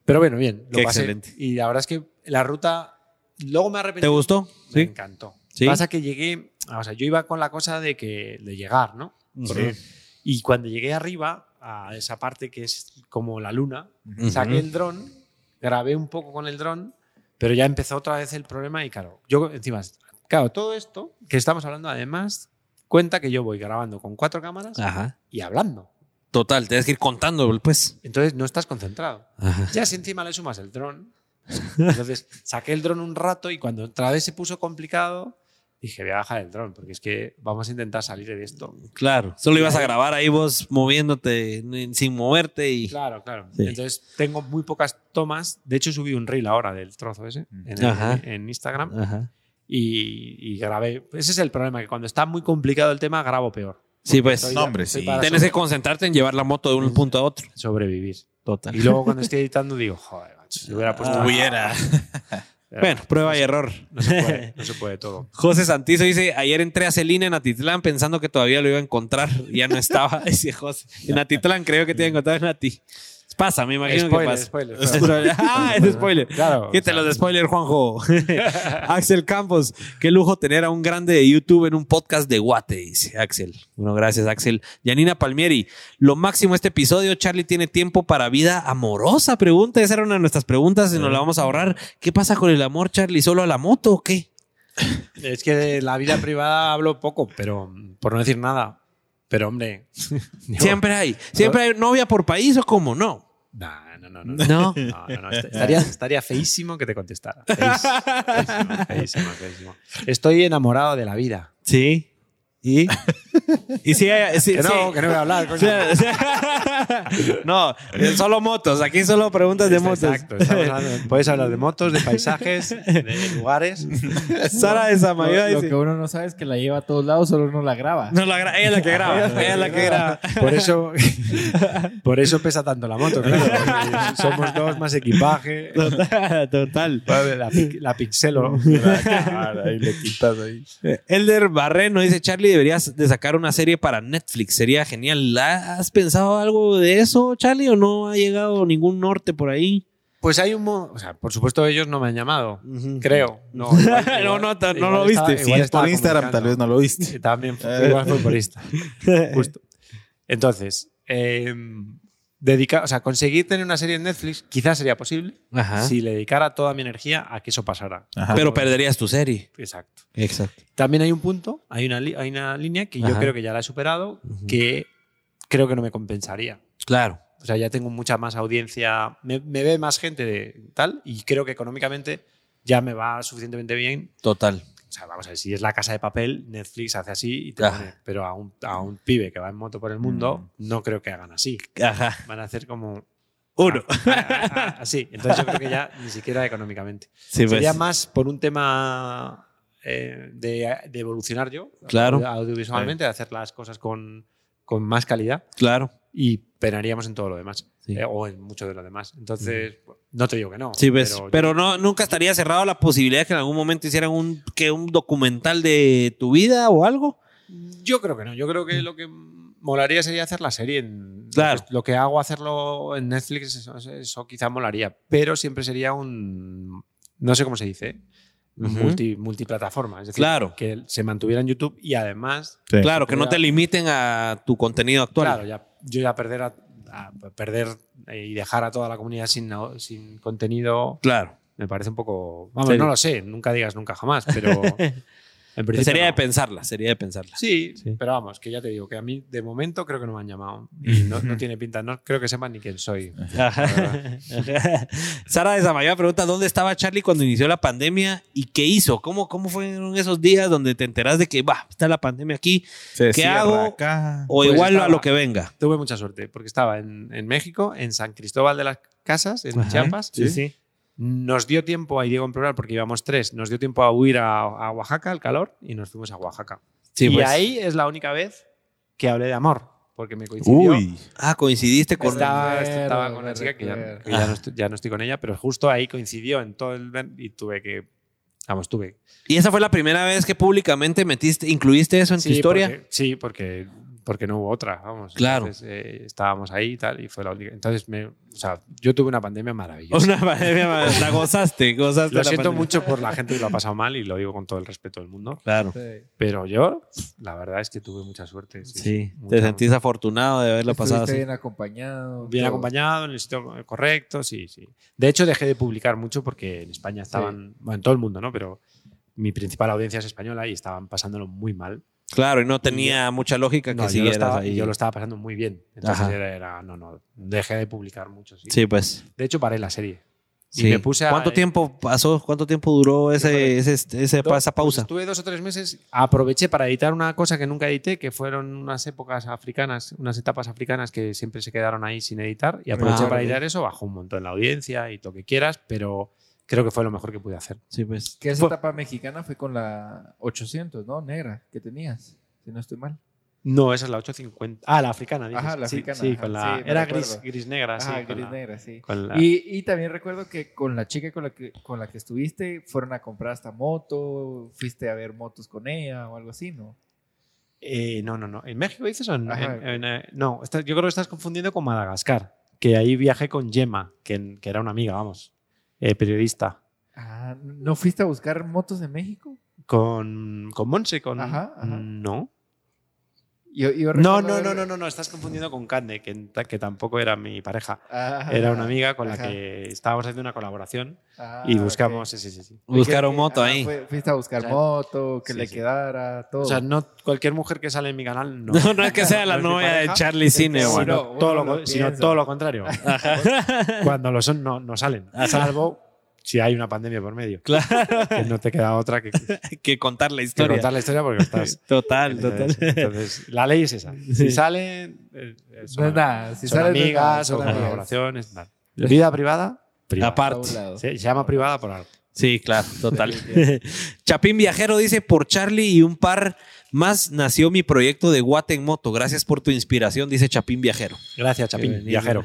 Speaker 7: pero bueno, bien. Lo
Speaker 1: Qué
Speaker 7: pasé.
Speaker 1: excelente.
Speaker 7: Y la verdad es que la ruta, luego me arrepentí.
Speaker 1: ¿Te gustó?
Speaker 7: Me
Speaker 1: Sí.
Speaker 7: encantó.
Speaker 1: Sí.
Speaker 7: Pasa que llegué, o sea, yo iba con la cosa de que de llegar, ¿no?
Speaker 1: Ujú.
Speaker 7: Y cuando llegué arriba a esa parte que es como la luna,
Speaker 1: Ujú.
Speaker 7: saqué el dron, grabé un poco con el dron, pero ya empezó otra vez el problema y claro, yo encima, claro, todo esto que estamos hablando además cuenta que yo voy grabando con cuatro cámaras
Speaker 1: Ajá.
Speaker 7: y hablando.
Speaker 1: Total, tienes que ir contando, pues.
Speaker 7: Entonces no estás concentrado.
Speaker 1: Ajá.
Speaker 7: Ya si encima le sumas el dron. Entonces saqué el dron un rato y cuando otra vez se puso complicado, dije, voy a bajar el dron, porque es que vamos a intentar salir de esto.
Speaker 1: Claro. Solo ibas a grabar ahí vos moviéndote n- sin moverte y.
Speaker 7: Claro, claro.
Speaker 1: Sí.
Speaker 7: Entonces tengo muy pocas tomas. De hecho, subí un reel ahora del trozo ese en, el-
Speaker 1: Mm. Ajá.
Speaker 7: en Instagram
Speaker 1: Ajá.
Speaker 7: y, y grabé. Ese es el problema, que cuando está muy complicado el tema, grabo peor.
Speaker 1: Sí, pues.
Speaker 7: Soy-
Speaker 2: No, hombre,
Speaker 7: soy
Speaker 2: sí.
Speaker 7: para
Speaker 1: Tienes que concentrarte en llevar la moto de un punto a otro.
Speaker 7: sobrevivir.
Speaker 1: Total.
Speaker 7: Y luego cuando estoy editando digo, joder, macho, si hubiera puesto...
Speaker 1: Ah. Hubiera. Bueno, prueba y error.
Speaker 7: No se puede, no se puede todo.
Speaker 1: José Santizo dice, ayer entré a Celina en Atitlán pensando [LAUGHS] que todavía lo iba a encontrar. Ya no estaba, dice José. En Atitlán creo que te iba a encontrar en Ati. pasa, me imagino
Speaker 7: Spoiler,
Speaker 1: que [LAUGHS] pasa.
Speaker 7: spoiler,
Speaker 1: Es
Speaker 7: claro.
Speaker 1: pura- ah, es spoiler.
Speaker 7: Claro.
Speaker 1: ¿Qué te los de spoiler,
Speaker 7: [LAUGHS]
Speaker 1: Juanjo? Axel Campos, qué lujo tener a un grande de YouTube en un podcast de Guate, dice Axel. Bueno, gracias, Axel. Yanina Palmieri, lo máximo este episodio, Charlie tiene tiempo para vida amorosa. Pregunta, esa era una de nuestras preguntas y nos la vamos a ahorrar. ¿Qué pasa con el amor, Charlie? ¿Solo a la moto o qué?
Speaker 7: Es que de la vida privada hablo poco, pero mm, por no decir nada. Pero hombre, digo,
Speaker 1: Siempre hay. Siempre hay novia por país o cómo, no.
Speaker 7: nah, no, no, no, no,
Speaker 1: No.
Speaker 7: no, no, no, est- Estaría, estaría feísimo que te contestara. Feísimo, feísimo, feísimo. Estoy enamorado de la vida.
Speaker 1: Sí.
Speaker 7: [LAUGHS]
Speaker 1: ¿Y? y sí, hay- sí,
Speaker 7: Que no,
Speaker 1: sí.
Speaker 7: que no voy a hablar. coño.
Speaker 1: O sea, o sea, [LAUGHS] no, eh, solo motos. Aquí solo preguntas de motos.
Speaker 7: Exacto. estamos hablando- Puedes hablar de motos, de paisajes, de lugares.
Speaker 1: Sara de Samayoa
Speaker 3: Lo, lo
Speaker 1: dice-
Speaker 3: que uno no sabe es que la lleva a todos lados, solo no la graba.
Speaker 1: No, la gra- ella es la que graba. ella es la que
Speaker 7: [LAUGHS]
Speaker 1: graba.
Speaker 7: Por eso, por eso pesa tanto la moto, claro. porque Somos dos más equipaje.
Speaker 1: Total, total.
Speaker 7: La, pic- la pixelo.
Speaker 2: Ahí le quitas ahí.
Speaker 1: Elder Barreno dice, Charlie, deberías de sacar una serie para Netflix. Sería genial. ¿Has pensado algo de eso, Charlie? ¿O no ha llegado ningún norte por ahí?
Speaker 7: Pues hay un. mo- O sea, por supuesto, ellos no me han llamado. Creo. No, igual-
Speaker 1: [LAUGHS]
Speaker 7: igual-
Speaker 1: No, no, ta- no
Speaker 7: igual
Speaker 1: lo
Speaker 7: estaba-
Speaker 1: viste.
Speaker 2: Si
Speaker 7: igual
Speaker 2: es por
Speaker 7: estaba
Speaker 2: Instagram, tal
Speaker 7: comunicando.
Speaker 2: vez no lo viste.
Speaker 7: [LAUGHS] Sí, También, fue- igual fue por [LAUGHS] Instagram. Justo. Entonces, eh, dedica- o sea, conseguir tener una serie en Netflix quizás sería posible
Speaker 1: Ajá.
Speaker 7: si le dedicara toda mi energía a que eso pasara.
Speaker 2: Ajá.
Speaker 1: Pero perderías tu serie.
Speaker 7: Exacto.
Speaker 1: Exacto.
Speaker 7: También hay un punto, hay una, li- hay una línea que yo
Speaker 1: Ajá.
Speaker 7: creo que ya la he superado, que creo que no me compensaría.
Speaker 1: Claro.
Speaker 7: O sea, ya tengo mucha más audiencia, me, me ve más gente de tal, y creo que económicamente ya me va suficientemente bien.
Speaker 1: Total.
Speaker 7: O sea, vamos a ver, si es la casa de papel, Netflix hace así, y te
Speaker 1: Ajá.
Speaker 7: pone- pero a un, a un pibe que va en moto por el mundo,
Speaker 1: Mm.
Speaker 7: no creo que hagan así.
Speaker 1: Ajá.
Speaker 7: Van a hacer como...
Speaker 1: Uno.
Speaker 7: ah, ah, ah, así. Entonces yo creo que ya ni siquiera económicamente.
Speaker 1: Sí, pues.
Speaker 7: Sería más por un tema eh, de, de evolucionar yo,
Speaker 1: Claro.
Speaker 7: audiovisualmente, de hacer las cosas con, con más calidad
Speaker 1: Claro.
Speaker 7: y penaríamos en todo lo demás,
Speaker 1: Sí.
Speaker 7: eh, o en mucho de lo demás. Entonces, no te digo que no.
Speaker 1: Sí, ves.
Speaker 7: yo-
Speaker 1: Pero, no, nunca estaría cerrado la posibilidad que en algún momento hicieran un, que un documental de tu vida o algo.
Speaker 7: Yo creo que no. Yo creo que lo que molaría sería hacer la serie. En,
Speaker 1: Mm. Claro.
Speaker 7: Lo que, lo que hago hacerlo en Netflix, eso, eso quizá molaría. Pero siempre sería un. No sé cómo se dice. ¿eh?
Speaker 1: Ujú.
Speaker 7: multi- multiplataforma. Es decir,
Speaker 1: Claro.
Speaker 7: que se mantuviera en YouTube y además.
Speaker 2: Sí.
Speaker 1: Claro, que no te limiten a tu contenido actual.
Speaker 7: Claro, ya, yo ya perder, a, a perder eh, y dejar a toda la comunidad sin, sin contenido
Speaker 1: Claro.
Speaker 7: me parece un poco. Vamos,
Speaker 1: Sí.
Speaker 7: no lo sé. Nunca digas nunca jamás,
Speaker 1: [LAUGHS]
Speaker 7: pero. en principio
Speaker 1: sería de
Speaker 7: no.
Speaker 1: pensarla, sería de pensarla. [LAUGHS]
Speaker 7: Sí,
Speaker 1: Sí.
Speaker 7: pero vamos, que ya te digo que a mí de momento creo que no me han llamado. Y no, no tiene pinta, no creo que sepan ni quién soy.
Speaker 1: Mm. [LAUGHS] Ajá. Sara de Samayoa pregunta dónde estaba Charlie cuando inició la pandemia y qué hizo. ¿Cómo, cómo fueron esos días donde te enterás de que va, está la pandemia aquí
Speaker 2: Se
Speaker 1: ¿Qué
Speaker 2: cierra
Speaker 1: hago?
Speaker 2: acá.
Speaker 1: o
Speaker 7: Pues
Speaker 1: igual a
Speaker 7: estaba-
Speaker 1: lo que venga?
Speaker 7: Tuve mucha suerte porque estaba en, en México, en San Cristóbal de las Casas, en Chiapas. Nos dio tiempo, ahí digo en plural porque íbamos tres, nos dio tiempo a huir a, a Oaxaca, al calor, y nos fuimos a Oaxaca.
Speaker 1: Sí,
Speaker 7: y
Speaker 1: pues.
Speaker 7: ahí es la única vez que hablé de amor, porque me coincidió.
Speaker 2: Uy.
Speaker 1: Ah, coincidiste con.
Speaker 7: Estaba, este,
Speaker 3: Recuerdo,
Speaker 7: estaba con una chica que, ya,
Speaker 3: recuerdo.
Speaker 7: que ya no estoy, ya no estoy con ella, pero justo ahí coincidió en todo el... ver- Y tuve que... Vamos, tuve
Speaker 1: Y esa fue la primera vez que públicamente metiste, incluiste eso en tu historia.
Speaker 7: Porque, sí, porque, porque no hubo otra, vamos.
Speaker 1: Claro.
Speaker 7: Entonces, eh, estábamos ahí y tal, y fue la única. Entonces, me, o sea, yo tuve una pandemia maravillosa.
Speaker 1: Una pandemia, la gozaste, gozaste.
Speaker 7: Lo
Speaker 1: la
Speaker 7: siento
Speaker 1: pandemia.
Speaker 7: mucho por la gente que lo ha pasado mal y lo digo con todo el respeto del mundo,
Speaker 1: Claro.
Speaker 3: Sí.
Speaker 7: pero yo, la verdad es que tuve mucha suerte. Sí,
Speaker 1: Sí,
Speaker 7: mucha,
Speaker 1: te sentís afortunado de haberla pasado
Speaker 3: Estuviste
Speaker 1: así.
Speaker 3: bien acompañado.
Speaker 7: bien
Speaker 3: todo.
Speaker 7: acompañado, en el sitio correcto, sí, sí. De hecho, dejé de publicar mucho porque en España estaban, bueno, en todo el mundo, ¿no? Pero mi principal audiencia es española y estaban pasándolo muy mal.
Speaker 1: Claro, y no tenía mucha lógica que
Speaker 7: No, yo, lo
Speaker 1: siguieras
Speaker 7: estaba,
Speaker 1: ahí.
Speaker 7: yo lo estaba pasando muy bien. Entonces
Speaker 1: Ajá.
Speaker 7: era, era- no, no, dejé de publicar mucho. Sí.
Speaker 1: Sí, pues.
Speaker 7: De hecho, paré la serie. Y
Speaker 1: sí.
Speaker 7: me puse a-
Speaker 1: ¿Cuánto tiempo pasó? ¿Cuánto tiempo duró ese, ese, ese-
Speaker 7: dos-
Speaker 1: esa pausa?
Speaker 7: Estuve dos o tres meses, aproveché para editar una cosa que nunca edité, que fueron unas épocas africanas, unas etapas africanas que siempre se quedaron ahí sin editar, y aproveché
Speaker 1: Ah,
Speaker 7: para
Speaker 1: ok.
Speaker 7: editar eso, bajó un montón la audiencia y lo que quieras, pero creo que fue lo mejor que pude hacer.
Speaker 1: Sí, pues.
Speaker 3: Que esa
Speaker 1: Fue-
Speaker 3: etapa mexicana fue con la 800, ¿no? Negra, que tenías, si no estoy mal.
Speaker 7: No, esa es la 850. Ah, la africana, dices.
Speaker 3: Ajá, la
Speaker 7: Sí,
Speaker 3: africana,
Speaker 7: Sí,
Speaker 3: ajá,
Speaker 7: con la,
Speaker 3: sí, me
Speaker 7: era
Speaker 3: recuerdo.
Speaker 7: gris, gris negra, Ah, sí.
Speaker 3: Ajá,
Speaker 7: con
Speaker 3: Ah, gris
Speaker 7: la-
Speaker 3: negra, sí.
Speaker 7: con la-
Speaker 3: Y, y también recuerdo que con la chica con la que con la que estuviste fueron a comprar esta moto, fuiste a ver motos con ella o algo así, ¿no?
Speaker 7: Eh, no, no, no. ¿En México dices o en-
Speaker 3: Ajá.
Speaker 7: en- en, eh, no, estás- yo creo que estás confundiendo con Madagascar. que ahí viajé con Gemma, que, que era una amiga, vamos, eh, periodista,
Speaker 3: Ah, ¿No fuiste a buscar motos en México?
Speaker 7: con, con Monse, con...
Speaker 3: Ajá, ajá.
Speaker 7: No.
Speaker 3: Yo- yo
Speaker 7: No,
Speaker 3: recuerdo
Speaker 7: no,
Speaker 3: haber-
Speaker 7: no, no, no, no, estás confundiendo con Cande, que, ta- que tampoco era mi pareja.
Speaker 3: Ajá,
Speaker 7: Era una amiga con la
Speaker 3: Ah, ajá.
Speaker 7: que estábamos haciendo una colaboración
Speaker 3: Ah,
Speaker 7: y
Speaker 3: ok.
Speaker 7: buscamos, sí, sí, sí, sí.
Speaker 1: Buscaron
Speaker 3: Que-
Speaker 1: moto
Speaker 3: ah,
Speaker 1: ahí.
Speaker 7: pues,
Speaker 3: fue- Fuiste a buscar
Speaker 7: O sea,
Speaker 3: moto, que
Speaker 7: sí,
Speaker 3: le
Speaker 7: sí.
Speaker 3: quedara, todo.
Speaker 7: O sea, no cualquier mujer que sale en mi canal, no.
Speaker 1: [LAUGHS] No, no es que sea la
Speaker 7: [LAUGHS] No es mi
Speaker 1: novia de
Speaker 7: pareja,
Speaker 1: Charlie Cine,
Speaker 3: sino-
Speaker 1: bueno.
Speaker 7: Sino, todo,
Speaker 3: uno
Speaker 7: lo,
Speaker 3: lo
Speaker 7: sino
Speaker 3: piensa.
Speaker 7: todo
Speaker 1: [LAUGHS]
Speaker 7: lo contrario. Cuando lo son, no, no salen. Salvo si hay una pandemia por medio.
Speaker 1: Claro,
Speaker 7: Que no te queda otra
Speaker 1: [LAUGHS]
Speaker 7: que, que
Speaker 1: que contar la historia.
Speaker 7: contar la historia porque estás.
Speaker 1: [LAUGHS] Total, total.
Speaker 7: Entonces, entonces, la ley es esa. Si salen, eh, eh,
Speaker 3: no
Speaker 7: son,
Speaker 3: es nada. Si
Speaker 7: son
Speaker 3: sales de nada,
Speaker 7: amigas
Speaker 3: son
Speaker 7: o
Speaker 3: amigas.
Speaker 7: colaboraciones. tal. Vida privada, privada.
Speaker 3: A un
Speaker 1: Aparte.
Speaker 3: lado.
Speaker 7: Se, se llama privada por algo.
Speaker 1: Sí, claro, total. [LAUGHS] Chapín Viajero dice, por Charlie y un par más nació mi proyecto de Guate en Moto. Gracias por tu inspiración, dice Chapín Viajero.
Speaker 7: Gracias, Chapín. Viajero.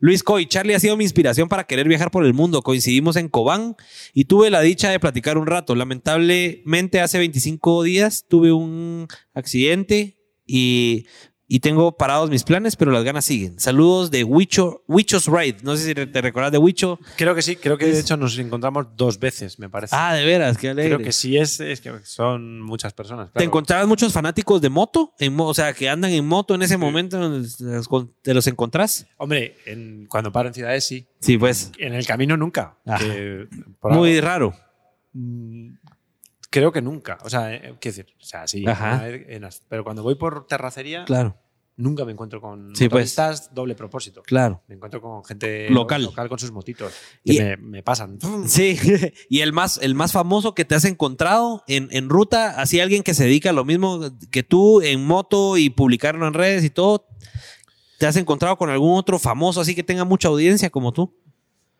Speaker 1: Luis Coy, Charlie ha sido mi inspiración para querer viajar por el mundo. Coincidimos en Cobán y tuve la dicha de platicar un rato. Lamentablemente hace 25 días tuve un accidente y, y tengo parados mis planes, pero las ganas siguen. Saludos de Huicho, Huicho's Ride. No sé si te recordás de Huicho.
Speaker 7: Creo que sí, creo que de hecho nos encontramos dos veces, me parece.
Speaker 1: Ah, de veras, qué alegre.
Speaker 7: creo que sí es, es que son muchas personas.
Speaker 1: ¿Te
Speaker 7: claro.
Speaker 1: encontrabas muchos fanáticos de moto? En, mo- o sea, que andan en moto en ese momento. los con- ¿Te los encontrás?
Speaker 7: Hombre, en- cuando paro en ciudades sí.
Speaker 1: Sí, pues.
Speaker 7: En el camino nunca.
Speaker 1: Ah.
Speaker 7: que por
Speaker 1: Muy
Speaker 7: algo-
Speaker 1: raro.
Speaker 7: Mm, Creo que nunca. O sea, eh, quiero decir, o sea, sí.
Speaker 1: Ajá.
Speaker 7: una vez en las- pero cuando voy por terracería,
Speaker 1: Claro,
Speaker 7: nunca me encuentro con
Speaker 1: Sí, pues.
Speaker 7: motoristas doble propósito.
Speaker 1: claro.
Speaker 7: Me encuentro con gente
Speaker 1: Local.
Speaker 7: con sus motitos.
Speaker 1: Y-
Speaker 7: Que me, me pasan.
Speaker 1: Sí, [LAUGHS] y el más, el más famoso que te has encontrado en, en ruta, así alguien que se dedica a lo mismo que tú en moto y publicarlo en redes y todo, ¿te has encontrado con algún otro famoso así que tenga mucha audiencia como tú?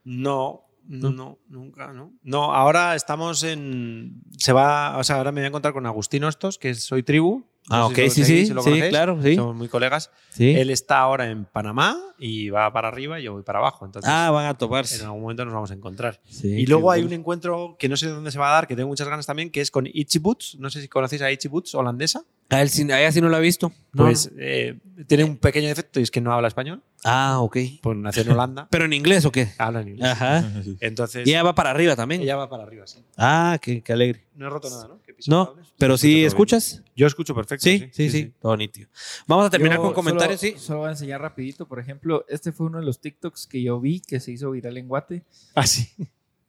Speaker 7: No, no, no, nunca, ¿no? No, ahora estamos en. Se va. O sea, ahora me voy a encontrar con Agustino estos, que soy tribu. No
Speaker 1: Ah,
Speaker 7: sé
Speaker 1: ok,
Speaker 7: si lo
Speaker 1: sí,
Speaker 7: seguís,
Speaker 1: sí,
Speaker 7: si lo
Speaker 1: sí,
Speaker 7: conocéis.
Speaker 1: claro, sí.
Speaker 7: Somos muy colegas.
Speaker 1: Sí.
Speaker 7: Él está ahora en Panamá y va para arriba y yo voy para abajo. Entonces,
Speaker 1: Ah, van a
Speaker 7: en
Speaker 1: toparse.
Speaker 7: algún momento nos vamos a encontrar.
Speaker 1: Sí,
Speaker 7: Y luego
Speaker 1: qué
Speaker 7: hay un
Speaker 1: bueno.
Speaker 7: encuentro que no sé dónde se va a dar, que tengo muchas ganas también, que es con Itchy Boots. No sé si conocéis a Itchy Boots, holandesa.
Speaker 1: A él sí- a ella sí no lo ha visto. No,
Speaker 7: pues
Speaker 1: no.
Speaker 7: eh, tiene un pequeño defecto y es que no habla español.
Speaker 1: Ah, ok.
Speaker 7: Pues nació en Holanda, [LAUGHS]
Speaker 1: ¿Pero en inglés o qué?
Speaker 7: habla en inglés.
Speaker 2: Ah,
Speaker 1: Ajá.
Speaker 7: Entonces,
Speaker 1: Ah. Y ella va para arriba también.
Speaker 7: ella va para arriba, sí.
Speaker 1: Ah, qué, qué alegre.
Speaker 7: No he roto nada, ¿no? ¿Qué piso
Speaker 1: No,
Speaker 7: cables?
Speaker 1: pero
Speaker 7: Escucho todo
Speaker 1: sí
Speaker 7: bien.
Speaker 1: escuchas.
Speaker 7: Yo escucho perfecto.
Speaker 1: Sí, sí, sí, Todo nítido. Vamos a terminar
Speaker 3: Yo
Speaker 1: con comentarios,
Speaker 3: solo,
Speaker 1: sí.
Speaker 3: Solo voy a enseñar rapidito, por ejemplo, este fue uno de los TikToks que yo vi que se hizo viral en Guate,
Speaker 7: Ah, sí.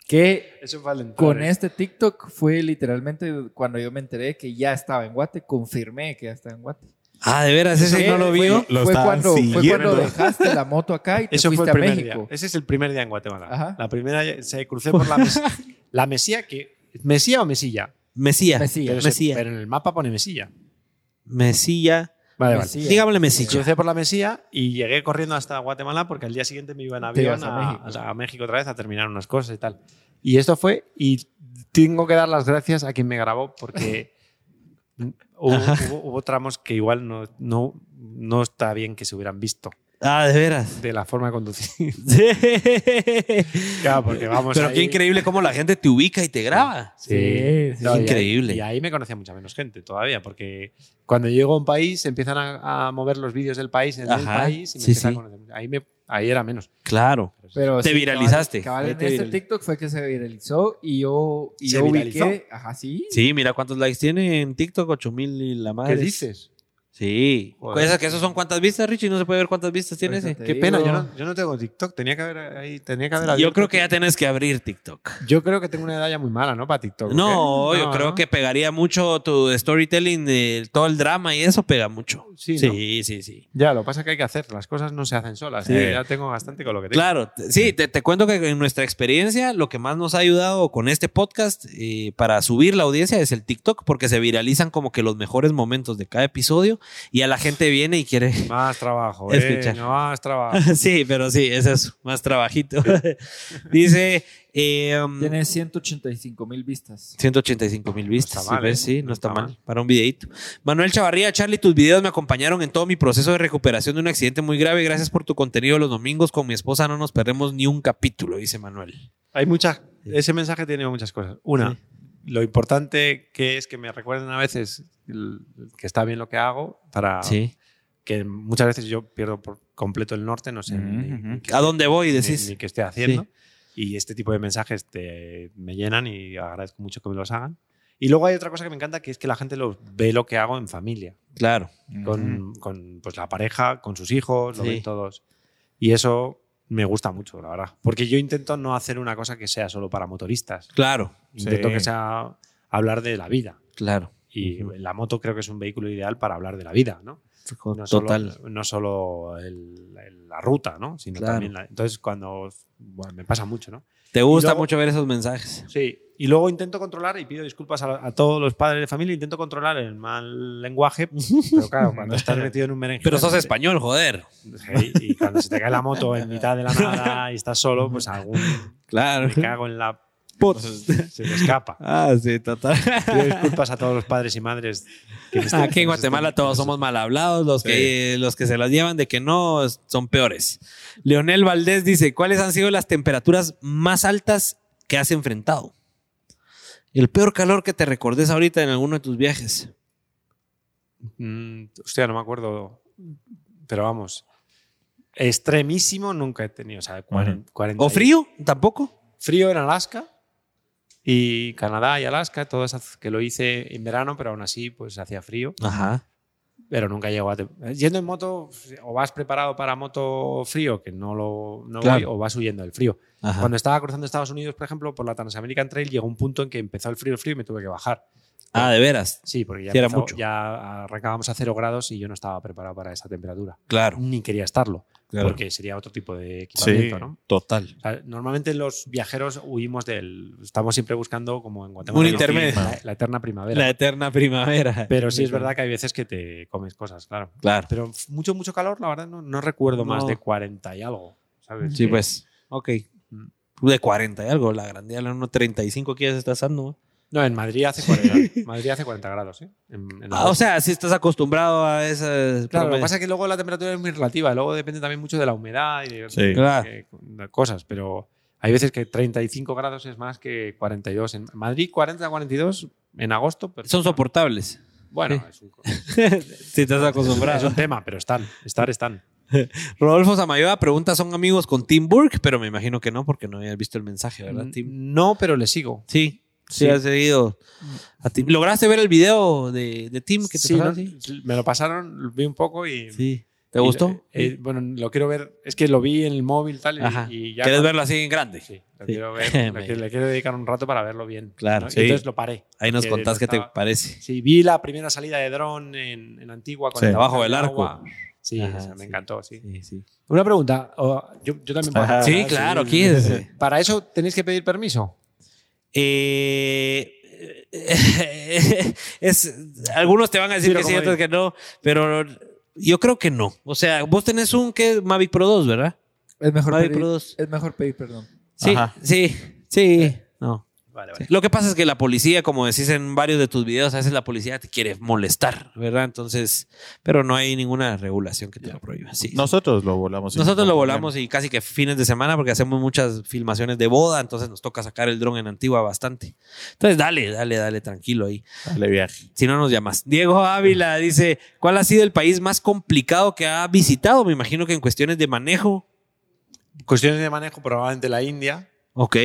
Speaker 3: que
Speaker 7: [LAUGHS] Eso es Valentón.
Speaker 3: con este TikTok fue literalmente cuando yo me enteré que ya estaba en Guate, confirmé que ya estaba en Guate.
Speaker 1: Ah, de veras, ese
Speaker 3: Fue-
Speaker 1: no lo
Speaker 3: fue-
Speaker 1: vio.
Speaker 2: Lo
Speaker 3: Fue
Speaker 2: estaban
Speaker 3: cuando, fue
Speaker 2: siguiendo.
Speaker 3: cuando dejaste la moto acá y te
Speaker 7: Eso fue
Speaker 3: fuiste
Speaker 7: el
Speaker 3: a
Speaker 7: primer
Speaker 3: México.
Speaker 7: día. Eh, Ese es el primer día en Guatemala.
Speaker 3: Ajá.
Speaker 7: La primera se crucé por
Speaker 3: [LAUGHS]
Speaker 7: la, mes- la mesía que mesía o mesilla.
Speaker 1: Mesía.
Speaker 3: Mesía.
Speaker 7: Pero, se-
Speaker 1: Mesía.
Speaker 7: pero en el mapa pone mesilla.
Speaker 1: Mesilla.
Speaker 7: Vale, vale.
Speaker 3: Mesilla.
Speaker 1: Dígamele
Speaker 7: Y
Speaker 1: [LAUGHS] Mesilla.
Speaker 7: crucé por la Mesía y llegué corriendo hasta Guatemala porque al día siguiente me iba en
Speaker 3: Te
Speaker 7: avión
Speaker 3: ibas
Speaker 7: a,
Speaker 3: a
Speaker 7: a- a México.
Speaker 3: México.
Speaker 7: otra vez a terminar unas cosas y tal. Y esto fue, y tengo que dar las gracias a quien me grabó porque hubo, hubo- hubo tramos que igual no, no, no está bien que se hubieran visto
Speaker 1: Ah, de veras.
Speaker 7: de la forma de conducir. [LAUGHS]
Speaker 1: Pero
Speaker 7: claro, porque vamos ahí-
Speaker 1: qué increíble cómo la gente te ubica y te graba.
Speaker 7: Sí,
Speaker 3: Sí, sí.
Speaker 7: No, y ahí-
Speaker 1: Increíble.
Speaker 7: Y ahí, me conocía mucha menos gente todavía, porque cuando llego a un país empiezan a, a mover los vídeos del país en el
Speaker 1: Ajá,
Speaker 7: país y me
Speaker 1: sí,
Speaker 7: empiezan
Speaker 1: sí.
Speaker 7: a conocer. Ahí, me, ahí era menos.
Speaker 1: Claro.
Speaker 3: Pero
Speaker 1: Te viralizaste.
Speaker 3: cabal,
Speaker 7: Ahí
Speaker 3: en
Speaker 7: te
Speaker 3: este
Speaker 7: viraliz-
Speaker 3: TikTok fue que se viralizó y yo, y
Speaker 7: ¿Se
Speaker 3: yo
Speaker 7: viralizó?
Speaker 3: ubiqué- Ajá, sí.
Speaker 1: Sí, mira cuántos likes tiene en TikTok, 8000 y la
Speaker 7: ¿Qué
Speaker 1: madre.
Speaker 7: dices?
Speaker 1: Sí.
Speaker 7: Joder.
Speaker 1: Pues, que ¿Esos son cuántas vistas, Richie? No se puede ver cuántas vistas tiene
Speaker 3: Ahorita
Speaker 1: ese.
Speaker 3: te
Speaker 7: Qué
Speaker 3: digo.
Speaker 7: pena, yo no, yo no tengo TikTok. Tenía que haber ahí, tenía que haber
Speaker 1: Yo
Speaker 7: abierto
Speaker 1: creo que ya
Speaker 7: TikTok.
Speaker 1: tenés que abrir TikTok.
Speaker 7: Yo creo que tengo una edad ya muy mala, ¿no? Para TikTok. ¿o
Speaker 1: No,
Speaker 7: qué?
Speaker 1: yo
Speaker 7: No, ¿eh?
Speaker 1: creo
Speaker 7: ¿no?
Speaker 1: que pegaría mucho tu storytelling, de todo el drama y eso pega mucho.
Speaker 7: Sí, ¿no?
Speaker 1: sí, sí, sí.
Speaker 7: Ya, lo que pasa es que hay que hacer. Las cosas no se hacen solas.
Speaker 1: Sí.
Speaker 7: ¿eh? Ya tengo bastante con lo que tengo.
Speaker 1: Claro, t- sí, te, te cuento que en nuestra experiencia lo que más nos ha ayudado con este podcast eh, para subir la audiencia es el TikTok porque se viralizan como que los mejores momentos de cada episodio y a la gente viene y quiere... [LAUGHS]
Speaker 7: Más trabajo,
Speaker 1: Escucha.
Speaker 7: eh, más trabajo.
Speaker 1: Sí, pero sí, es eso, más trabajito. [LAUGHS] Dice... eh, um,
Speaker 3: Tiene 185 mil vistas.
Speaker 1: 185 mil vistas.
Speaker 7: No
Speaker 1: sí,
Speaker 7: está mal,
Speaker 1: ¿ves?
Speaker 7: ¿eh?
Speaker 1: Sí, no, está, mal. Para un videito. Manuel Chavarría, Charlie, tus videos me acompañaron en todo mi proceso de recuperación de un accidente muy grave. Gracias por tu contenido los domingos. Con mi esposa no nos perdemos ni un capítulo, dice Manuel.
Speaker 7: Hay muchas. Ese mensaje tiene muchas cosas. Una, lo importante que es que me recuerden a veces el- que está bien lo que hago para
Speaker 1: Sí.
Speaker 7: que muchas veces yo pierdo por, completo el norte, no sé
Speaker 2: Ujú,
Speaker 7: ni-
Speaker 2: ujú.
Speaker 7: ni qué-
Speaker 1: ¿A dónde voy?
Speaker 7: ni-
Speaker 1: Decís.
Speaker 7: ni qué estoy haciendo. Y este tipo de mensajes te, me llenan y agradezco mucho que me los hagan. Y luego hay otra cosa que me encanta, que es que la gente lo, ve lo que hago en familia,
Speaker 1: Claro.
Speaker 7: con, con, pues, la pareja, con sus hijos, lo
Speaker 1: Sí.
Speaker 7: ven todos. Y eso me gusta mucho, la verdad. Porque yo intento no hacer una cosa que sea solo para motoristas.
Speaker 1: Claro.
Speaker 7: Intento
Speaker 2: Sí.
Speaker 7: que sea hablar de la vida.
Speaker 1: Claro.
Speaker 7: Y la moto creo que es un vehículo ideal para hablar de la vida, ¿no? No solo-
Speaker 1: Total.
Speaker 7: no solo el- el- la ruta, ¿no? Sino
Speaker 1: Claro.
Speaker 7: también la- entonces cuando bueno, me pasa mucho, ¿no?
Speaker 1: Te gusta
Speaker 7: Y luego-
Speaker 1: mucho ver esos mensajes.
Speaker 7: Sí. Y luego intento controlar, y pido disculpas a, a todos los padres de familia, intento controlar el
Speaker 1: [LAUGHS]
Speaker 7: mal lenguaje, pero claro, cuando estás metido en un merengue. eh,
Speaker 1: Pero sos español, joder.
Speaker 7: [LAUGHS] y cuando se te cae la moto en mitad de la nada y estás solo, pues algún
Speaker 1: Claro.
Speaker 7: me cago en la pues,
Speaker 1: Putz.
Speaker 7: se te
Speaker 1: [LAUGHS]
Speaker 7: escapa.
Speaker 1: Ah, sí, total.
Speaker 7: Pido disculpas a todos los padres y madres. que me estén-
Speaker 1: Aquí en
Speaker 7: nos estén-
Speaker 1: Guatemala todos
Speaker 7: nos-
Speaker 1: somos mal hablados, los que, los que se las llevan de que no es- son peores. Leonel Valdés dice, ¿cuáles han sido las temperaturas más altas que has enfrentado? El peor calor que te recordes ahorita en alguno de tus viajes.
Speaker 7: Mm, hostia, no me acuerdo. Pero vamos. Extremísimo nunca he tenido. O sea, cuaren- 40 y-
Speaker 1: ¿O frío? ¿Tampoco?
Speaker 7: Frío en Alaska. Y Canadá y Alaska, todas esas que lo hice en verano, pero aún así pues hacía frío.
Speaker 1: Ajá.
Speaker 7: Pero nunca llego a... tem- Yendo en moto, o vas preparado para moto frío, que no lo no
Speaker 1: Claro.
Speaker 7: voy, o vas huyendo del frío.
Speaker 1: Ajá.
Speaker 7: Cuando estaba cruzando Estados Unidos, por ejemplo, por la Transamerican Trail, llegó un punto en que empezó el frío, frío y me tuve que bajar.
Speaker 1: ah, de veras.
Speaker 7: Sí, porque ya,
Speaker 1: Sí, era
Speaker 7: empezaba-
Speaker 1: mucho.
Speaker 7: ya arrancábamos a cero grados y yo no estaba preparado para esa temperatura.
Speaker 1: Claro.
Speaker 7: Ni quería estarlo,
Speaker 1: claro.
Speaker 7: porque sería otro tipo de
Speaker 2: Sí,
Speaker 7: equipamiento, ¿no?
Speaker 2: total.
Speaker 7: O sea, normalmente los viajeros huimos del. Estamos siempre buscando, como en
Speaker 1: Un
Speaker 7: Guatemala,
Speaker 1: intermedio.
Speaker 7: La, la eterna primavera.
Speaker 1: La eterna primavera.
Speaker 7: pero sí es verdad que hay veces que te comes cosas, claro.
Speaker 1: Claro.
Speaker 7: Pero f- mucho, mucho calor, la verdad, no, no recuerdo más
Speaker 1: No.
Speaker 7: de 40 y algo, ¿sabes?
Speaker 1: Sí, pues. Ok. De 40 y algo, la grandía, la 1.35 que ya se está asando. ¿no?
Speaker 7: No, en Madrid hace
Speaker 1: [LAUGHS]
Speaker 7: 40, Madrid hace 40 grados, ¿eh? En- en
Speaker 1: Ah,
Speaker 7: agosto.
Speaker 1: o sea, si estás acostumbrado a esas.
Speaker 7: Claro, lo que
Speaker 1: promedios.
Speaker 7: pasa es que luego la temperatura es muy relativa, luego depende también mucho de la humedad y de
Speaker 2: Sí.
Speaker 1: Claro.
Speaker 7: eh, de cosas, pero hay veces que 35 grados es más que 42. En Madrid 40 42 en agosto, pero
Speaker 1: Son soportables.
Speaker 7: bueno, es un,
Speaker 1: si [LAUGHS] estás
Speaker 7: es
Speaker 1: acostumbrado.
Speaker 7: un tema, pero están, estar están.
Speaker 1: [LAUGHS] Rodolfo Samayoa pregunta: ¿son amigos con Tim Burke? Pero me imagino que no, porque no habías visto el mensaje, ¿verdad, Tim?
Speaker 7: No, pero le sigo.
Speaker 1: Sí, Mm, sí, has seguido a Tim. ¿Lograste ver el video de, de Tim que te
Speaker 7: Sí,
Speaker 1: pasaron?
Speaker 7: ¿no?
Speaker 1: Sí.
Speaker 7: Me lo pasaron, lo vi un poco y
Speaker 1: Sí. ¿Te
Speaker 7: y-
Speaker 1: gustó?
Speaker 7: eh, bueno, lo quiero ver, es que lo vi en el móvil tal y,
Speaker 1: Ajá.
Speaker 7: y ya
Speaker 1: ¿Quieres verlo así en grande?
Speaker 7: Sí, lo
Speaker 1: Sí. [LAUGHS]
Speaker 7: quiero ver, lo
Speaker 1: Me-
Speaker 7: quiero- le quiero dedicar un rato para verlo bien.
Speaker 1: Claro,
Speaker 7: ¿no? Y
Speaker 1: sí.
Speaker 7: Entonces lo paré.
Speaker 1: Ahí nos
Speaker 7: porque
Speaker 1: contás
Speaker 7: no
Speaker 1: qué te
Speaker 7: estaba-
Speaker 1: parece.
Speaker 7: Sí, vi la primera salida de dron en, en Antigua con
Speaker 2: Sí.
Speaker 7: el
Speaker 1: Abajo del
Speaker 7: agua.
Speaker 1: arco.
Speaker 7: Sí,
Speaker 1: Ajá,
Speaker 7: esa me
Speaker 1: sí.
Speaker 7: encantó, sí.
Speaker 1: Sí, sí.
Speaker 7: Una pregunta, o- yo, yo también puedo.
Speaker 1: Sí, claro, aquí [LAUGHS] es-
Speaker 7: ¿Para eso tenéis que pedir permiso?
Speaker 1: Eh, [LAUGHS] es, algunos te van a decir
Speaker 7: Pero
Speaker 1: que sí,
Speaker 7: como
Speaker 1: otros
Speaker 7: digo.
Speaker 1: que no, pero yo creo que no. O sea, vos tenés un que Mavic Pro 2, ¿verdad?
Speaker 3: Es mejor,
Speaker 1: Mavic
Speaker 3: pedir,
Speaker 1: Pro 2.
Speaker 3: es mejor pedir perdón.
Speaker 1: Sí,
Speaker 2: Ajá.
Speaker 1: sí, sí. No.
Speaker 7: Vale, vale.
Speaker 1: Lo que pasa es que la policía, como decís en varios de tus videos, a veces la policía te quiere molestar, ¿verdad? Entonces, pero no hay ninguna regulación que te lo prohíba. Sí.
Speaker 2: Nosotros lo volamos. sin
Speaker 1: Nosotros
Speaker 2: ningún
Speaker 1: lo
Speaker 2: problema.
Speaker 1: volamos y casi que fines de semana porque hacemos muchas filmaciones de boda, entonces nos toca sacar el dron en Antigua bastante. Entonces, dale, dale, dale, tranquilo ahí.
Speaker 2: Dale viaje.
Speaker 1: Si no nos llamas. Diego Ávila dice, ¿cuál ha sido el país más complicado que ha visitado? Me imagino que en cuestiones de manejo.
Speaker 7: Cuestiones de manejo, probablemente la India.
Speaker 1: Ok.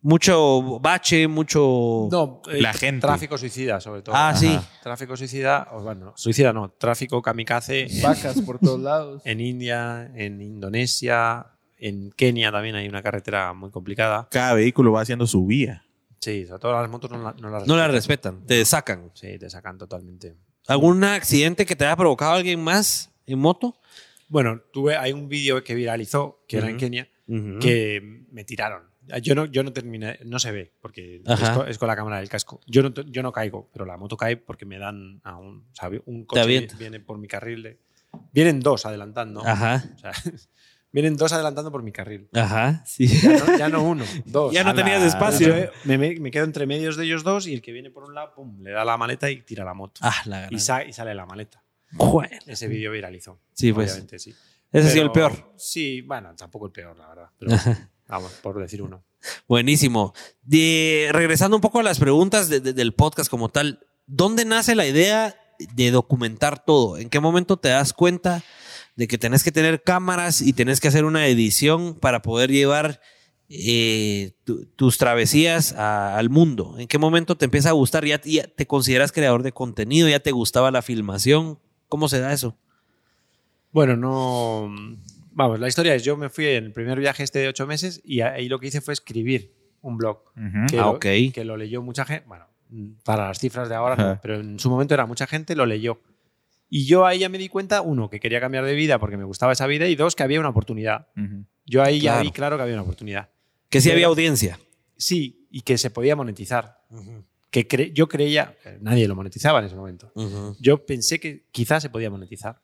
Speaker 1: Mucho bache, mucho...
Speaker 7: No, eh,
Speaker 2: La gente.
Speaker 7: Tráfico suicida, sobre todo.
Speaker 1: ah, sí.
Speaker 7: Tráfico suicida, o bueno, suicida no, tráfico kamikaze
Speaker 3: Vacas por todos
Speaker 7: [LAUGHS]
Speaker 3: lados.
Speaker 7: en India, en Indonesia, en Kenia también hay una carretera muy complicada.
Speaker 2: Cada vehículo va haciendo su vía.
Speaker 7: Sí, sobre todo las motos no, la- no las
Speaker 1: No la
Speaker 7: respetan.
Speaker 1: respetan, te sacan.
Speaker 7: Sí, te sacan totalmente.
Speaker 1: ¿Algún accidente que te haya provocado alguien más en moto?
Speaker 7: Bueno, tuve, hay un vídeo que viralizó, que era en
Speaker 1: Ujú.
Speaker 7: Kenia,
Speaker 1: Ujú.
Speaker 7: que me tiraron. Yo no, yo no terminé, no se ve, porque es
Speaker 1: Ajá.
Speaker 7: con, es con la cámara del casco. Yo no, te- yo no caigo, pero la moto cae porque me dan a un, o sea, un coche
Speaker 1: avienta.
Speaker 7: viene por mi carril. de- vienen dos adelantando.
Speaker 1: Ajá,
Speaker 7: O sea, [LAUGHS] vienen dos adelantando por mi carril.
Speaker 1: ajá, sí.
Speaker 7: Ya no, ya no uno, dos.
Speaker 1: Ya no
Speaker 7: A la-
Speaker 1: tenías espacio.
Speaker 7: Yo eh. Me, me- me quedo entre medios de ellos dos y el que viene por un lado, pum, le da la maleta y tira la moto.
Speaker 1: Ah, la gran-
Speaker 7: y, sa- y sale la maleta.
Speaker 1: Joder.
Speaker 7: Ese vídeo viralizó.
Speaker 1: Sí, pues.
Speaker 7: Obviamente, sí.
Speaker 1: Ese ha sido el
Speaker 7: Pero-
Speaker 1: peor.
Speaker 7: Sí, bueno, tampoco el peor, la verdad.
Speaker 1: [LAUGHS]
Speaker 7: Pero vamos, por decir uno.
Speaker 1: Buenísimo. De- regresando un poco a las preguntas de- de- del podcast como tal, ¿dónde nace la idea de documentar todo? ¿En qué momento te das cuenta de que tenés que tener cámaras y tenés que hacer una edición para poder llevar eh, tu- tus travesías a- al mundo. ¿En qué momento te empieza a gustar? ¿Ya, ya te consideras creador de contenido? ¿Ya te gustaba la filmación? ¿Cómo se da eso?
Speaker 7: Bueno, no. Vamos, la historia es: yo me fui en el primer viaje este de ocho meses y ahí lo que hice fue escribir un blog.
Speaker 2: Ujú.
Speaker 7: Que,
Speaker 1: Ah,
Speaker 7: lo,
Speaker 1: ok.
Speaker 7: que lo leyó mucha gente. Bueno, para las cifras de ahora,
Speaker 2: Ajá.
Speaker 7: no, pero en su momento era mucha gente, lo leyó. Y yo ahí ya me di cuenta, uno, que quería cambiar de vida porque me gustaba esa vida y dos, que había una oportunidad.
Speaker 2: Ujú.
Speaker 7: Yo ahí ya
Speaker 1: Claro.
Speaker 7: vi claro que había una oportunidad.
Speaker 1: Que sí
Speaker 7: Pero-
Speaker 1: había audiencia.
Speaker 7: Sí, y que se podía monetizar. Que cre- yo creía, eh, nadie lo monetizaba en ese momento. Yo pensé que quizás se podía monetizar,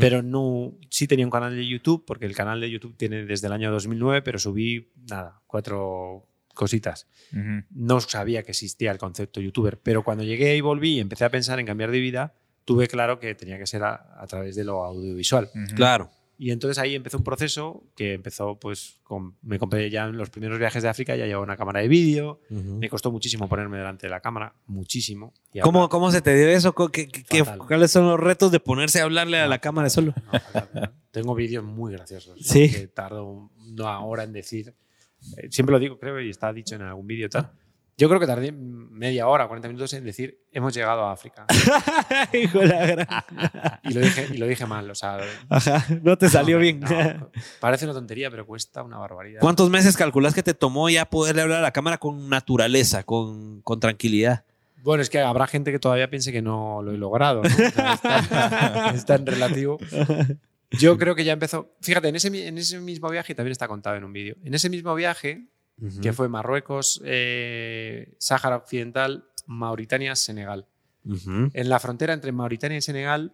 Speaker 7: pero no, sí tenía un canal de YouTube, porque el canal de YouTube tiene desde el año 2009, pero subí, nada, cuatro cositas.
Speaker 2: Ujú.
Speaker 7: No sabía que existía el concepto youtuber, pero cuando llegué y volví y empecé a pensar en cambiar de vida, tuve claro que tenía que ser a, a través de lo audiovisual.
Speaker 2: Ujú.
Speaker 1: Claro.
Speaker 7: Y entonces ahí empezó un proceso que empezó, pues, con- me compré ya en los primeros viajes de África, ya llevaba una cámara de vídeo, me costó muchísimo ponerme delante de la cámara, muchísimo. Y
Speaker 1: ¿Cómo,
Speaker 7: ahora-
Speaker 1: cómo se te dio eso? ¿Cu- qué- qué- qué-
Speaker 7: Fatal.
Speaker 1: ¿Cuáles son los retos de ponerse a hablarle a
Speaker 7: No,
Speaker 1: la cámara solo?
Speaker 7: no, fatal. Tengo vídeos muy graciosos.
Speaker 1: Sí.
Speaker 7: Que tardo una hora en decir. eh, Siempre lo digo, creo, y está dicho en algún vídeo tal. Yo creo que tardé media hora, 40 minutos en decir, hemos llegado a África.
Speaker 1: [LAUGHS] Hijo de la gran-
Speaker 7: Y lo dije, y lo dije mal, o sea.
Speaker 1: Ajá, no te salió
Speaker 7: no,
Speaker 1: bien.
Speaker 7: no, parece una tontería, pero cuesta una barbaridad.
Speaker 1: ¿Cuántos meses calculás que te tomó ya poderle hablar a la cámara con naturaleza, con, con tranquilidad?
Speaker 7: Bueno, es que habrá gente que todavía piense que no lo he logrado. ¿no? O sea, es, tan, es tan relativo.
Speaker 1: [LAUGHS]
Speaker 7: Yo creo que ya empezó. Fíjate, en ese, mi- en ese mismo viaje, y también está contado en un vídeo, en ese mismo viaje, que fue Marruecos, eh, Sáhara Occidental, Mauritania, Senegal. En la frontera entre Mauritania y Senegal,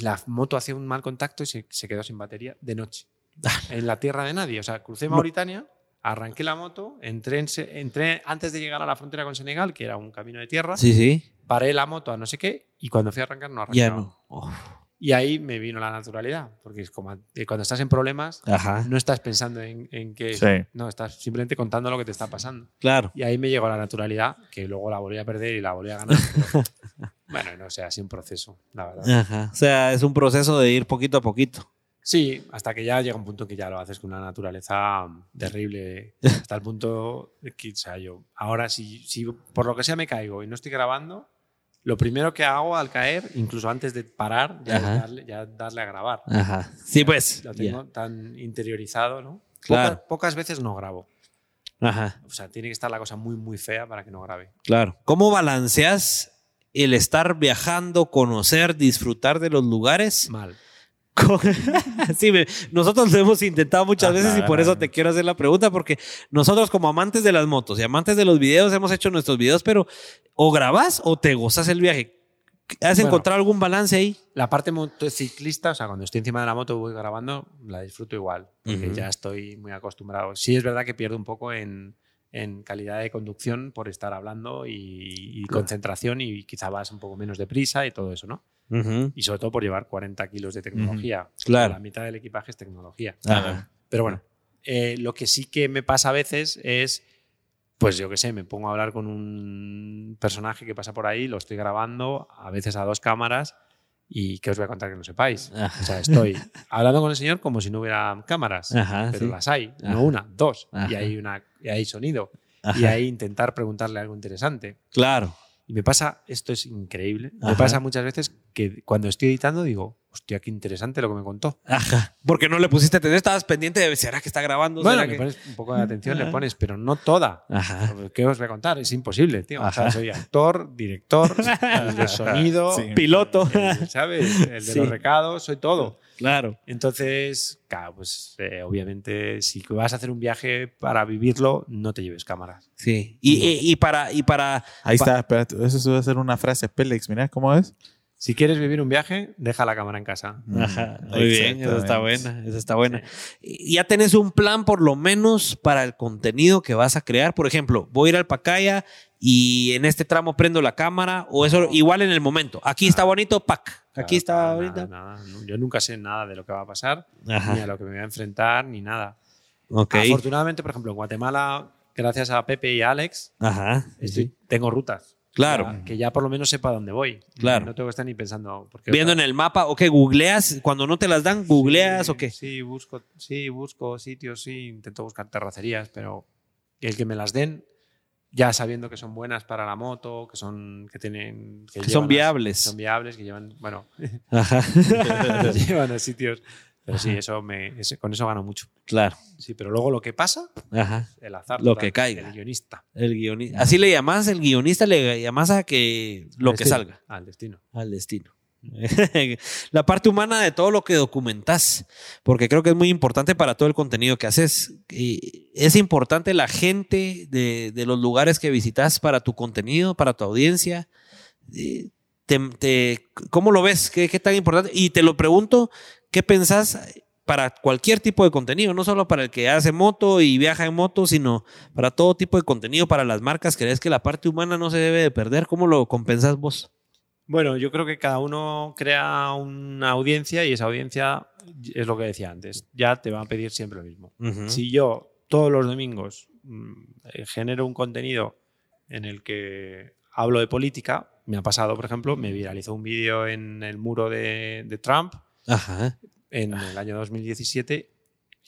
Speaker 7: la moto hacía un mal contacto y se, se quedó sin batería
Speaker 1: [LAUGHS]
Speaker 7: de noche. En la tierra de nadie. O sea, crucé Mauritania, arranqué la moto, entré, en Se- entré antes de llegar a la frontera con Senegal, que era un camino de tierra,
Speaker 1: Sí, sí.
Speaker 7: paré la moto a no sé qué y cuando fui a arrancar no arrancaba.
Speaker 1: Ya no. Uf,
Speaker 7: Y ahí me vino la naturalidad, porque es como eh, cuando estás en problemas,
Speaker 6: Ah.
Speaker 1: Ajá.
Speaker 7: no estás pensando en, en que...
Speaker 2: Sí.
Speaker 7: No, estás simplemente contando lo que te está pasando.
Speaker 1: Claro.
Speaker 7: Y ahí me llegó la naturalidad, que luego la volví a perder y la volví a ganar. pero- bueno, no sé, así un proceso, la verdad.
Speaker 1: Ajá. O sea, es un proceso de ir poquito a poquito.
Speaker 7: Sí, hasta que ya llega un punto en que ya lo haces con una naturaleza terrible. Hasta el punto de que, o sea, yo ahora si, si por lo que sea me caigo y no estoy grabando, lo primero que hago al caer, incluso antes de parar, ya, es
Speaker 1: Ajá.
Speaker 7: darle, ya darle a grabar.
Speaker 1: Ajá. Sí, pues.
Speaker 7: Lo tengo tan interiorizado, ¿no?
Speaker 1: Claro.
Speaker 7: Pocas, pocas veces no grabo.
Speaker 1: Ya. Ajá.
Speaker 7: O sea, tiene que estar la cosa muy, muy fea para que no grabe.
Speaker 1: Claro. ¿Cómo balanceas el estar viajando, conocer, disfrutar de los lugares?
Speaker 7: Mal.
Speaker 1: Con- [LAUGHS] sí, me- nosotros lo hemos intentado muchas
Speaker 2: Ah,
Speaker 1: veces y
Speaker 2: claro,
Speaker 1: por eso
Speaker 2: claro.
Speaker 1: te quiero hacer la pregunta, porque nosotros como amantes de las motos y amantes de los videos hemos hecho nuestros videos, pero o grabás o te gozas el viaje. ¿Has
Speaker 7: Bueno.
Speaker 1: encontrado algún balance ahí?
Speaker 7: La parte motociclista, o sea, cuando estoy encima de la moto y voy grabando, la disfruto igual, porque
Speaker 1: Ujú.
Speaker 7: ya estoy muy acostumbrado. Sí es verdad que pierdo un poco en, en calidad de conducción por estar hablando y, y concentración y quizá vas un poco menos deprisa y todo eso, ¿no? Y sobre todo por llevar 40 kilos de tecnología.
Speaker 1: claro.
Speaker 7: La mitad del equipaje es tecnología.
Speaker 1: Ajá.
Speaker 7: Pero bueno, eh, lo que sí que me pasa a veces es, pues yo qué sé, me pongo a hablar con un personaje que pasa por ahí, lo estoy grabando, a veces a dos cámaras, y que os voy a contar que
Speaker 1: [LAUGHS]
Speaker 7: no sepáis. O sea, estoy hablando con el señor como si no hubiera cámaras,
Speaker 1: Ajá,
Speaker 7: pero
Speaker 1: sí.
Speaker 7: las hay,
Speaker 1: Ajá.
Speaker 7: no una, dos, y
Speaker 1: Ajá.
Speaker 7: hay, una, y hay sonido, y hay intentar preguntarle algo interesante.
Speaker 1: Claro.
Speaker 7: Y me pasa, esto es increíble, me
Speaker 1: Ajá.
Speaker 7: pasa muchas veces que cuando estoy editando digo, hostia, qué interesante lo que me contó.
Speaker 1: Ajá. Porque no le pusiste atención, estabas pendiente de ¿será que está grabando?
Speaker 7: Bueno,
Speaker 1: ¿Será
Speaker 7: le
Speaker 1: que-?
Speaker 7: pones un poco de atención, le pones, pero no toda.
Speaker 1: Ajá.
Speaker 7: ¿Qué os voy a contar? Es imposible, tío. O sea, soy
Speaker 1: [LAUGHS]
Speaker 7: actor, director, el de sonido,
Speaker 2: Sí.
Speaker 7: [LAUGHS]
Speaker 1: Piloto.
Speaker 7: el- ¿sabes? El de
Speaker 1: Sí.
Speaker 7: los recados, soy todo.
Speaker 1: Claro.
Speaker 7: Entonces, claro, pues eh, obviamente, si vas a hacer un viaje para vivirlo, no te lleves cámaras.
Speaker 1: Sí. Y, y- y para, y para.
Speaker 2: Ahí
Speaker 1: pa-
Speaker 2: está, espérate, eso va a ser una frase Pélex, mira cómo es.
Speaker 7: Si quieres vivir un viaje, deja la cámara en casa.
Speaker 1: Ajá, muy bien, esa está
Speaker 2: Exactamente.
Speaker 1: buena, [LAUGHS] esa está buena. Y- Ya tenés un plan por lo menos para el contenido que vas a crear, por ejemplo, voy a ir al Pacaya y en este tramo prendo la cámara o eso igual en el momento. Aquí está bonito, pac. Aquí está
Speaker 7: Claro, Ah, nada,
Speaker 1: ahorita.
Speaker 7: nada. No, Yo nunca sé nada de lo que va a pasar, ni a
Speaker 1: Ajá.
Speaker 7: lo que me voy a enfrentar, ni nada.
Speaker 1: Ok.
Speaker 7: Ah, Afortunadamente, por ejemplo, en Guatemala, gracias a Pepe y a Alex,
Speaker 1: Ajá.
Speaker 7: estoy- tengo rutas.
Speaker 1: Claro.
Speaker 7: Que ya por lo menos sepa dónde voy.
Speaker 1: Claro.
Speaker 7: No tengo que estar ni pensando. Porque
Speaker 1: Viendo en el mapa, ok, googleas, cuando no te las dan, googleas
Speaker 7: Sí,
Speaker 1: o qué.
Speaker 7: Sí, busco, sí, busco sitios, sí, intento buscar terracerías, pero el que me las den, ya sabiendo que son buenas para la moto, que son, que tienen,
Speaker 1: Que son
Speaker 7: llevan a-
Speaker 1: viables.
Speaker 7: son viables, que llevan,
Speaker 1: [LAUGHS]
Speaker 7: bueno, [LAUGHS]
Speaker 1: Ajá.
Speaker 7: llevan a sitios. Pero sí, eso me, ese- con eso gano mucho.
Speaker 1: Claro.
Speaker 7: Sí, pero luego lo que pasa,
Speaker 1: Ajá.
Speaker 7: el azar.
Speaker 1: Lo
Speaker 7: total,
Speaker 1: que caiga.
Speaker 7: El guionista.
Speaker 1: El guionista. Así le llamás, el guionista le llamás a que lo
Speaker 7: Al
Speaker 1: que
Speaker 7: destino.
Speaker 1: salga.
Speaker 7: Al destino.
Speaker 1: Al destino. [LAUGHS] la parte humana de todo lo que documentás, porque creo que es muy importante para todo el contenido que haces. Y es importante la gente de, de los lugares que visitas para tu contenido, para tu audiencia. Y te- te- ¿Cómo lo ves? ¿Qué, ¿Qué tan importante? Y te lo pregunto, ¿qué pensás para cualquier tipo de contenido? No solo para el que hace moto y viaja en moto, sino para todo tipo de contenido, para las marcas. ¿Crees que la parte humana no se debe de perder? ¿Cómo lo compensás vos?
Speaker 7: Bueno, yo creo que cada uno crea una audiencia y esa audiencia es lo que decía antes. Ya te va a pedir siempre lo mismo.
Speaker 1: Ujú.
Speaker 7: Si yo todos los domingos mm, eh, genero un contenido en el que hablo de política, me ha pasado, por ejemplo, me viralizó un vídeo en el muro de, de Trump
Speaker 1: Ajá.
Speaker 7: en el año 2017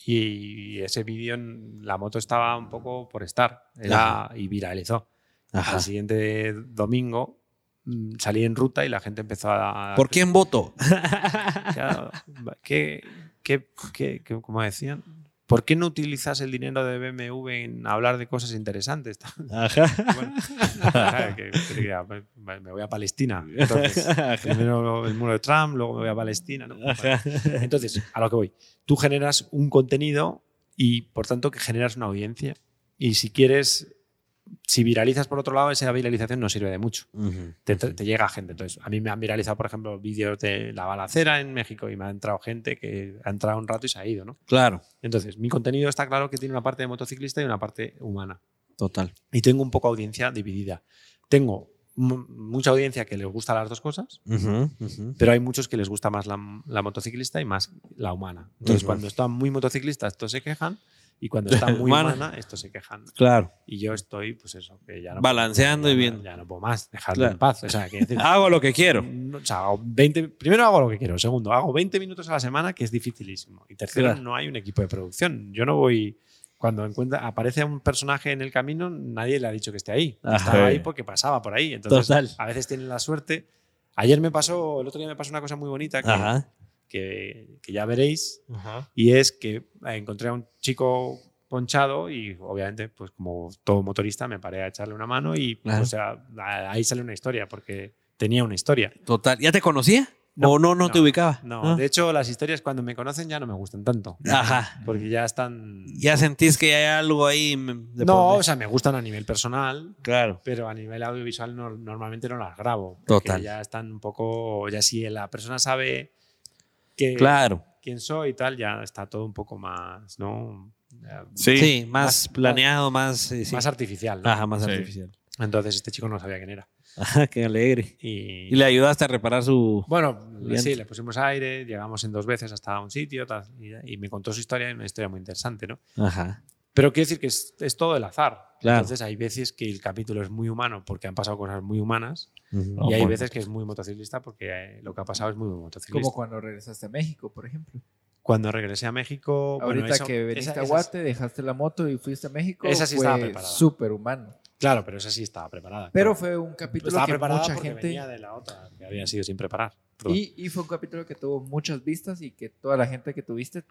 Speaker 7: y ese vídeo en la moto estaba un poco por estar era- y viralizó.
Speaker 1: Ajá.
Speaker 7: Al siguiente domingo mm, salí en ruta y la gente empezó a...
Speaker 1: ¿Por quién voto?
Speaker 7: Claro, va- ¿qué- qué- qué- qué- cómo decían? ¿Por qué no utilizas el dinero de BMW en hablar de cosas interesantes? [LAUGHS] Bueno, [LAUGHS] que- que diga, "Pues, vale, me voy a Palestina.
Speaker 1: [LAUGHS]
Speaker 7: Entonces, primero el muro de Trump, luego me voy a Palestina. ¿no? Vale. [LAUGHS] Entonces, a lo que voy. Tú generas un contenido y, por tanto, que generas una audiencia. Y si quieres, si viralizas por otro lado, esa viralización no sirve de mucho
Speaker 1: Ujú.
Speaker 7: te, te llega gente. Entonces, a mí me han viralizado, por ejemplo, vídeos de la balacera en México y me ha entrado gente que ha entrado un rato y se ha ido, ¿no?
Speaker 1: Claro,
Speaker 7: Entonces, mi contenido está claro que tiene una parte de motociclista y una parte humana.
Speaker 1: total.
Speaker 7: Y tengo un poco audiencia dividida. Tengo mu- mucha audiencia que les gusta las dos cosas,
Speaker 1: Ujú, ujú.
Speaker 7: pero hay muchos que les gusta más la, la motociclista y más la humana. Entonces,
Speaker 1: Ujú.
Speaker 7: cuando están muy motociclistas, estos se quejan. Y cuando están muy
Speaker 1: Humana.
Speaker 7: humana, estos se quejan.
Speaker 1: Claro.
Speaker 7: Y yo estoy, pues eso, que ya no
Speaker 1: Balanceando
Speaker 7: ya
Speaker 1: y
Speaker 7: no-
Speaker 1: viendo.
Speaker 7: Ya no puedo más, dejadme
Speaker 1: Claro.
Speaker 7: en paz. O sea, que decir,
Speaker 1: Hago lo que quiero.
Speaker 7: No, o sea, hago 20 primero hago lo que quiero, segundo, hago 20 minutos a la semana, que es dificilísimo. Y tercero,
Speaker 1: Claro.
Speaker 7: no hay un equipo de producción. Yo no voy. Cuando encuentra, aparece un personaje en el camino, nadie le ha dicho que esté ahí.
Speaker 1: Ajá.
Speaker 7: Estaba ahí porque pasaba por ahí. Entonces,
Speaker 1: Total.
Speaker 7: a veces tienen la suerte. Ayer me pasó, el otro día me pasó una cosa muy bonita que,
Speaker 1: Ajá.
Speaker 7: que- que ya veréis, y es que eh, encontré a un chico ponchado y obviamente pues como todo motorista me paré a echarle una mano y
Speaker 1: Claro.
Speaker 7: o sea, a- ahí sale una historia porque tenía una historia.
Speaker 1: Total. ¿Ya te conocía?
Speaker 7: No,
Speaker 1: ¿O no, no, te
Speaker 7: no,
Speaker 1: ubicaba?
Speaker 7: No,
Speaker 1: Ah.
Speaker 7: de hecho las historias cuando me conocen ya no me gustan tanto
Speaker 1: Ajá.
Speaker 7: porque ya están
Speaker 1: Ya sentís que hay algo ahí. de por
Speaker 7: no,
Speaker 1: medio.
Speaker 7: o sea, me gustan a nivel personal,
Speaker 1: claro.
Speaker 7: pero a nivel audiovisual no- normalmente no las grabo. porque
Speaker 1: Total.
Speaker 7: Ya están un poco, ya si la persona sabe que,
Speaker 1: Claro.
Speaker 7: quién soy y tal, ya está todo un poco más, ¿no? Ya-
Speaker 1: Sí,
Speaker 2: Sí.
Speaker 1: más
Speaker 7: Más-
Speaker 1: planeado, más. eh, sí.
Speaker 7: más artificial. ¿no?
Speaker 1: Ajá, más
Speaker 2: Sí.
Speaker 1: artificial.
Speaker 7: Entonces este chico no sabía quién era.
Speaker 1: Ajá, Ah, qué alegre.
Speaker 7: Y,
Speaker 1: Y le ayudaste a reparar su.
Speaker 7: bueno,
Speaker 1: Bien.
Speaker 7: sí, le pusimos aire, llegamos en dos veces hasta un sitio tal, y, y me contó su historia, y una historia muy interesante, ¿no?
Speaker 1: Ajá.
Speaker 7: Pero quiero decir que es, es todo el azar.
Speaker 1: Claro.
Speaker 7: Entonces hay veces que el capítulo es muy humano porque han pasado cosas muy humanas
Speaker 1: Ujú.
Speaker 2: No,
Speaker 7: y hay
Speaker 2: bueno.
Speaker 7: veces que es muy motociclista porque eh, lo que ha pasado es muy motociclista.
Speaker 3: Como cuando regresaste a México, por ejemplo.
Speaker 7: Cuando regresé a México... bueno,
Speaker 3: Ahorita
Speaker 7: eso-
Speaker 3: que
Speaker 7: esa-
Speaker 3: viniste a
Speaker 7: esas-
Speaker 3: Guate, dejaste la moto y fuiste a México.
Speaker 7: Esa sí estaba
Speaker 3: fue
Speaker 7: preparada.
Speaker 3: súper humano.
Speaker 7: Claro, pero esa sí estaba preparada.
Speaker 3: Pero
Speaker 7: claro.
Speaker 3: fue un capítulo
Speaker 7: estaba
Speaker 3: que
Speaker 7: preparada
Speaker 3: mucha
Speaker 7: porque
Speaker 3: gente.
Speaker 7: venía de la otra que había sido sin preparar. Perdón.
Speaker 3: Y, y fue un capítulo que tuvo muchas vistas y que toda la gente que tuviste eh,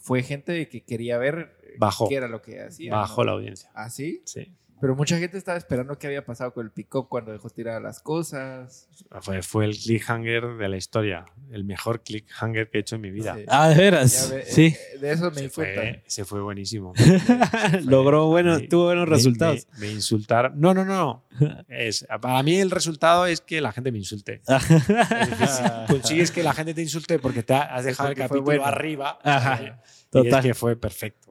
Speaker 3: fue gente que quería ver eh,
Speaker 7: Bajó.
Speaker 3: qué era lo que hacía.
Speaker 7: Bajó
Speaker 3: ¿no?
Speaker 7: la audiencia.
Speaker 3: ¿Ah, sí?
Speaker 7: Sí.
Speaker 3: Pero mucha gente estaba esperando qué había pasado con el pick-up cuando dejó tiradas las cosas.
Speaker 7: Fue, fue el cliffhanger de la historia. El mejor cliffhanger que he hecho en mi vida.
Speaker 3: Sí.
Speaker 1: Ah, de
Speaker 3: Ya
Speaker 1: veras.
Speaker 3: ve-
Speaker 1: sí.
Speaker 3: eh, De eso me
Speaker 7: Se
Speaker 3: di cuenta.
Speaker 7: fue, se fue
Speaker 3: [LAUGHS]
Speaker 7: buenísimo. Se fue-
Speaker 1: [LAUGHS] Logró bueno,
Speaker 7: me-
Speaker 1: tuvo buenos
Speaker 7: me-
Speaker 1: resultados.
Speaker 7: Me, me insultaron. No, no, no. Es, para mí el resultado es que la gente
Speaker 1: [LAUGHS]
Speaker 7: me insulte. Es decir,
Speaker 1: Ah.
Speaker 7: si consigues que la gente te insulte porque te ha- has dejado el
Speaker 3: porque fue
Speaker 7: capítulo
Speaker 3: bueno.
Speaker 7: arriba.
Speaker 1: Ajá,
Speaker 7: eh, y es
Speaker 1: total. Ah.
Speaker 7: que fue perfecto.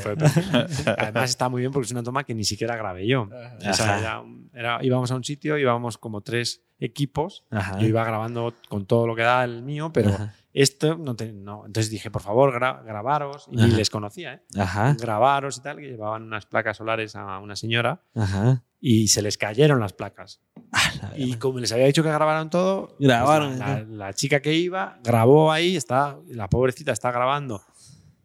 Speaker 7: Fue precioso. Además está muy bien porque es una toma que ni siquiera grabé yo. O sea, era un- era- íbamos a un sitio, íbamos como tres equipos.
Speaker 1: Ajá.
Speaker 7: Yo iba grabando con todo lo que da el mío, pero
Speaker 1: Ah. Ajá.
Speaker 7: esto no, te- no. Entonces dije, por favor, gra- grabaros. Y ni
Speaker 1: Ajá.
Speaker 7: les conocía, ¿eh?
Speaker 1: Ajá.
Speaker 7: Grabaros y tal, que llevaban unas placas solares a una señora
Speaker 1: Ajá.
Speaker 7: y se les cayeron las placas. y como les había dicho que grabaron todo, pues
Speaker 1: Grabaron,
Speaker 7: la, la- la chica que iba grabó ahí, está la pobrecita está grabando,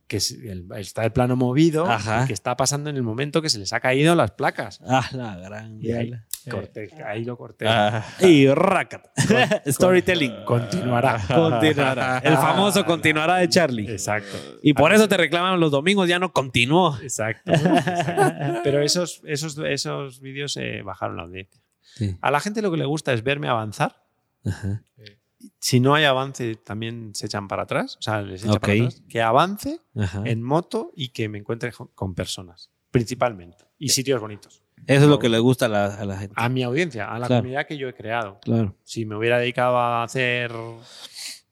Speaker 7: que es el- está el plano movido,
Speaker 1: Ajá.
Speaker 7: que está pasando en el momento que se les ha caído las placas.
Speaker 1: Ah, la gran.
Speaker 7: Y ahí,
Speaker 1: diabla.
Speaker 7: corté, ahí lo corté.
Speaker 1: Ah. Y rácata. [LAUGHS] Storytelling. [LAUGHS] Ah.
Speaker 7: Continuará.
Speaker 1: Continuará. El famoso continuará de Charlie.
Speaker 7: Exacto.
Speaker 1: Y por eso te reclaman los domingos, ya no continuó. [LAUGHS]
Speaker 7: Exacto. exacto. Pero esos, esos, esos vídeos eh, bajaron la audiencia.
Speaker 1: Sí.
Speaker 7: A la gente lo que le gusta es verme avanzar. Si no hay avance, también se echan para atrás. O sea, les echa para
Speaker 1: Ok. Ah.
Speaker 7: atrás. Que avance
Speaker 1: Ajá.
Speaker 7: en moto y que me encuentre jo- con personas, principalmente. Y
Speaker 1: Eh.
Speaker 7: sitios bonitos.
Speaker 1: Eso es lo que le gusta a la, a la gente.
Speaker 7: A mi audiencia, a la
Speaker 1: Claro.
Speaker 7: comunidad que yo he creado.
Speaker 1: Claro.
Speaker 7: Si me hubiera dedicado a hacer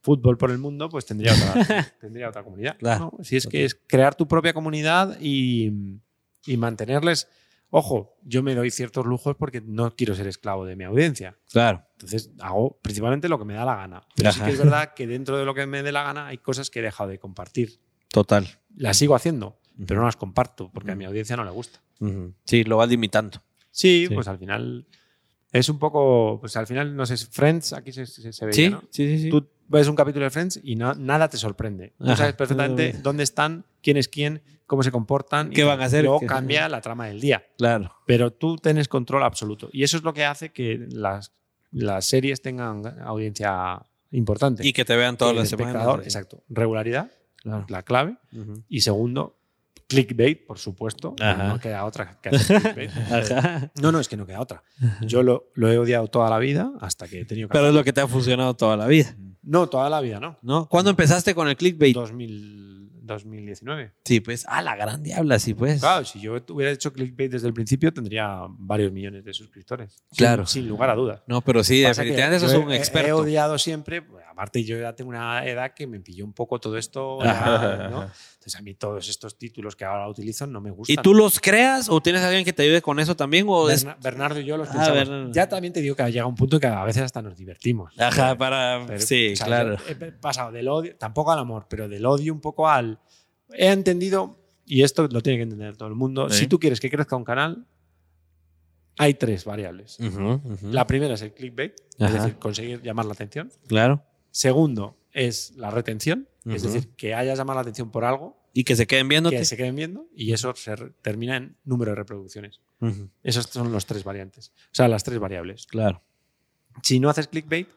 Speaker 7: fútbol por el mundo, pues tendría
Speaker 1: [LAUGHS]
Speaker 7: otra, tendría otra comunidad.
Speaker 1: Claro.
Speaker 7: ¿no? Si es que es crear tu propia comunidad y, y mantenerles. Ojo, yo me doy ciertos lujos porque no quiero ser esclavo de mi audiencia.
Speaker 1: Claro.
Speaker 7: Entonces hago principalmente lo que me da la gana. Pero sí
Speaker 1: Ajá.
Speaker 7: que es verdad que dentro de lo que me dé la gana hay cosas que he dejado de compartir.
Speaker 1: Total.
Speaker 7: Las sigo haciendo, pero no las comparto porque a
Speaker 1: Mm.
Speaker 7: mi audiencia no le gusta.
Speaker 1: Ujú. Sí, lo vas limitando.
Speaker 7: Sí,
Speaker 1: Sí.
Speaker 7: pues al final es un poco, pues al final, no sé, Friends, aquí se, se, se veía,
Speaker 1: Sí,
Speaker 7: ¿no?
Speaker 1: sí, sí. sí.
Speaker 7: Tú ves un capítulo de Friends y no- nada te sorprende. Tú
Speaker 1: Ajá.
Speaker 7: sabes perfectamente dónde están, quién es quién, cómo se comportan. y
Speaker 1: ¿Qué van a hacer?
Speaker 7: Luego
Speaker 1: ¿Qué-
Speaker 7: cambia la trama del día.
Speaker 1: Claro.
Speaker 7: Pero tú tienes control absoluto. Y eso es lo que hace que las, las series tengan audiencia importante.
Speaker 1: Y que te vean todas
Speaker 7: El
Speaker 1: las semanas.
Speaker 7: espectador, Exacto. Regularidad,
Speaker 1: Claro.
Speaker 7: la clave.
Speaker 1: Ujú.
Speaker 7: Y segundo, clickbait, por supuesto.
Speaker 1: Ajá.
Speaker 7: No queda otra que hacer clickbait.
Speaker 1: [LAUGHS] Ajá.
Speaker 7: No, no, es que no queda otra. Yo lo, lo he odiado toda la vida hasta que he tenido que.
Speaker 1: Pero es lo que te ha funcionado toda la vida,
Speaker 7: no, toda la vida, ¿no.
Speaker 1: ¿no? ¿Cuándo empezaste con el clickbait?
Speaker 7: 2000 2019.
Speaker 1: Sí, pues. Ah, la gran diabla, sí, pues.
Speaker 7: Claro, si yo hubiera hecho clickbait desde el principio, tendría varios millones de suscriptores. Sin-
Speaker 1: Claro.
Speaker 7: Sin, lugar a dudas.
Speaker 1: No, pero sí,
Speaker 7: Pasa
Speaker 1: definitivamente eso
Speaker 7: que
Speaker 1: es
Speaker 7: yo
Speaker 1: un
Speaker 7: he- He
Speaker 1: experto.
Speaker 7: odiado siempre, bueno, aparte yo ya tengo una edad que me pilló un poco todo esto, ya, ¿no? Entonces a mí todos estos títulos que ahora utilizo no me gustan.
Speaker 1: ¿Y tú los creas o tienes a alguien que te ayude con eso también? O es...
Speaker 7: Berna- Bernardo y yo los
Speaker 1: Ah,
Speaker 7: pensamos.
Speaker 1: Bernardo.
Speaker 7: Ya también te digo que llega un punto que a veces hasta nos divertimos.
Speaker 1: Ajá, para.
Speaker 7: Pero,
Speaker 1: sí,
Speaker 7: o sea,
Speaker 1: claro.
Speaker 7: yo He pasado del odio, tampoco al amor, pero del odio un poco al. He entendido, y esto lo tiene que entender todo el mundo,
Speaker 2: Sí.
Speaker 7: si tú quieres que crezca un canal, hay tres variables.
Speaker 1: Ujú, ujú.
Speaker 7: La primera es el clickbait,
Speaker 1: Ajá.
Speaker 7: es decir, conseguir llamar la atención.
Speaker 1: Claro.
Speaker 7: Segundo es la retención, es
Speaker 1: Ujú.
Speaker 7: decir, que hayas llamado la atención por algo,
Speaker 1: Y que se queden viéndote.
Speaker 7: que se queden viendo, y eso se re- termina en número de reproducciones.
Speaker 1: Ujú,
Speaker 7: Esas son los tres variantes, o sea, las tres variables.
Speaker 1: Claro.
Speaker 7: Si no haces clickbait,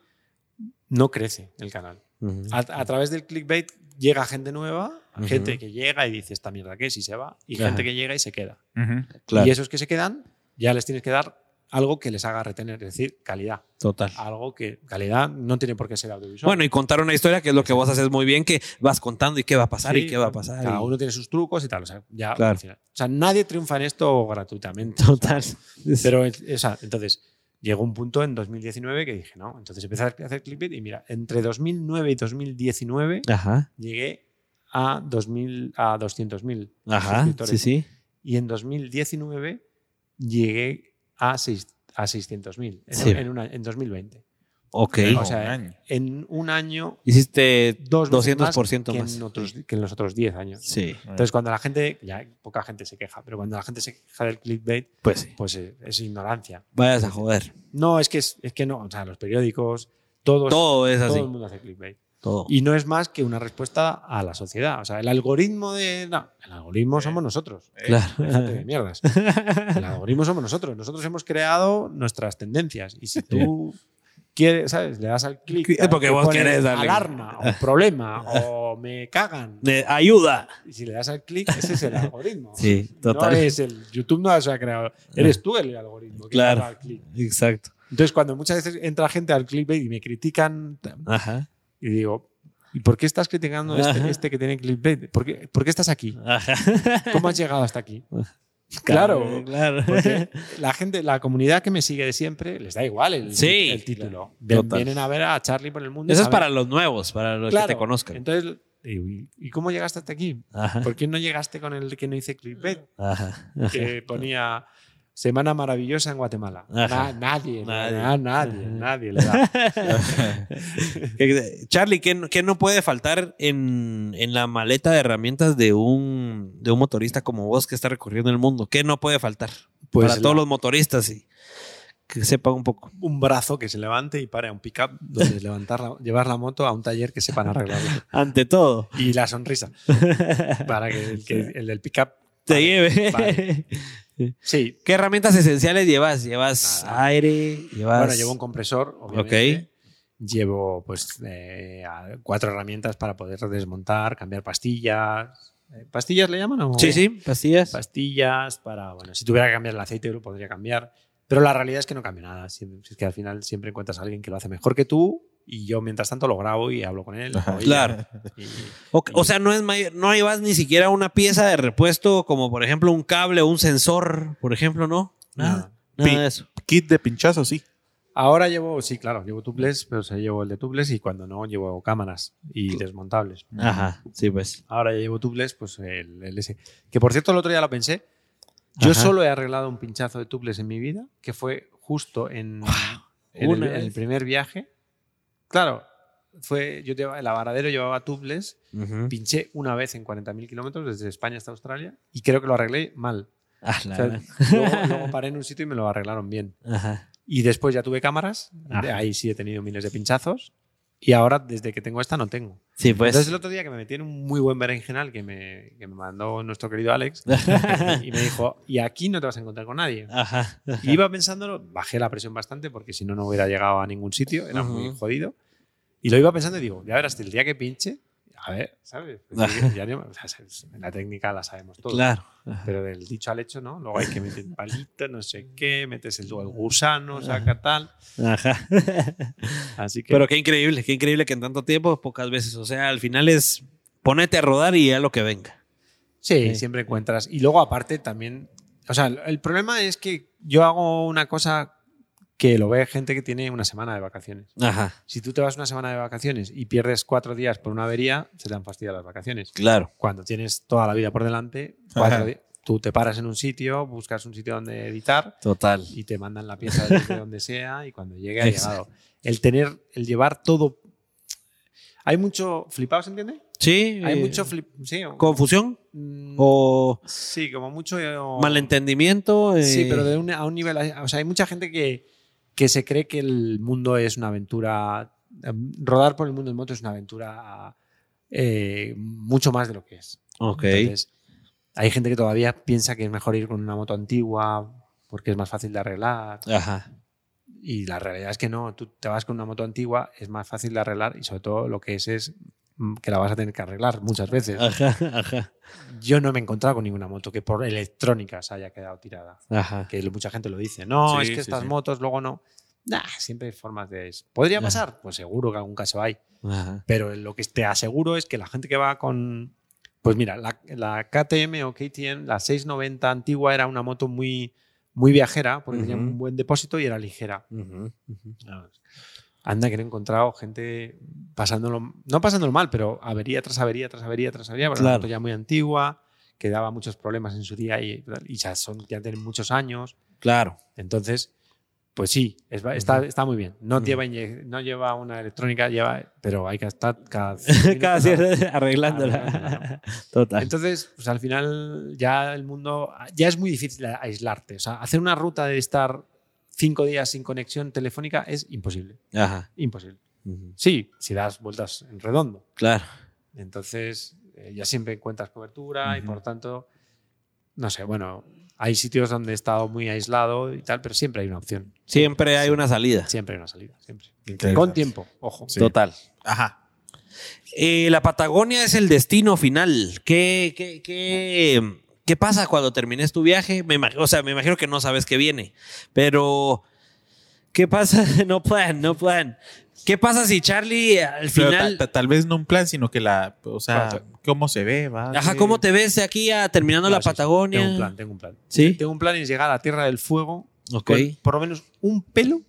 Speaker 7: no crece el canal.
Speaker 1: Ujú.
Speaker 7: A, a través del clickbait llega gente nueva,
Speaker 1: Ujú.
Speaker 7: gente que llega y dice esta mierda que es y se va, y
Speaker 1: Ajá.
Speaker 7: gente que llega y se queda.
Speaker 2: Ujú.
Speaker 1: Claro.
Speaker 7: Y esos que se quedan, ya les tienes que dar algo que les haga retener, es decir, calidad.
Speaker 1: Total.
Speaker 7: Algo que calidad no tiene por qué ser audiovisual.
Speaker 1: Bueno, y contar una historia que es lo que vos haces muy bien, que vas contando y qué va a pasar
Speaker 7: Sí,
Speaker 1: y qué va a pasar.
Speaker 7: Cada
Speaker 1: y-
Speaker 7: uno tiene sus trucos y tal. O sea, ya
Speaker 1: Claro.
Speaker 7: al final. O sea, nadie triunfa en esto gratuitamente.
Speaker 1: Total.
Speaker 7: Pero, o sea, entonces, llegó un punto en 2019 que dije, no, entonces empecé a hacer clickbait y mira, entre 2009 y 2019
Speaker 1: Ajá.
Speaker 7: llegué a 2000 a 200.000
Speaker 1: Ajá.
Speaker 7: suscriptores.
Speaker 1: Sí, sí.
Speaker 7: Y en 2019 llegué a, seis- a 600.000 en,
Speaker 1: Sí.
Speaker 7: en, una- en 2020.
Speaker 1: Ok.
Speaker 7: O sea,
Speaker 2: Un año.
Speaker 7: En un año,
Speaker 1: Hiciste
Speaker 7: dos veces
Speaker 1: 200%
Speaker 7: que,
Speaker 1: más.
Speaker 7: En otros- que en los otros 10 años.
Speaker 1: Sí.
Speaker 7: Entonces, cuando la gente, ya poca gente se queja, pero cuando la gente se queja del clickbait,
Speaker 1: Pues sí.
Speaker 7: pues eh, es, ignorancia.
Speaker 1: Vayas a joder.
Speaker 7: No, es que, es, es que no, o sea, los periódicos, todos,
Speaker 1: Todo es
Speaker 7: pues, todo
Speaker 1: así.
Speaker 7: el mundo hace clickbait.
Speaker 1: Todo.
Speaker 7: Y no es más que una respuesta a la sociedad. O sea, el algoritmo de. No, el algoritmo somos [LAUGHS] nosotros. Déjate de
Speaker 1: Claro.
Speaker 7: mierdas. El algoritmo somos nosotros. Nosotros hemos creado nuestras tendencias. Y si tú quieres, ¿sabes? Le das al clic.
Speaker 1: Es porque
Speaker 7: te
Speaker 1: vos
Speaker 7: pones
Speaker 1: querés darle.
Speaker 7: Alarma, o problema, o me cagan.
Speaker 1: De ayuda.
Speaker 7: Y si le das al clic, ese es el algoritmo.
Speaker 1: Sí, total.
Speaker 7: No eh. es el YouTube no se ha creado. Eres tú el algoritmo. que
Speaker 1: Claro.
Speaker 7: le da al clic.
Speaker 1: Exacto.
Speaker 7: Entonces, cuando muchas veces entra gente al clickbait y me critican,
Speaker 1: Ajá.
Speaker 7: y digo, ¿y por qué estás criticando este,
Speaker 1: Ajá.
Speaker 7: este que tiene clickbait? ¿Por qué, por qué estás aquí?
Speaker 1: Ajá.
Speaker 7: ¿Cómo has llegado hasta aquí? [LAUGHS]
Speaker 1: [LAUGHS]
Speaker 7: Claro.
Speaker 1: Claro.
Speaker 7: Porque la gente, la comunidad que me sigue de siempre, les da igual el,
Speaker 1: Sí,
Speaker 7: el título.
Speaker 1: claro.
Speaker 7: Ven- Vienen a ver a Charlie por el mundo.
Speaker 1: Eso es
Speaker 7: a ver-
Speaker 1: para los nuevos, para los
Speaker 7: Claro.
Speaker 1: que te conozcan.
Speaker 7: Entonces, Y digo, ¿y- ¿y cómo llegaste hasta aquí?
Speaker 1: Ajá,
Speaker 7: ¿Por qué no llegaste con el que no hice clickbait?
Speaker 1: ajá.
Speaker 7: que ponía Semana Maravillosa en Guatemala. Na-
Speaker 1: Ajá.
Speaker 7: nadie,
Speaker 1: Nadie.
Speaker 7: nadie, nadie, nadie le da. pues.
Speaker 1: Eh, Charlie, ¿qué, no- qué no puede faltar en, en la maleta de herramientas de un, de un motorista como vos que está recorriendo el mundo? ¿Qué no puede faltar?
Speaker 7: Pues
Speaker 1: Para
Speaker 7: la-
Speaker 1: todos los motoristas y que sepan un poco.
Speaker 7: Un brazo que se levante y pare a un pickup
Speaker 1: [LAUGHS]
Speaker 7: donde levantar la- llevar la moto a un taller que sepan arreglarla.
Speaker 1: Ante todo,
Speaker 7: Y
Speaker 1: [LAUGHS]
Speaker 7: la sonrisa. Para que el, que el del pickup
Speaker 1: te
Speaker 7: pare.
Speaker 1: lleve.
Speaker 7: vale. Sí.
Speaker 1: ¿Qué herramientas esenciales llevas? ¿Llevas
Speaker 7: Nada.
Speaker 1: aire? ¿Llevas...?
Speaker 7: Bueno, llevo un compresor, obviamente. Llevo pues eh, a- cuatro herramientas para poder desmontar, cambiar pastillas. Eh, ¿Pastillas le llaman? O...
Speaker 1: Sí, sí, pastillas.
Speaker 7: pastillas, para, bueno, si tuviera que cambiar el aceite lo podría cambiar, pero la realidad es que no cambia nada, siempre- es que al final siempre encuentras a alguien que lo hace mejor que tú y yo mientras tanto lo grabo y hablo con él. o ella,
Speaker 1: Claro.
Speaker 7: y-
Speaker 6: Ah.
Speaker 1: O, [LAUGHS] o sea, no es may- no llevas ni siquiera una pieza de repuesto como por ejemplo un cable o un sensor, por ejemplo, ¿no? Nada,
Speaker 2: No.
Speaker 1: nada de eso.
Speaker 2: Kit de pinchazo, sí.
Speaker 7: Ahora llevo, sí, claro, llevo tubeless, pero se llevo el de tubeless y cuando no llevo cámaras y desmontables.
Speaker 1: Ajá, sí, pues.
Speaker 7: Ahora ya llevo tubeless, pues el, el ese. Que por cierto, el otro día lo pensé. Yo
Speaker 1: Ajá.
Speaker 7: solo he arreglado un pinchazo de tubeless en mi vida, que fue justo en, en el,
Speaker 1: una
Speaker 7: en el
Speaker 1: vez.
Speaker 7: primer viaje. Claro, fue, yo llevaba, el avaradero llevaba tubeless, pinché una vez en 40.000 kilómetros desde España hasta Australia y creo que lo arreglé mal.
Speaker 1: Ah, la
Speaker 7: O sea,
Speaker 1: gran- [LAUGHS]
Speaker 7: luego, luego paré en un sitio y me lo arreglaron bien.
Speaker 1: Ajá.
Speaker 7: Y después ya tuve cámaras, de ahí sí he tenido miles de pinchazos y ahora desde que tengo esta no tengo.
Speaker 1: Sí, pues.
Speaker 7: Entonces el otro día que me metí en un muy buen berenjenal que me, que me mandó nuestro
Speaker 1: [LAUGHS]
Speaker 7: querido Alex y me dijo, y aquí no te vas a encontrar con nadie.
Speaker 1: Ajá.
Speaker 7: Y iba pensándolo, bajé la presión bastante porque si no, no hubiera llegado a ningún sitio, era muy
Speaker 1: Ujú.
Speaker 7: jodido. Y lo iba pensando y digo, ya verás, el día que pinche, a ver,
Speaker 1: [LAUGHS]
Speaker 7: ¿sabes? Porque ya no- o sea, sabes, la técnica la sabemos todos.
Speaker 1: Claro.
Speaker 7: Pero del dicho al hecho, ¿no? Luego hay que meter palito,
Speaker 1: [LAUGHS]
Speaker 7: no sé qué, metes el, el gusano, saca tal.
Speaker 1: Ajá. [LAUGHS]
Speaker 7: Así que
Speaker 1: Pero qué increíble, qué increíble que en tanto tiempo, pocas veces. O sea, al final es ponete a rodar y ya lo que venga.
Speaker 7: Sí,
Speaker 1: Sí.
Speaker 7: siempre encuentras. Y luego, aparte, también. O sea, el- el problema es que yo hago una cosa que lo ve gente que tiene una semana de vacaciones.
Speaker 1: Ajá.
Speaker 7: Si tú te vas una semana de vacaciones y pierdes cuatro días por una avería, se te han fastidiado las vacaciones.
Speaker 1: Claro.
Speaker 7: Cuando tienes toda la vida por delante, cuatro di- tú te paras en un sitio, buscas un sitio donde editar
Speaker 1: Total.
Speaker 7: y te mandan la pieza desde donde sea y cuando llegue ha
Speaker 1: Exacto.
Speaker 7: llegado. El tener, el llevar todo. Hay mucho flipado, ¿se entiende?
Speaker 1: Sí.
Speaker 7: Hay
Speaker 1: eh,
Speaker 7: mucho flip. Sí, o-
Speaker 1: confusión
Speaker 7: mm,
Speaker 1: o
Speaker 7: Sí, como mucho. eh, o-
Speaker 1: malentendimiento. eh,
Speaker 7: Sí, pero de un- a un nivel. O sea, hay mucha gente que, que se cree que el mundo es una aventura. em, Rodar por el mundo en moto es una aventura eh, mucho más de lo que es.
Speaker 1: Ok.
Speaker 7: Entonces, hay gente que todavía piensa que es mejor ir con una moto antigua porque es más fácil de arreglar.
Speaker 1: Ajá.
Speaker 7: Y la realidad es que no. Tú te vas con una moto antigua, es más fácil de arreglar y sobre todo lo que es es mm, que la vas a tener que arreglar muchas veces.
Speaker 1: Ajá, ajá,
Speaker 7: Yo no me he encontrado con ninguna moto que por electrónicas haya quedado tirada
Speaker 1: ajá.
Speaker 7: que mucha gente lo dice. No,
Speaker 2: Sí,
Speaker 7: es que
Speaker 2: sí,
Speaker 7: estas
Speaker 2: sí.
Speaker 7: motos luego no. Nah, siempre hay formas de eso. ¿Podría
Speaker 1: Ya.
Speaker 7: pasar? Pues seguro que algún caso hay.
Speaker 1: ajá.
Speaker 7: Pero lo que te aseguro es que la gente que va con. Pues mira, la, la KTM o KTM, la 690 antigua era una moto muy, muy viajera porque tenía
Speaker 1: Ujú.
Speaker 7: un buen depósito y era ligera. Anda, que no he encontrado gente pasándolo, no pasándolo mal, pero avería tras avería tras avería tras avería, porque
Speaker 1: Claro.
Speaker 7: una moto ya muy antigua, que daba muchos problemas en su día y, y ya, son, ya tienen muchos años.
Speaker 1: Claro.
Speaker 7: Entonces, pues sí, es- está, está muy bien. No,
Speaker 1: Ujú.
Speaker 7: lleva, inye- no lleva una electrónica, lleva, pero hay que estar cada,
Speaker 1: Cada
Speaker 7: cierto
Speaker 1: cierre [LAUGHS] arreglándola.
Speaker 7: Arreglándola.
Speaker 1: Total.
Speaker 7: Entonces, pues al final ya el mundo, ya es muy difícil a- aislarte. O sea, hacer una ruta de estar cinco días sin conexión telefónica es imposible.
Speaker 1: Ajá.
Speaker 7: Imposible.
Speaker 1: Ujú.
Speaker 7: Sí, si das vueltas en redondo.
Speaker 1: Claro.
Speaker 7: Entonces, eh, ya siempre encuentras cobertura y
Speaker 2: Ujú.
Speaker 7: por tanto, no sé, bueno, hay sitios donde he estado muy aislado y tal, pero siempre hay una opción.
Speaker 1: Siempre hay una salida.
Speaker 7: Siempre hay una salida, siempre.
Speaker 2: Increíble.
Speaker 7: Con tiempo, ojo.
Speaker 2: Sí.
Speaker 1: Total.
Speaker 2: Ajá.
Speaker 1: Eh, la Patagonia es el destino final. ¿Qué, qué, qué, qué pasa cuando termines tu viaje? Me imag- o sea, me imagino que no sabes qué viene, pero ¿qué pasa? [LAUGHS] No plan, no plan. ¿Qué pasa si Charlie eh, al
Speaker 2: Pero
Speaker 1: final...
Speaker 2: ta- ta- tal vez no un plan, sino que la, o sea, cómo se ve, va.
Speaker 1: Ajá, ¿cómo te ves de aquí a terminando
Speaker 7: No,
Speaker 1: la
Speaker 7: sí, sí.
Speaker 1: Patagonia?
Speaker 7: Tengo un plan, tengo un plan.
Speaker 1: ¿Sí?
Speaker 7: Tengo un plan es llegar a la Tierra del Fuego
Speaker 1: Ok,
Speaker 7: con por lo menos un pelo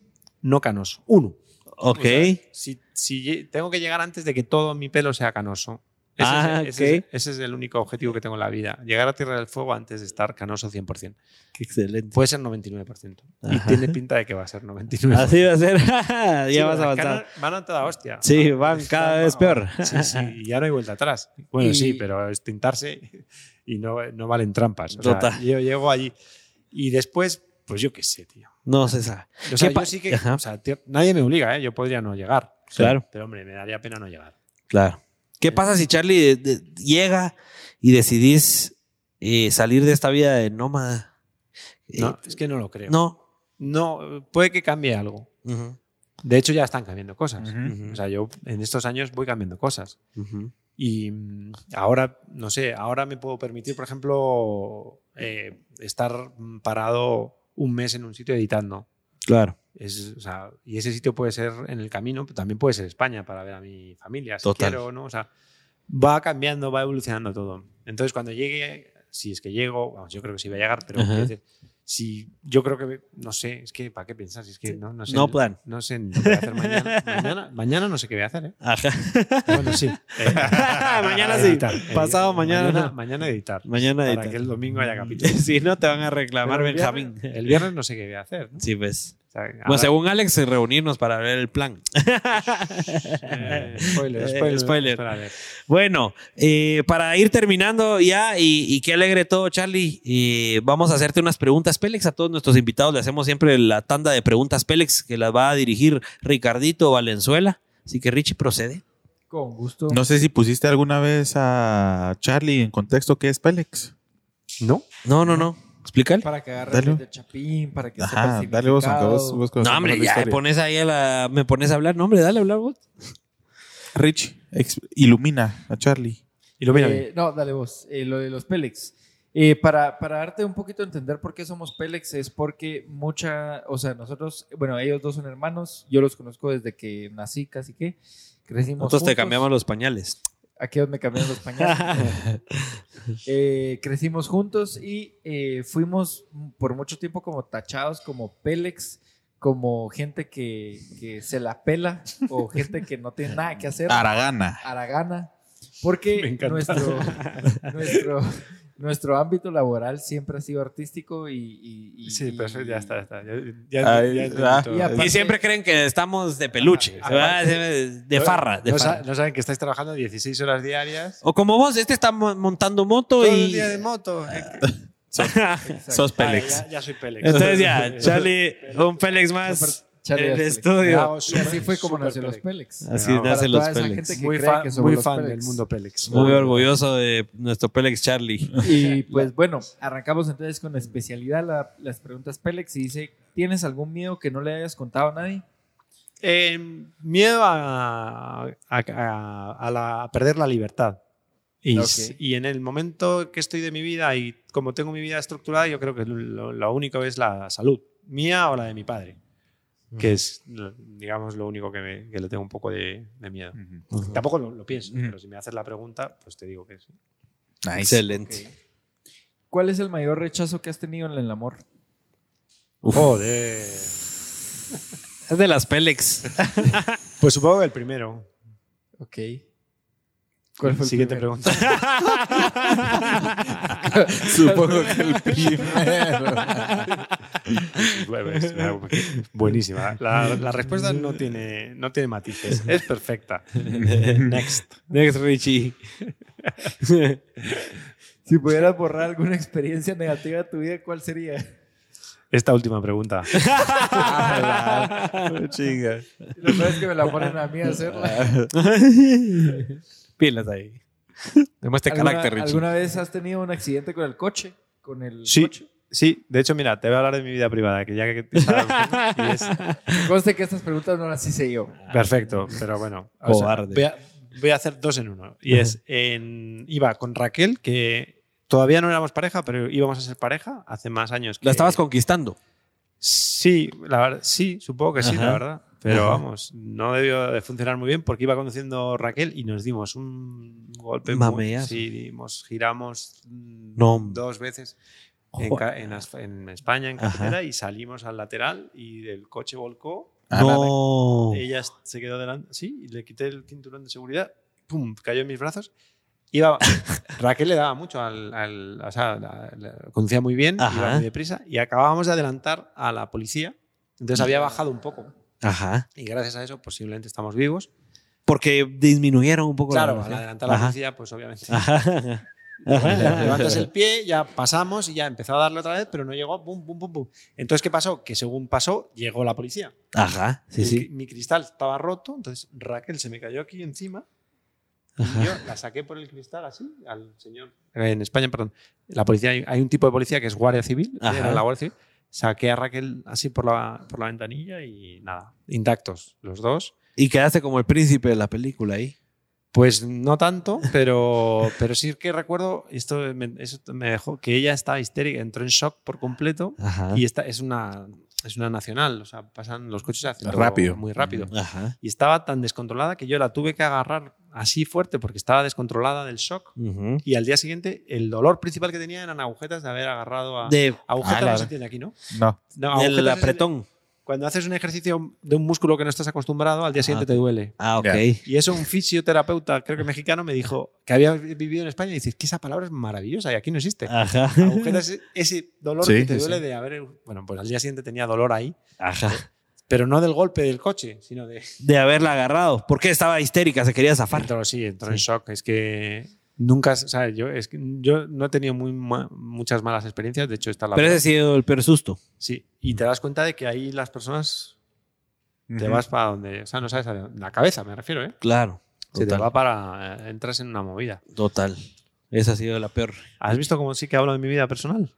Speaker 7: no canoso. Uno.
Speaker 1: ok.
Speaker 7: Si, si lle- tengo que llegar antes de que todo mi pelo sea canoso, Ese,
Speaker 1: Ah,
Speaker 7: es, ese es-
Speaker 1: ok.
Speaker 7: ese es el único objetivo que tengo en la vida. Llegar a Tierra del Fuego antes de estar canoso 100%.
Speaker 1: Qué excelente.
Speaker 7: Puede ser 99%.
Speaker 1: Ajá.
Speaker 7: Y tiene pinta de que va a ser 99%.
Speaker 1: Así va a ser. [LAUGHS] ya
Speaker 7: Sí,
Speaker 1: vas
Speaker 7: van
Speaker 1: a
Speaker 7: a
Speaker 1: avanzar.
Speaker 7: cana- Van a toda hostia.
Speaker 1: Sí, van
Speaker 7: Están-
Speaker 1: cada vez peor.
Speaker 7: Sí, sí, y ya no hay
Speaker 1: [LAUGHS]
Speaker 7: vuelta atrás. Bueno,
Speaker 1: Y-
Speaker 7: sí, pero es tintarse y no, no valen trampas. O sea,
Speaker 1: Total.
Speaker 7: yo llego allí. Y después, pues yo qué sé, tío.
Speaker 1: No se sabe.
Speaker 7: O sea,
Speaker 1: ¿Qué pa-
Speaker 7: yo sí que.
Speaker 1: Ajá.
Speaker 7: o sea, tío, nadie me obliga, ¿eh? Yo podría no llegar.
Speaker 1: Claro.
Speaker 7: Pero, hombre, me daría pena no llegar.
Speaker 1: Claro. ¿Qué pasa si Charlie de- de- llega y decidís eh, salir de esta vida de nómada? Eh,
Speaker 7: No, es que no lo creo.
Speaker 1: no.
Speaker 7: No, puede que cambie algo.
Speaker 1: Ujú,
Speaker 7: De hecho, ya están cambiando cosas.
Speaker 1: ujú,
Speaker 7: O sea, yo en estos años voy cambiando cosas.
Speaker 1: ujú.
Speaker 7: Y mm, ahora, no sé, ahora me puedo permitir, por ejemplo, eh, estar mm, parado un mes en un sitio editando.
Speaker 1: Claro.
Speaker 7: Es, o sea, y ese sitio puede ser en el camino, pero también puede ser España para ver a mi familia, si
Speaker 1: Total.
Speaker 7: quiero, ¿no? O sea, va cambiando, va evolucionando todo. Entonces, cuando llegue, si es que llego, vamos, yo creo que sí voy a llegar, pero
Speaker 1: Ajá.
Speaker 7: quiero decir, si yo creo que, no sé, es que, ¿para qué pensar? Si es que no, no sé.
Speaker 1: No plan.
Speaker 7: No sé ni lo que voy a
Speaker 1: [LAUGHS]
Speaker 7: hacer mañana. mañana. Mañana no sé qué voy a hacer, ¿eh?
Speaker 1: Ajá. [LAUGHS]
Speaker 7: Bueno, sí. Eh,
Speaker 1: Mañana sí. Pasado mañana
Speaker 7: Mañana,
Speaker 1: no.
Speaker 7: mañana editar.
Speaker 1: Mañana
Speaker 7: Para
Speaker 1: editar.
Speaker 7: que el domingo haya capítulo.
Speaker 1: [LAUGHS] si no, te van a reclamar,
Speaker 7: Pero el
Speaker 1: Benjamín.
Speaker 7: viernes- El viernes no sé qué voy a hacer. ¿no?
Speaker 1: Sí, pues.
Speaker 7: O sea,
Speaker 1: Bueno, [LAUGHS]
Speaker 7: ahora-
Speaker 1: según Alex, reunirnos para ver el plan.
Speaker 7: eh, [LAUGHS] spoiler,
Speaker 1: Eh,
Speaker 7: spoiler.
Speaker 1: spoiler.
Speaker 7: espera, a ver.
Speaker 1: Bueno, eh, para ir terminando ya, y, y qué alegre todo, Charlie, eh, vamos a hacerte unas preguntas Pélex a todos nuestros invitados. Le hacemos siempre la tanda de preguntas Pélex que las va a dirigir Ricardito Valenzuela. Así que Richie procede.
Speaker 3: Con gusto.
Speaker 2: No sé si pusiste alguna vez a Charlie en contexto que es Pélex.
Speaker 7: ¿No?
Speaker 1: No, no, no. Explícale.
Speaker 3: Para que agarre
Speaker 2: Dale.
Speaker 3: el de Chapín, para que sepa
Speaker 2: Ajá,
Speaker 3: el
Speaker 2: dale vos, aunque vos,
Speaker 3: significado.
Speaker 2: vos conoces
Speaker 1: No,
Speaker 2: más
Speaker 1: hombre,
Speaker 2: la
Speaker 1: ya me
Speaker 2: historia.
Speaker 1: pones ahí a la. Me pones a hablar. No, hombre, dale a hablar vos.
Speaker 2: Rich, ex- ilumina a Charlie.
Speaker 7: Ilumíname.
Speaker 3: Eh, no, dale vos. Eh, lo de los Pélex. Eh, para, para darte un poquito a entender por qué somos Pélex es porque mucha, o sea, nosotros, bueno, ellos dos son hermanos, yo los conozco desde que nací, casi que crecimos.
Speaker 1: Nosotros te
Speaker 3: juntos.
Speaker 1: cambiamos los pañales.
Speaker 3: Aquí es donde me cambiaron los pañales. Eh, crecimos juntos y eh, fuimos por mucho tiempo como tachados, como Pélex, como gente que, que se la pela o gente que no tiene nada que hacer.
Speaker 2: Aragana.
Speaker 3: Aragana,
Speaker 7: Me
Speaker 3: porque
Speaker 7: encanta. [LAUGHS]
Speaker 3: nuestro, nuestro, nuestro ámbito laboral siempre ha sido artístico y... y- y-
Speaker 7: sí,
Speaker 3: y-
Speaker 7: pero eso ya está. está. Ya, ya-
Speaker 2: Ahí,
Speaker 7: ya entendí
Speaker 2: ah.
Speaker 7: todo.
Speaker 3: Y aparte-
Speaker 1: Y siempre creen que estamos de peluche,
Speaker 7: Ajá.
Speaker 1: ¿verdad?
Speaker 7: Aparte-
Speaker 1: de farra, de
Speaker 7: no, sa-
Speaker 1: farra.
Speaker 7: no saben que estáis trabajando 16 horas diarias.
Speaker 1: O como vos, este está mo- montando moto
Speaker 7: Todo
Speaker 1: y.
Speaker 7: el día de moto. Eh,
Speaker 3: Exacto.
Speaker 2: Sos Pélex.
Speaker 7: ya, ya soy Pélex.
Speaker 1: Entonces
Speaker 7: [LAUGHS]
Speaker 1: ya, Charlie, un Pélex más
Speaker 3: Charlie
Speaker 1: en el
Speaker 3: Asterix.
Speaker 7: Me
Speaker 1: estudio.
Speaker 7: hago
Speaker 3: Y así fue como
Speaker 7: súper
Speaker 3: nació los
Speaker 7: Pélex.
Speaker 3: Pélex.
Speaker 1: Así
Speaker 7: Me hago-
Speaker 1: nacen
Speaker 3: Para
Speaker 1: los
Speaker 3: toda esa
Speaker 1: Pélex.
Speaker 3: gente que
Speaker 7: Muy
Speaker 3: cree
Speaker 7: fan,
Speaker 3: que somos
Speaker 7: muy
Speaker 3: los
Speaker 7: fan
Speaker 3: Pélex.
Speaker 7: del mundo Pélex.
Speaker 1: Muy orgulloso de nuestro Pélex Charlie.
Speaker 3: [LAUGHS] Y pues bueno, arrancamos entonces con la especialidad, la- las preguntas Pélex, y dice, ¿tienes algún miedo que no le hayas contado a nadie?
Speaker 7: Eh, miedo a, a- a- a la- a perder la libertad. Y,
Speaker 3: Ok.
Speaker 7: s- y en el momento que estoy de mi vida y como tengo mi vida estructurada, yo creo que lo, lo único es la salud, mía o la de mi padre, que es, lo- digamos, lo único que, me- que le tengo un poco de, de miedo. Tampoco lo, lo pienso,
Speaker 2: Ujú.
Speaker 7: pero si me haces la pregunta, pues te digo que sí.
Speaker 1: Excelente.
Speaker 3: ¿Cuál es el mayor rechazo que has tenido en el amor?
Speaker 7: Joder.
Speaker 1: Es de las Pélex.
Speaker 7: Pues supongo que el [LAUGHS] primero.
Speaker 3: Ok. ¿Cuál fue el
Speaker 7: Siguiente
Speaker 3: primero?
Speaker 7: [LAUGHS] pregunta.
Speaker 2: Supongo que el primero.
Speaker 7: [LAUGHS] Buenísima. La, la respuesta no tiene, no tiene matices. Es perfecta. Next.
Speaker 1: Next Richie.
Speaker 3: Si pudieras borrar alguna experiencia negativa de tu vida, ¿cuál sería?
Speaker 7: Esta última pregunta.
Speaker 1: Ah,
Speaker 2: Chinga.
Speaker 3: La verdad es que me la ponen a mí a
Speaker 7: Ah,
Speaker 3: hacerla.
Speaker 1: [LAUGHS] Pilas ahí.
Speaker 7: este
Speaker 1: Demuestra
Speaker 3: ¿Alguna,
Speaker 1: carácter, Richie.
Speaker 3: ¿Alguna vez has tenido un accidente con el coche? ¿Con el
Speaker 7: Sí,
Speaker 3: coche?
Speaker 7: sí. De hecho, mira, te voy a hablar de mi vida privada, que ya que
Speaker 1: [LAUGHS]
Speaker 7: te estaba- y es
Speaker 3: Conste que estas preguntas no las hice yo.
Speaker 7: perfecto, pero bueno. o sea,
Speaker 1: Cobarde.
Speaker 7: voy, a, voy a hacer dos en uno. Y es, en, iba con Raquel, que todavía no éramos pareja, pero íbamos a ser pareja hace más años. Que,
Speaker 1: La estabas conquistando.
Speaker 7: Sí, la verdad, sí, supongo que sí,
Speaker 1: Ajá.
Speaker 7: la verdad. Pero
Speaker 1: Ajá.
Speaker 7: vamos, no debió de funcionar muy bien porque iba conduciendo Raquel y nos dimos un golpe.
Speaker 1: Mameazo.
Speaker 7: Muy, sí, dimos, giramos mm,
Speaker 1: No.
Speaker 7: dos veces en,
Speaker 1: Joder.
Speaker 7: ca- en as- en España, en
Speaker 1: Ajá.
Speaker 7: carretera, y salimos al lateral y el coche volcó.
Speaker 1: No.
Speaker 7: Ella se quedó delante, sí, y le quité el cinturón de seguridad, pum, cayó en mis brazos
Speaker 1: [LAUGHS]
Speaker 7: Iba, Raquel le daba mucho al. al- o sea, la- la- conducía muy bien,
Speaker 1: Ajá.
Speaker 7: iba muy deprisa y acabábamos de adelantar a la policía. Entonces había bajado un poco.
Speaker 1: Ajá.
Speaker 7: Y gracias a eso, posiblemente estamos vivos.
Speaker 1: Porque disminuyeron un poco la
Speaker 7: Claro, al
Speaker 1: velocidad.
Speaker 7: adelantar a la
Speaker 1: Ajá.
Speaker 7: policía, pues obviamente.
Speaker 1: Ajá. [LAUGHS] Ajá.
Speaker 7: Levantas el pie, ya pasamos y ya empezó a darle otra vez, pero no llegó. Pum, pum, pum, pum. Entonces, ¿qué pasó? Que según pasó, llegó la policía.
Speaker 1: Ajá. Sí,
Speaker 7: mi,
Speaker 1: sí.
Speaker 7: mi cristal estaba roto, entonces Raquel se me cayó aquí encima. Y yo la saqué por el cristal así al señor. Eh, En España, perdón. La policía, hay hay un tipo de policía que es guardia civil.
Speaker 1: Ajá.
Speaker 7: era la guardia civil. Saqué a Raquel así por la, por la ventanilla y nada, intactos los dos.
Speaker 1: Y quedaste como el príncipe de la película ahí.
Speaker 7: Pues no tanto, [LAUGHS] pero, pero sí que recuerdo, esto me, eso me dejó, que ella estaba histérica, entró en shock por completo
Speaker 1: Ajá.
Speaker 7: y esta es una, es una nacional, o sea, pasan los coches a 100
Speaker 2: Rápido.
Speaker 7: muy rápido.
Speaker 1: Ajá.
Speaker 7: Y estaba tan descontrolada que yo la tuve que agarrar así fuerte porque estaba descontrolada del shock.
Speaker 1: Ujú.
Speaker 7: Y al día siguiente, el dolor principal que tenía eran agujetas de haber agarrado a.
Speaker 1: De,
Speaker 7: agujetas
Speaker 2: ala.
Speaker 7: no se tiene aquí, ¿no?
Speaker 2: No.
Speaker 7: No, agujetas
Speaker 1: del
Speaker 7: es el-
Speaker 1: apretón.
Speaker 7: cuando haces un ejercicio de un músculo que no estás acostumbrado, al día siguiente
Speaker 1: Ah.
Speaker 7: te duele.
Speaker 1: Ah, ok.
Speaker 7: Y eso un fisioterapeuta, creo que mexicano, me dijo que había vivido en España y dices que esa palabra es maravillosa y aquí no existe.
Speaker 1: Ajá. [LAUGHS]
Speaker 7: Agujetas es ese dolor
Speaker 2: Sí,
Speaker 7: que te
Speaker 2: sí,
Speaker 7: duele
Speaker 2: sí.
Speaker 7: de haber. Bueno, pues al día siguiente tenía dolor ahí,
Speaker 1: Ajá.
Speaker 7: pero no del golpe del coche, sino de.
Speaker 1: De haberla agarrado. Porque estaba histérica, se quería zafar.
Speaker 7: Entró, sí, entró en
Speaker 1: Sí.
Speaker 7: shock. Es que nunca, o sea, yo, es que yo no he tenido muy ma- muchas malas experiencias. De hecho, está la
Speaker 1: Pero ese ha sido el peor susto.
Speaker 7: Sí, y te das cuenta de que ahí las personas te
Speaker 2: Ujú.
Speaker 7: vas para donde, o sea, no sabes, a dónde- la cabeza me refiero, ¿eh?
Speaker 1: Claro.
Speaker 7: Se te
Speaker 1: Total.
Speaker 7: va para, eh, entras en una movida.
Speaker 1: Total. Esa ha sido la peor. [LAUGHS]
Speaker 7: ¿Has visto cómo sí que hablo de mi vida personal?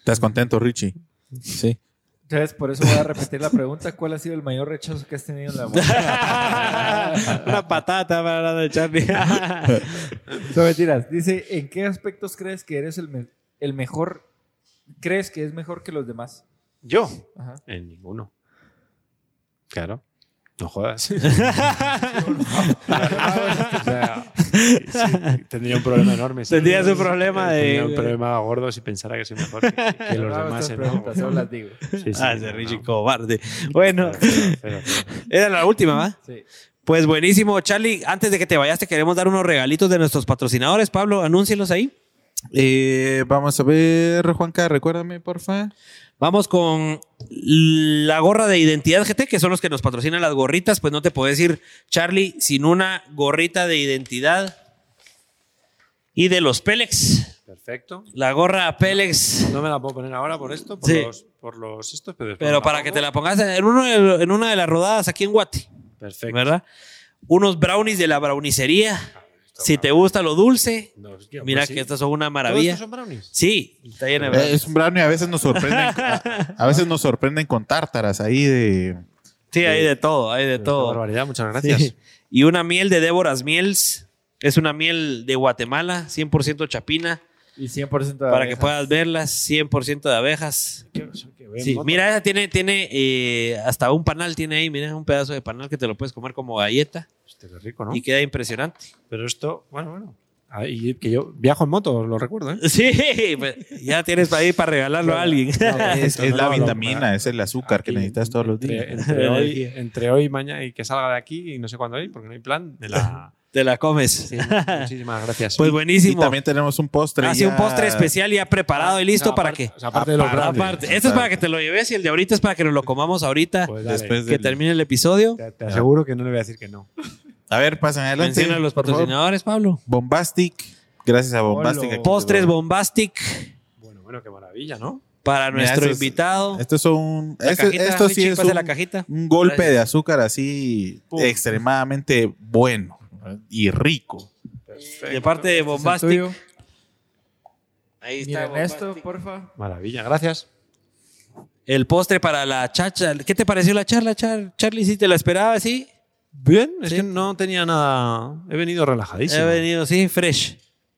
Speaker 2: ¿Estás contento, Richie? Sí.
Speaker 3: Entonces, por eso voy a repetir la pregunta: ¿Cuál ha sido el mayor rechazo que has tenido en la
Speaker 7: [LAUGHS]
Speaker 3: música?
Speaker 1: [LAUGHS] Una patata para la Charlie.
Speaker 3: No mentiras. Dice: ¿En qué aspectos crees que eres el, me- el mejor? ¿Crees que es mejor que los demás?
Speaker 7: ¿Yo?
Speaker 3: Ajá.
Speaker 7: En ninguno. Claro. No jodas. [LAUGHS] O sea, sí, tendría un problema enorme. sí.
Speaker 1: Tendrías un problema de-
Speaker 7: Tendría un problema gordo si pensara que soy mejor que,
Speaker 1: [LAUGHS]
Speaker 7: que los
Speaker 3: Hago
Speaker 7: demás.
Speaker 3: Ah, estas
Speaker 7: ¿eh?
Speaker 3: preguntas,
Speaker 7: No.
Speaker 3: solo las digo.
Speaker 7: Sí, sí,
Speaker 1: ah,
Speaker 7: no,
Speaker 1: ese
Speaker 7: no.
Speaker 1: Richie cobarde. Bueno,
Speaker 7: Cero, cero, cero.
Speaker 1: era la última, ¿va?
Speaker 3: Sí.
Speaker 1: Pues buenísimo, Charlie. Antes de que te vayas, te queremos dar unos regalitos de nuestros patrocinadores. Pablo, anúncielos ahí.
Speaker 2: Eh, vamos a ver, Juanca, recuérdame, porfa.
Speaker 1: Vamos con la gorra de identidad GT, que son los que nos patrocinan las gorritas. Pues no te puedes ir, Charlie, sin una gorrita de identidad. Y de los Pélex.
Speaker 7: Perfecto.
Speaker 1: La gorra Pélex.
Speaker 7: No me la puedo poner ahora por esto, por,
Speaker 1: Sí.
Speaker 7: los, por los estos, pero, después
Speaker 1: Pero
Speaker 7: me la
Speaker 1: para que
Speaker 7: pongo.
Speaker 1: te la pongas en, uno de- en una de las rodadas aquí en Guate,
Speaker 7: Perfecto.
Speaker 1: ¿verdad? Unos brownies de la brownicería. Si te gusta lo dulce,
Speaker 7: No, es que, Ah, pues,
Speaker 1: mira
Speaker 7: sí.
Speaker 1: que estas son una
Speaker 7: ¿Todos
Speaker 1: maravilla.
Speaker 7: estos son brownies?
Speaker 1: Sí, está llena de
Speaker 2: Eh,
Speaker 1: brownies.
Speaker 2: es un brownie, a veces nos sorprenden,
Speaker 1: [LAUGHS]
Speaker 2: a, a veces nos sorprenden con tártaras ahí
Speaker 7: [LAUGHS]
Speaker 2: de...
Speaker 1: Sí, hay de todo, hay de
Speaker 7: Qué
Speaker 1: todo.
Speaker 7: barbaridad, muchas
Speaker 1: Sí.
Speaker 7: gracias.
Speaker 1: Y una miel de Déboras Miels. Es una miel de Guatemala, 100% chapina,
Speaker 3: Y 100% de
Speaker 1: para que
Speaker 3: abejas.
Speaker 1: puedas verlas, 100% de abejas. Sí, mira, esa tiene, tiene eh, hasta un panal tiene ahí, mira, un pedazo de panal que te lo puedes comer como galleta
Speaker 7: Este es rico, ¿no?
Speaker 1: y queda impresionante.
Speaker 7: Pero esto, bueno, bueno. Ah, y que yo viajo en moto, lo
Speaker 2: [LAUGHS]
Speaker 7: recuerdo, ¿eh?
Speaker 1: Sí, pues, ya tienes para ir para regalarlo a alguien.
Speaker 2: Es, es la
Speaker 7: No, no,
Speaker 2: vitamina, es el azúcar que
Speaker 7: Aquí,
Speaker 2: necesitas todos los días.
Speaker 7: Entre, entre hoy, entre hoy y mañana y que salga de aquí y no sé cuándo hay, porque no hay plan. De la...
Speaker 1: [LAUGHS] Te la comes.
Speaker 7: Sí, muchísimas gracias.
Speaker 1: Pues
Speaker 2: Y
Speaker 1: buenísimo.
Speaker 2: también tenemos un postre.
Speaker 1: Hace un
Speaker 2: ya-
Speaker 1: postre especial ya preparado y listo
Speaker 7: O sea,
Speaker 1: para
Speaker 7: aparte-
Speaker 1: que.
Speaker 7: o sea, aparte de los
Speaker 2: Aparte.
Speaker 7: grandes.
Speaker 1: Aparte, este es para que te lo lleves y el de ahorita es para que nos lo comamos ahorita
Speaker 7: Pues dale,
Speaker 2: Después
Speaker 1: que
Speaker 2: del-
Speaker 1: termine el episodio.
Speaker 7: te, te aseguro que no le voy a decir que no.
Speaker 2: A ver, pasen adelante.
Speaker 1: Menciona a los
Speaker 2: por favor.
Speaker 1: patrocinadores, Pablo.
Speaker 2: Bombastic. Gracias a Bombastic.
Speaker 3: Olo.
Speaker 2: aquí
Speaker 1: Postres
Speaker 2: tenemos.
Speaker 1: Bombastic
Speaker 7: Bueno, bueno, qué maravilla, ¿no?
Speaker 1: para
Speaker 2: Mira,
Speaker 1: nuestro
Speaker 2: estos-
Speaker 1: invitado.
Speaker 2: Estos son...
Speaker 1: La
Speaker 2: este-
Speaker 1: cajita,
Speaker 2: esto sí
Speaker 1: Richie,
Speaker 2: es
Speaker 1: pase
Speaker 2: un,
Speaker 1: la cajita.
Speaker 2: un golpe
Speaker 1: Gracias.
Speaker 2: de azúcar así
Speaker 7: Pum.
Speaker 2: extremadamente bueno y rico.
Speaker 1: De parte de
Speaker 3: Este
Speaker 1: Bombastic.
Speaker 3: es el tuyo.
Speaker 1: Ahí está.
Speaker 3: Miren esto,
Speaker 1: Bombastic.
Speaker 3: porfa.
Speaker 7: Maravilla, gracias.
Speaker 1: El postre para la chacha. ¿Qué te pareció la charla, Char- Charlie? Si te la esperaba, sí.
Speaker 7: Bien, es
Speaker 1: Sí.
Speaker 7: que no tenía nada. He venido relajadísimo.
Speaker 1: He venido, sí, fresh.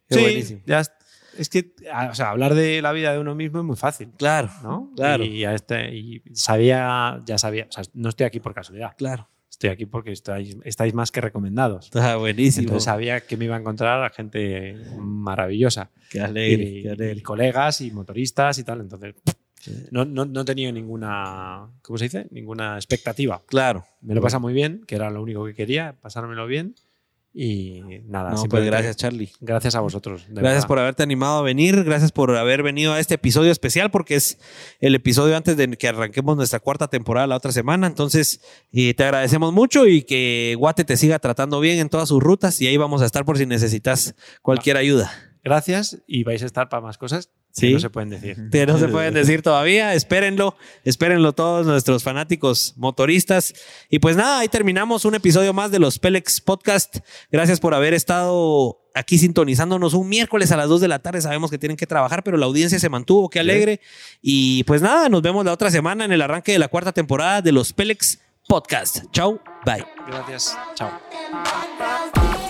Speaker 1: Qué
Speaker 7: Sí,
Speaker 1: buenísimo.
Speaker 7: ya es- es que, ah, o sea, hablar de la vida de uno mismo es muy fácil.
Speaker 1: Claro,
Speaker 7: ¿no?
Speaker 1: Claro.
Speaker 7: Y, a este, y sabía, ya sabía, o sea, no estoy aquí por casualidad,
Speaker 1: claro.
Speaker 7: estoy aquí porque estáis, estáis más que recomendados.
Speaker 1: Está buenísimo.
Speaker 7: Entonces sabía que me iba a encontrar a gente maravillosa,
Speaker 1: qué alegre,
Speaker 7: y,
Speaker 1: qué
Speaker 7: y
Speaker 1: alegre.
Speaker 7: colegas y motoristas y tal, entonces no, no, no he tenido ninguna, ¿cómo se dice? Ninguna expectativa.
Speaker 1: Claro.
Speaker 7: Me lo pasa muy bien, que era lo único que quería, pasármelo bien Y nada,
Speaker 1: No, pues
Speaker 7: simplemente
Speaker 1: gracias, Charlie.
Speaker 7: Gracias a vosotros. de
Speaker 1: Gracias
Speaker 7: verdad.
Speaker 1: por haberte animado a venir, gracias por haber venido a este episodio especial porque es el episodio antes de que arranquemos nuestra cuarta temporada la otra semana. Entonces, eh, te agradecemos mucho y que Guate te siga tratando bien en todas sus rutas y ahí vamos a estar por si necesitas cualquier ayuda.
Speaker 7: Gracias y vais a estar para más cosas
Speaker 1: Sí.
Speaker 7: que no se
Speaker 1: [LAUGHS]
Speaker 7: pueden decir.
Speaker 1: Que no se pueden decir todavía, espérenlo, espérenlo todos nuestros fanáticos motoristas. Y pues nada, ahí terminamos un episodio más de los Pelex Podcast. Gracias por haber estado aquí sintonizándonos un miércoles a las 2 de la tarde. Sabemos que tienen que trabajar, pero la audiencia se mantuvo, qué alegre. Y pues nada, nos vemos la otra semana en el arranque de la cuarta temporada de los Pelex Podcast. Chau, bye.
Speaker 7: Gracias. Chao.
Speaker 8: Them back girls,